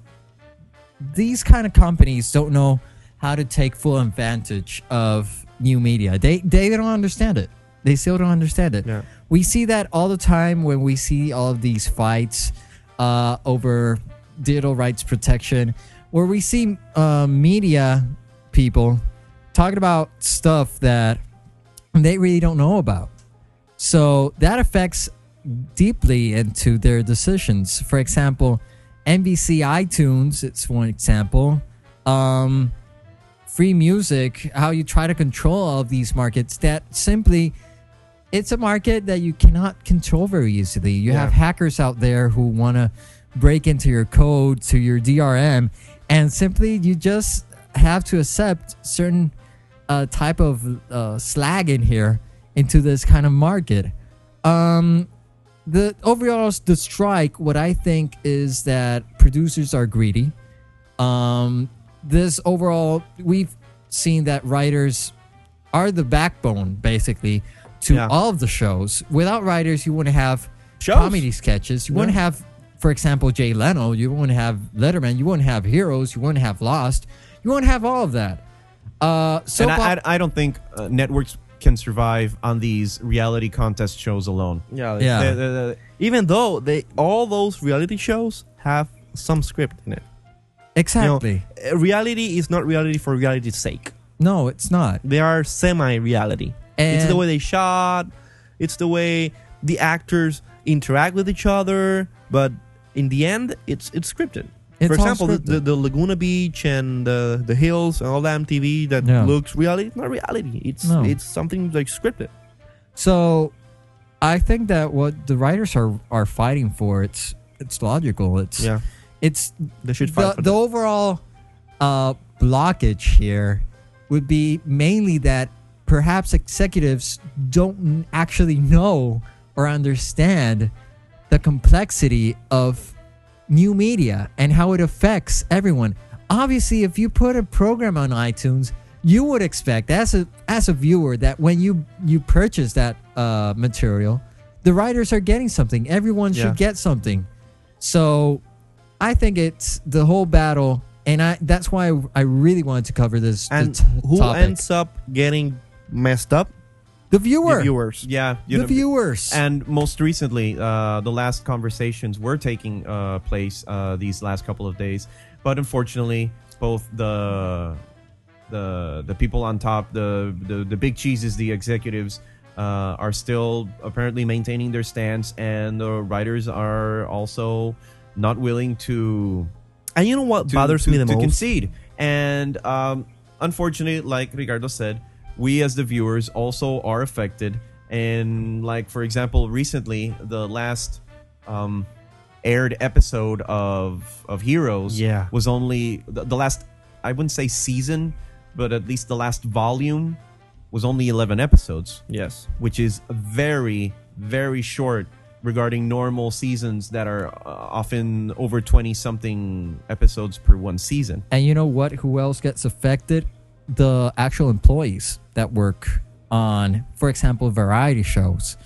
S2: these kind of companies don't know how to take full advantage of new media. They they don't understand it. They still don't understand it.
S3: Yeah.
S2: We see that all the time when we see all of these fights uh, over digital rights protection, where we see uh, media people talking about stuff that they really don't know about. So that affects deeply into their decisions. For example, NBC iTunes, it's one example. um, free music, how you try to control all of these markets that simply it's a market that you cannot control very easily. You
S1: Yeah.
S2: have hackers out there who want to break into your code, to your DRM, and simply you just have to accept certain uh, type of uh, slag in here into this kind of market. Um, the overall s- the strike, what I think is that producers are greedy. Um, this overall, we've seen that writers are the backbone basically to
S1: Yeah.
S2: all of the shows. Without writers, you wouldn't have
S1: Shows.
S2: comedy sketches. You wouldn't have, for example, Jay Leno. You wouldn't have Letterman. You wouldn't have Heroes. You wouldn't have Lost. You wouldn't have all of that. Uh, so
S1: and I, I, I don't think uh, networks can survive on these reality contest shows alone.
S3: Yeah,
S2: Yeah.
S1: The- the- the-
S3: Even though they all those reality shows have some script in it. You know,
S2: exactly.
S3: uh, reality is not reality for reality's sake.
S2: no, it's not.
S3: They are semi-reality. it's the
S2: And-
S3: way they shot. It's the way the actors interact with each other. But in the end, it's it's scripted.
S2: It's
S3: for
S2: all
S3: example, the, the,
S2: scripted.
S3: the Laguna Beach and the the hills and all that MTV that
S2: Yeah.
S3: looks reality. It's not reality. It's
S2: No.
S3: it's something like scripted.
S2: So I think that what the writers are are fighting for it's it's logical. It's
S3: Yeah,
S2: it's
S3: they should
S2: the,
S3: fight for
S2: the overall uh, blockage here would be mainly that perhaps executives don't n- actually know or understand the complexity of new media and how it affects everyone. Obviously, if you put a program on iTunes, you would expect as a as a viewer that when you you purchase that uh, material, the writers are getting something. Everyone
S3: Yeah.
S2: should get something. So I think it's the whole battle, and I that's why I really wanted to cover this. the
S3: and
S2: t-
S3: who
S2: topic.
S3: ends up getting messed up?
S2: the viewer,
S3: The viewers.
S1: yeah, you
S2: the
S1: know,
S2: viewers,
S1: And most recently, uh, the last conversations were taking uh, place uh, these last couple of days, but unfortunately, both the the the people on top, the the, the big cheeses, the executives, uh, are still apparently maintaining their stance, and the writers are also not willing to
S3: And you know what
S1: to,
S3: bothers
S1: to-
S3: me the
S1: to
S3: most?
S1: concede. And um, unfortunately, like Ricardo said, we as the viewers also are affected. And like for example, recently the last um, aired episode of of Heroes
S3: Yeah.
S1: was only the, the last I wouldn't say season, but at least the last volume was only eleven episodes
S3: yes.
S1: which is very very short regarding normal seasons that are uh, often over 20 something episodes per one season
S2: and you know what? Who else gets affected? The actual employees that work on, for example, variety shows.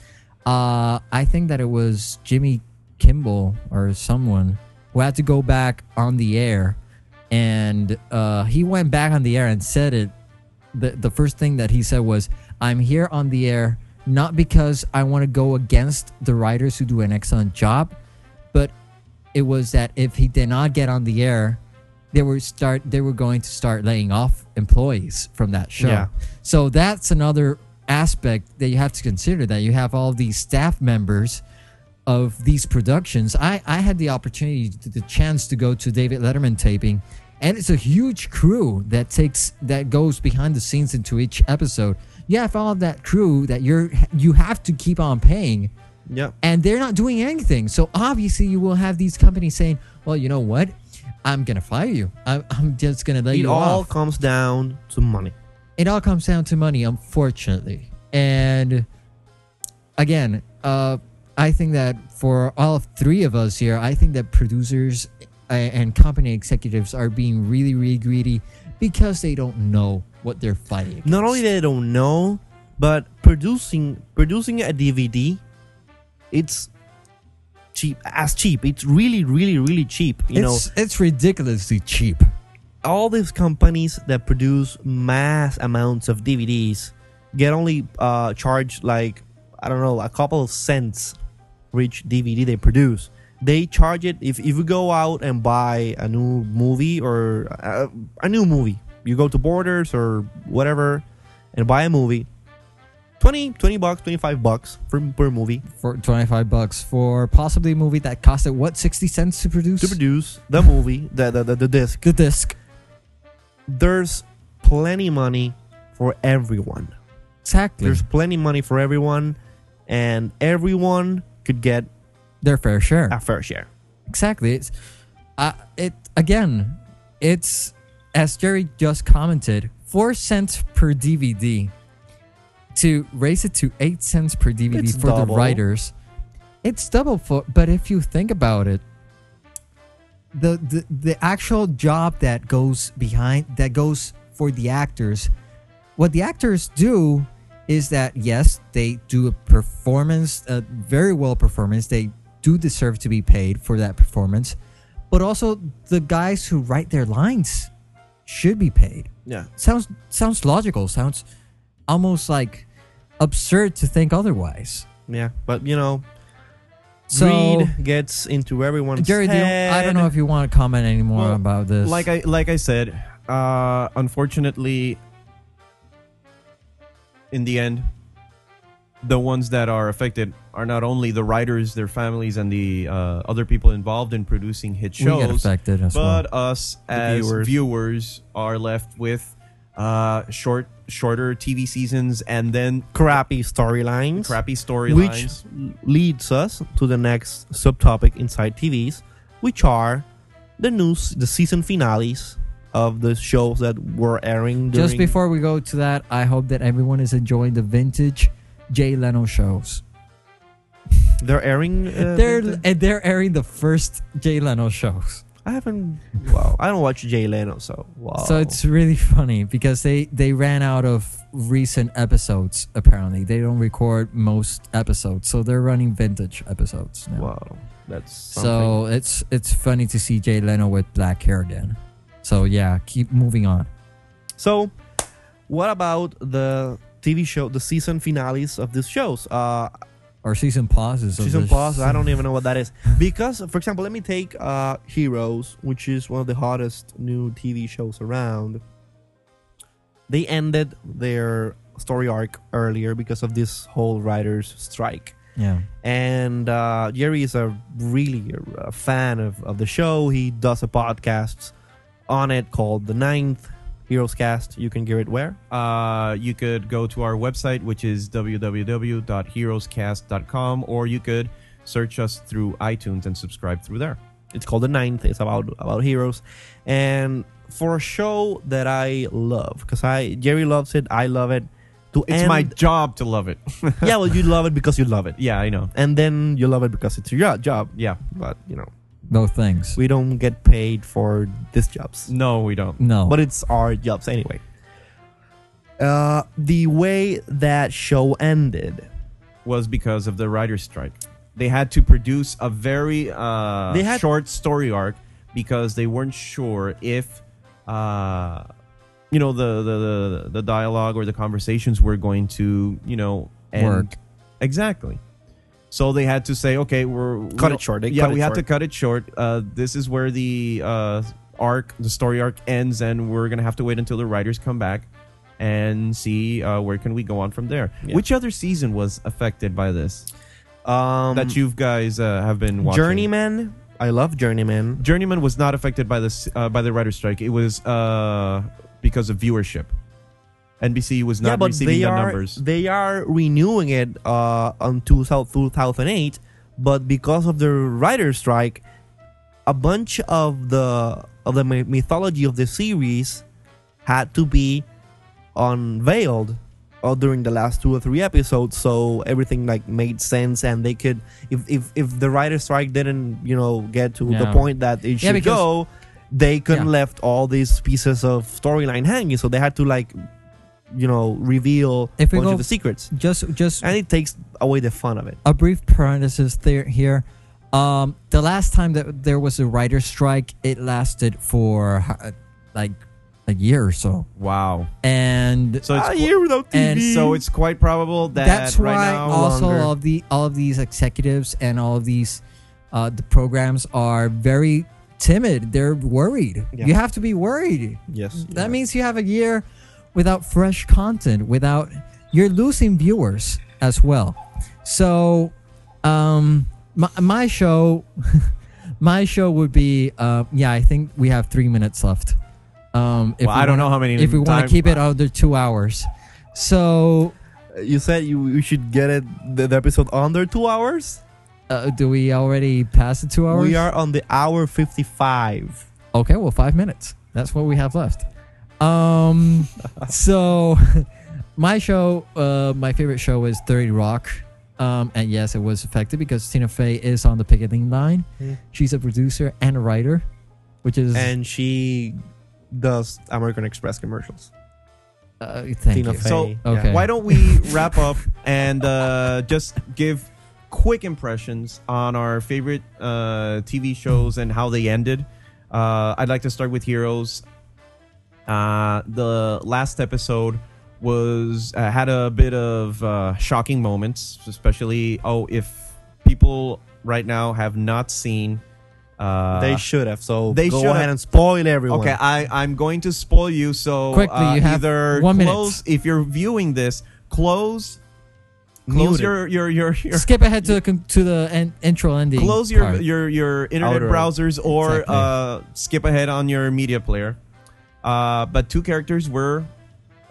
S2: Uh, I think that it was Jimmy Kimball or someone who had to go back on the air, and uh, he went back on the air and said it the, the first thing that he said was, I'm here on the air not because I want to go against the writers who do an excellent job, but it was that if he did not get on the air, they were start they were going to start laying off employees from that show.
S3: Yeah.
S2: So that's another aspect that you have to consider that you have all these staff members of these productions. I, I had the opportunity, to, the chance to go to David Letterman taping, and it's a huge crew that takes that goes behind the scenes into each episode. You have all of that crew that you're you have to keep on paying,
S3: Yeah.
S2: and they're not doing anything. So obviously, you will have these companies saying, "Well, you know what." I'm gonna fire you. I'm, I'm just gonna let
S3: It
S2: you
S3: all
S2: off
S3: comes down to money.
S2: it all comes down to money, unfortunately. And again, uh, I think that for all three of us here, I think that producers a- and company executives are being really, really greedy because they don't know what they're fighting. Against.
S3: Not only they don't know, but producing producing a DVD, it's cheap as cheap. It's really, really, really cheap. You know,
S2: it's it's ridiculously cheap.
S3: all these companies that produce mass amounts of DVDs get only uh, charged like I don't know a couple of cents for each DVD they produce. They charge it if if you go out and buy a new movie or a, a new movie. You go to Borders or whatever and buy a movie. 20, 20 bucks, 25 bucks per, per movie
S2: For twenty five bucks for possibly a movie that costed what sixty cents to produce
S3: to produce the movie, the, the, the, the disc.
S2: the disc.
S3: there's plenty money for everyone.
S2: Exactly.
S3: There's plenty money for everyone, and everyone could get
S2: Their fair share.
S3: a fair share.
S2: Exactly. It's, uh, it again. It's as Jerry just commented, four cents per DVD. To raise it to eight cents per DVD
S3: It's
S2: for the
S3: double.
S2: writers, it's double for. But if you think about it, the, the the actual job that goes behind that goes for the actors, what the actors do is that yes, they do a performance, a very well performance. They do deserve to be paid for that performance, but also the guys who write their lines should be paid.
S3: Yeah.
S2: Sounds sounds logical. Sounds almost like absurd to think otherwise.
S3: Yeah. But, you know,
S2: So,
S3: greed gets into everyone's
S2: Jerry, do you, I don't
S3: head.
S2: know if you want to comment
S1: Well,
S2: anymore about this.
S1: Like I like I said, uh, unfortunately, in the end, the ones that are affected are not only the writers, their families, and the uh, other people involved in producing hit
S2: we get
S1: shows,
S2: affected as well.
S1: but us as
S3: viewers.
S1: viewers. are left with uh, short, shorter TV seasons, and then
S3: crappy storylines.
S1: crappy
S3: which
S1: storylines.
S3: leads us to the next subtopic inside TVs, which are the news, the season finales of the shows that were airing during
S2: Just before we go to that, I hope that everyone is enjoying the vintage Jay Leno shows.
S3: they're airing. Uh,
S2: They're
S3: the-
S2: and they're airing the first Jay Leno shows,
S3: I haven't. Wow, I don't watch Jay Leno, so wow.
S2: so it's really funny because they they ran out of recent episodes. Apparently, they don't record most episodes, so they're running vintage episodes now.
S3: wow. That's something.
S2: So it's it's funny to see Jay Leno with black hair again. So yeah, keep moving on.
S3: So, what about the TV show, the season finales of these shows? Uh,
S2: Or season pauses. of
S3: season
S2: the-
S3: pause. I don't even know what that is. Because, for example, let me take uh, Heroes, which is one of the hottest new TV shows around. They ended their story arc earlier because of this whole writers' strike.
S2: Yeah.
S3: And uh, Jerry is a really a, a fan of, of the show. He does a podcast on it called The Ninth Heroes Cast. You can hear it where?
S1: Uh, you could go to our website, which is www.heroescast.com, or you could search us through iTunes and subscribe through there.
S3: It's called The Ninth. It's about about heroes, and for a show that I love because I Jerry loves it. I love it. To
S1: It's
S3: end,
S1: my job to love it.
S3: yeah. Well, you love it because you love it,
S1: Yeah, I know.
S3: and then you love it because it's your job.
S1: Yeah.
S3: But you know,
S2: Both things.
S3: we don't get paid for these jobs,
S1: No, we don't.
S2: no.
S3: but it's our jobs anyway. Uh, the way that show ended,
S1: Was because of the writer's strike. They had to produce a very uh,
S3: They had-
S1: short story arc because they weren't sure if, uh, you know, the, the, the, the dialogue or the conversations were going to, you know, end.
S2: Work.
S1: Exactly. So they had to say, okay, we're we
S3: Cut it
S1: don't-
S3: short. They
S1: yeah,
S3: cut it
S1: we have
S3: short.
S1: to cut it short. Uh, this is where the uh, arc, the story arc ends, and we're gonna have to wait until the writers come back and see uh, where can we go on from there.
S3: Yeah.
S1: Which other season was affected by this
S3: um,
S1: that you guys uh, have been watching?
S3: Journeyman. I love Journeyman.
S1: Journeyman was not affected by this uh, by the writer's strike. It was uh, because of viewership. NBC was not receiving
S3: they
S1: the
S3: are,
S1: numbers.
S3: They are renewing it uh, on 2000 2008, but because of the writer's strike, a bunch of the of the myth- mythology of the series had to be unveiled uh, during the last two or three episodes, so everything like made sense, and they could if if, if the writer's strike didn't you know get to the
S2: Yeah.
S3: point that it
S2: Yeah,
S3: should
S2: because-
S3: go. They couldn't
S2: Yeah.
S3: left all these pieces of storyline hanging, so they had to like you know, reveal
S2: If we
S3: bunch
S2: go-
S3: of the secrets.
S2: just just
S3: And it takes away the fun of it.
S2: a brief parenthesis there here. Um, the last time that there was a writer's strike, it lasted for uh, like a year or so,
S1: wow.
S2: and
S1: So it's
S3: a year Ah, without TV.
S2: and
S1: so it's quite probable that
S2: that's
S1: right
S2: why
S1: now,
S2: also uh,
S3: longer.
S2: all of the all of these executives and all of these uh, the programs are very timid. They're worried.
S3: Yeah.
S2: You have to be worried.
S3: yes.
S2: That means you have a year without fresh content, without you're losing viewers as well. So, um, my, my show, my show would be, uh, yeah, I think we have three minutes left. Um, if
S1: Well,
S2: we
S1: I don't
S2: wanna-
S1: know how many
S2: If we want
S1: time-
S2: to keep it under two hours, so
S3: Uh, You said you, you should get it the, the episode under two hours.
S2: uh, do we already pass the two hours?
S3: We are on the hour fifty-five.
S2: Okay, well, five minutes. That's what we have left. Um, so my show, uh, my favorite show is 30 Rock. Um, and yes, it was affected because Tina Fey is on the picketing line.
S1: Hmm.
S3: Yeah.
S2: She's a producer and a writer, which is
S3: and she does American Express commercials.
S2: uh, thank
S3: Tina
S2: you.
S3: Fey.
S1: So,
S2: Okay.
S1: Why don't we wrap up and uh, just give quick impressions on our favorite uh, TV shows and how they ended? Uh, I'd like to start with Heroes. Uh, the last episode was uh, had a bit of uh, shocking moments, especially oh, if people right now have not seen. Uh,
S3: they should have. So
S1: they
S3: they go
S1: should
S3: ahead
S1: have.
S3: and spoil everyone.
S1: Okay, I, I'm going to spoil you. So
S2: Quickly,
S1: uh,
S2: you have
S1: either
S2: one minute.
S1: close if you're viewing this, close, close
S3: Mute it.
S1: your your your, your
S2: skip ahead to the con- to the en- intro ending?
S1: close your
S2: part.
S1: your your internet
S3: Outer.
S1: browsers or
S2: Exactly.
S1: uh, skip ahead on your media player. Uh, but two characters were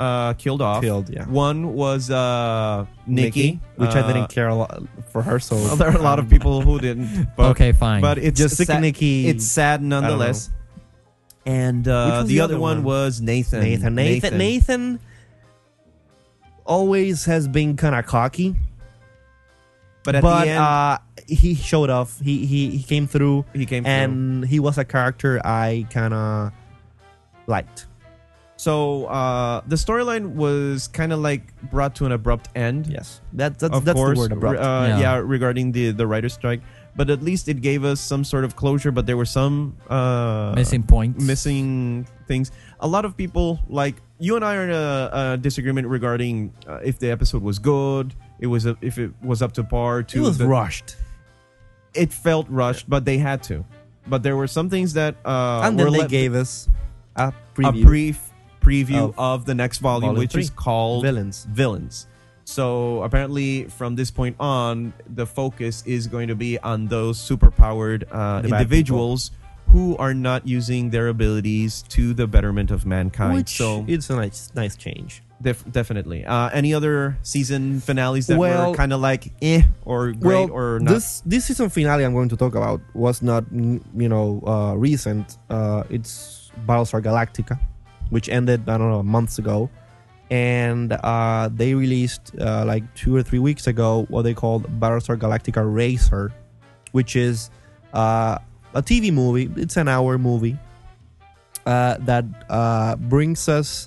S1: uh, killed off.
S3: Killed, yeah.
S1: One was uh, Nikki,
S3: Nikki, which I
S1: uh,
S3: didn't care a lot for her. So
S1: Well, there are a lot of people who didn't. But,
S2: okay, fine.
S1: but it's
S3: Just
S1: sad,
S3: Nikki-
S1: It's sad nonetheless. And uh,
S3: Which was
S1: the, other, one, was Nathan.
S3: Nathan, Nathan, Nathan always has been kind of cocky,
S1: But at
S3: but
S1: the end,
S3: uh, he showed off. He he he came through,
S1: he came through.
S3: and he was a character I kind of liked.
S1: So uh, the storyline was kind of like brought to an abrupt end.
S3: Yes, that, that's
S1: of
S3: that's
S1: course.
S3: the word abrupt.
S1: re- Uh, yeah.
S2: Yeah.
S1: regarding the the writer's strike. But at least it gave us some sort of closure. But there were some uh,
S2: missing points.
S1: missing things. A lot of people like you and I are in a, a disagreement regarding uh, if the episode was good. It was a, if it was up to par. To
S3: it was
S1: the-
S3: rushed,
S1: It felt rushed, but they had to. But there were some things that uh,
S3: and then
S1: were
S3: they
S1: let-
S3: gave us a preview.
S1: a brief preview
S3: Of
S1: of, the next volume,
S3: volume
S1: which
S3: three.
S1: is called
S3: villains.
S1: Villains. So apparently, from this point on, the focus is going to be on those superpowered uh,
S3: The bad
S1: individuals who are not using their abilities to the betterment of mankind.
S3: Which
S1: so
S3: it's a nice nice change.
S1: def- definitely, uh, any other season finales that
S3: Well-
S1: were kind of like eh or great or not?
S3: this this season finale I'm going to talk about was not mm, you know uh, recent. Uh, it's Battlestar Galactica, which ended I don't know months ago, and uh, they released uh, like two or three weeks ago what they called Battlestar Galactica Racer, which is uh, a TV movie. It's an hour movie uh, that uh, brings us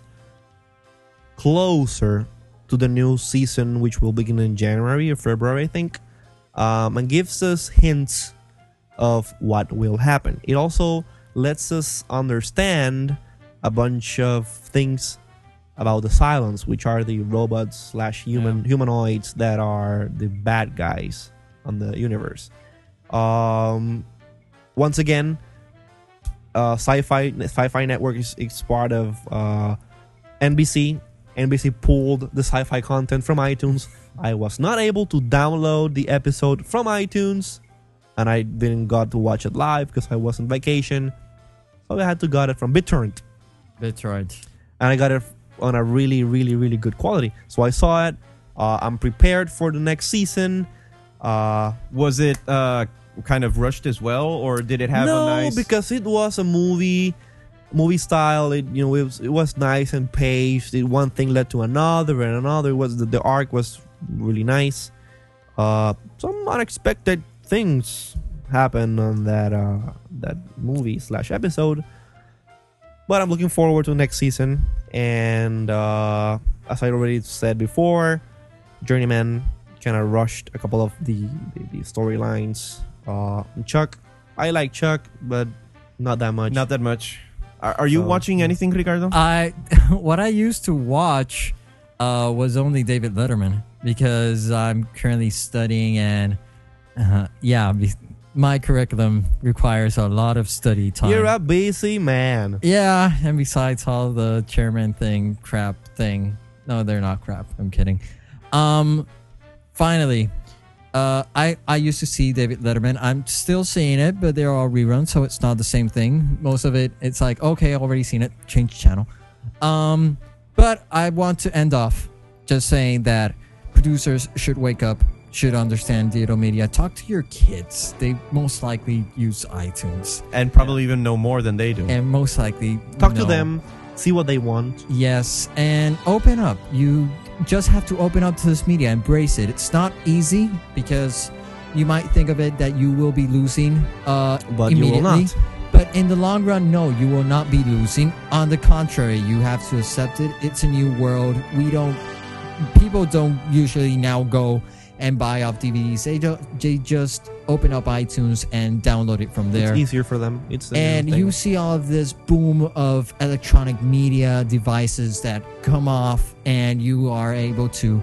S3: closer to the new season, which will begin in January or February, I think, um, and gives us hints of what will happen. It also lets us understand a bunch of things about the Silence, which are the robots slash human humanoids that are the bad guys on the universe. Um, once again, uh, Sci-Fi Sci-Fi Network is, is part of uh, NBC. NBC pulled the sci-fi content from iTunes. I was not able to download the episode from iTunes, and I didn't got to watch it live because I was on vacation. So I had to got it from BitTorrent
S2: That's right.
S3: and I got it on a really, really, really good quality. So I saw it. Uh, I'm prepared for the next season. Uh,
S1: was it uh, kind of rushed as well, or did it have
S3: no,
S1: a nice?
S3: because it was a movie, movie style. It you know it was, it was nice and paced. It, one thing led to another and another. It was the, the arc was really nice. Uh, some unexpected things happened on that uh, that movie slash episode. But I'm looking forward to next season. And uh, as I already said before, Journeyman kind of rushed a couple of the, the, the storylines. Uh, Chuck, I like Chuck, but not that much.
S1: not that much. Are, are you
S3: So-
S1: watching anything, Ricardo?
S2: I what I used to watch uh, was only David Letterman because I'm currently studying and uh, yeah, be- my curriculum requires a lot of study time.
S3: You're a busy man.
S2: Yeah, and besides all the chairman thing, crap thing. No, they're not crap. I'm kidding. Um, finally, Uh, I I used to see David Letterman. I'm still seeing it, but they're all reruns, so it's not the same thing. Most of it, it's like okay, I've already seen it. Change channel. Um, but I want to end off just saying that producers should wake up, should understand digital media. Talk to your kids. They most likely use iTunes,
S1: and probably even know more than they do.
S2: and most likely
S3: Talk to
S2: know-
S3: them, see what they want.
S2: Yes, and open up. You just have to open up to this media, embrace it. It's not easy because you might think of it that you will be losing uh,
S3: But you will
S2: immediately.
S3: not.
S2: But in the long run, no, you will not be losing. On the contrary, you have to accept it. It's a new world. We don't. People don't usually now go and buy off DVDs. They don't. They just open up iTunes and download it from there
S3: It's easier for them. It's the
S2: and
S3: thing.
S2: you see all of this boom of electronic media devices that come off and you are able to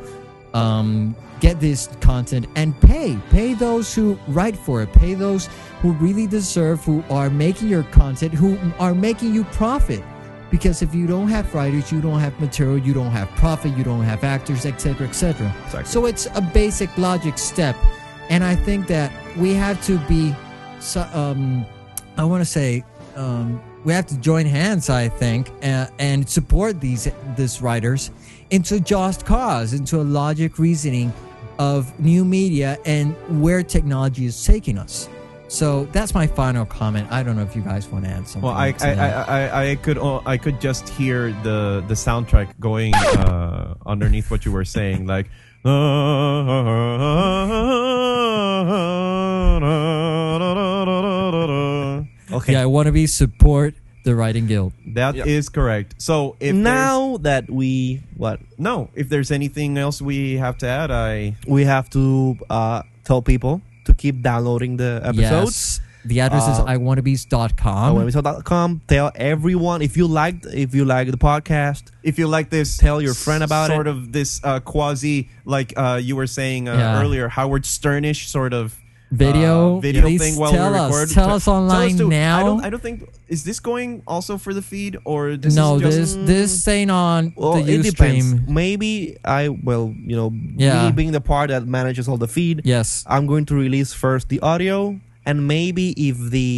S2: um, get this content and pay pay those who write for it pay those who really deserve who are making your content who are making you profit because if you don't have writers you don't have material you don't have profit you don't have actors etc etc
S1: Exactly.
S2: so it's a basic logic step and i think that we have to be so, um, I want to say um, we have to join hands, I think, uh, and support these these writers into just cause, into a logic reasoning of new media and where technology is taking us. So that's my final comment. I don't know if you guys want to add something.
S1: Well, I,
S2: to
S1: I,
S2: that.
S1: I, I, I could o- I could just hear the the soundtrack going uh, underneath what you were saying, like.
S3: okay.
S2: yeah, I want to be support the writing guild.
S1: That is
S3: Yeah.
S1: correct. So if there's-
S3: now that we what
S1: no, if there's anything else we have to add, I
S3: we have to uh, tell people to keep downloading the episodes.
S2: Yes. The address is
S3: Uh,
S2: I want to
S3: on webisode.com. Tell everyone if you liked if you like the podcast.
S1: if you like this,
S3: Tell your friend about it.
S1: Sort of this uh, quasi, like uh, you were saying uh,
S2: Yeah.
S1: earlier, Howard Sternish sort of
S2: video.
S1: uh, video
S2: Please
S1: thing while
S2: tell
S1: we
S2: us.
S1: record.
S2: Tell us online
S1: too.
S2: now.
S1: I don't, I don't think is this going also for the feed or this
S2: no,
S1: is
S2: this
S1: just, Mm.
S2: this ain't on
S3: Well,
S2: the
S3: it
S2: Ustream.
S3: depends. Maybe I will, you know,
S2: Yeah.
S3: me being the part that manages all the feed.
S2: Yes.
S3: I'm going to release first the audio, and maybe if the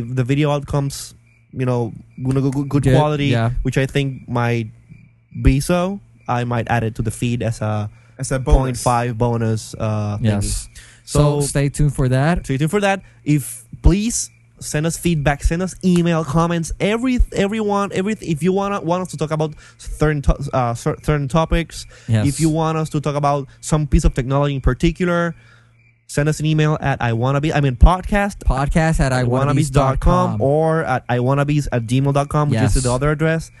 S3: if the video outcomes, you know, gonna go good, good
S2: Good,
S3: quality,
S2: yeah.
S3: which I think might be so, I might add it to the feed as a
S1: as a bonus.
S3: 0.5 bonus. Uh, thingy.
S2: Yes. So,
S3: So-
S2: stay tuned for that.
S3: Stay tuned for that. If please send us feedback, send us email, comments, every everyone, everything. If you wanna want us to talk about certain to- uh, cer- certain topics,
S2: Yes.
S3: if you want us to talk about some piece of technology in particular, send us an email at I wanna be I mean podcast
S2: podcast at
S3: iwannabees.com
S2: iwannabes.com
S3: or at iwannabees at gmail.com, which
S2: Yes.
S3: is the other address.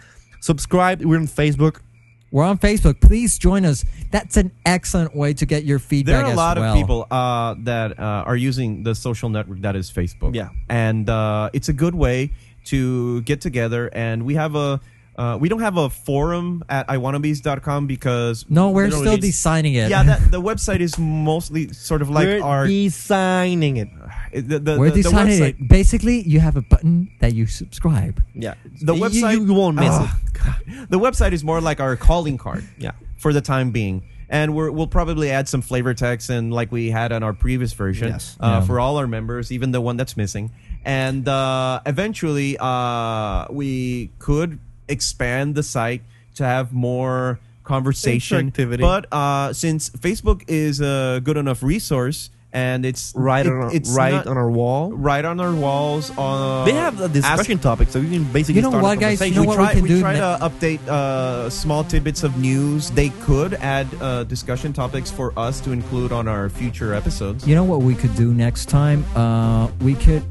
S3: Subscribe. We're on Facebook.
S2: We're on Facebook. Please join us. That's an excellent way to get your feedback.
S1: There are a
S2: as
S1: lot
S2: well.
S1: of people uh, that uh, are using the social network that is Facebook.
S3: Yeah.
S1: and uh, it's a good way to get together. And we have a uh, we don't have a forum at iwannabes.com because
S2: No,
S1: they
S2: we're
S1: don't
S2: still
S1: really-
S2: designing it.
S1: Yeah, that, the website is mostly sort of like
S3: we're
S1: our
S3: designing it.
S1: the, the, the,
S2: we're
S1: the
S2: designing
S1: website.
S2: it. Basically, you have a button that you subscribe.
S3: Yeah.
S1: The
S3: You-
S1: website
S3: you, you won't miss
S1: Ah, God. The website is more like our calling card.
S3: Yeah.
S1: For the time being. And we're, we'll probably add some flavor text and like we had on our previous version
S3: Yes.
S1: uh,
S2: Yeah.
S1: for all our members, even the one that's missing. And uh, eventually, uh, we could expand the site to have more conversation.
S3: Interactivity.
S1: But uh, since Facebook is a good enough resource and it's
S3: it. Right
S1: it-
S3: on.
S1: it's
S3: right
S1: not-
S3: on our wall.
S1: right on our walls. uh, On
S3: They have a discussion topic, so you can
S2: You
S3: basically
S2: know
S3: start a
S2: what, guys? You know
S3: conversation.
S1: we
S2: what
S1: try,
S2: we can
S1: we
S2: do
S1: try
S2: ne-
S1: to update uh, small tidbits of news. They could add uh, discussion topics for us to include on our future episodes.
S2: You know what we could do next time? Uh, we could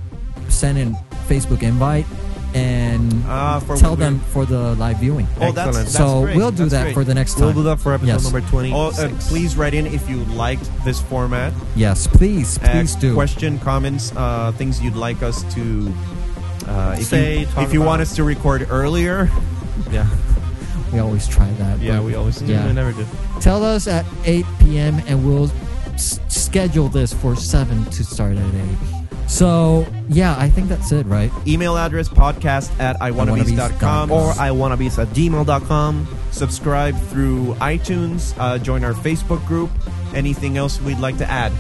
S2: send in Facebook invite and
S1: Ah, for
S2: tell
S1: when
S2: them for the live viewing.
S1: Oh, that's,
S3: Excellent.
S1: that's
S2: so
S1: great.
S2: we'll do
S1: That's
S2: that
S1: great.
S2: for the next
S3: We'll
S2: time.
S3: do that for episode
S2: Yes.
S3: number 20.
S1: Oh, uh, please write in if you liked this format.
S2: Yes, please,
S1: Uh,
S2: please do.
S1: Question, comments, uh, things you'd like us to uh, if
S3: Say,
S1: You,
S3: talk
S1: if you want
S3: about.
S1: us to record earlier,
S3: Yeah.
S2: We always try that.
S1: Yeah,
S2: but-
S1: we always do.
S2: Yeah.
S3: We never do.
S2: Tell us at 8 p.m. and we'll s- schedule this for 7 to start at 8. So, yeah, I think that's it, right?
S1: email address podcast at iwannabes.com
S3: Or
S1: or
S3: I wanna be at gmail.com.
S1: subscribe through iTunes, uh, join our Facebook group. Anything else we'd like to add?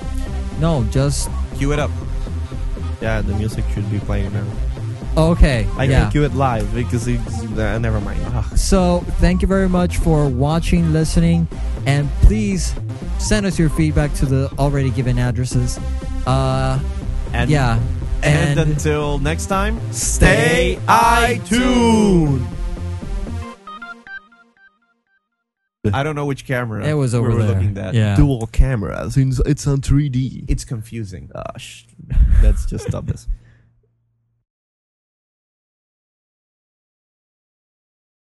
S2: No, just
S1: Cue it up.
S3: Yeah, the music should be playing now.
S2: okay.
S3: I
S2: yeah.
S3: can cue it live because it's. Uh, never mind. Ugh.
S2: So, thank you very much for watching, listening, and please send us your feedback to the already given addresses. Uh,
S1: And
S2: yeah.
S1: And, until next time,
S2: Stay
S1: iTuned. I don't know which camera
S2: It was over
S1: we were
S2: there.
S1: looking at.
S2: Yeah.
S3: Dual camera, since it's on 3D.
S1: It's confusing.
S3: Ah, sh- uh, let's just stop this.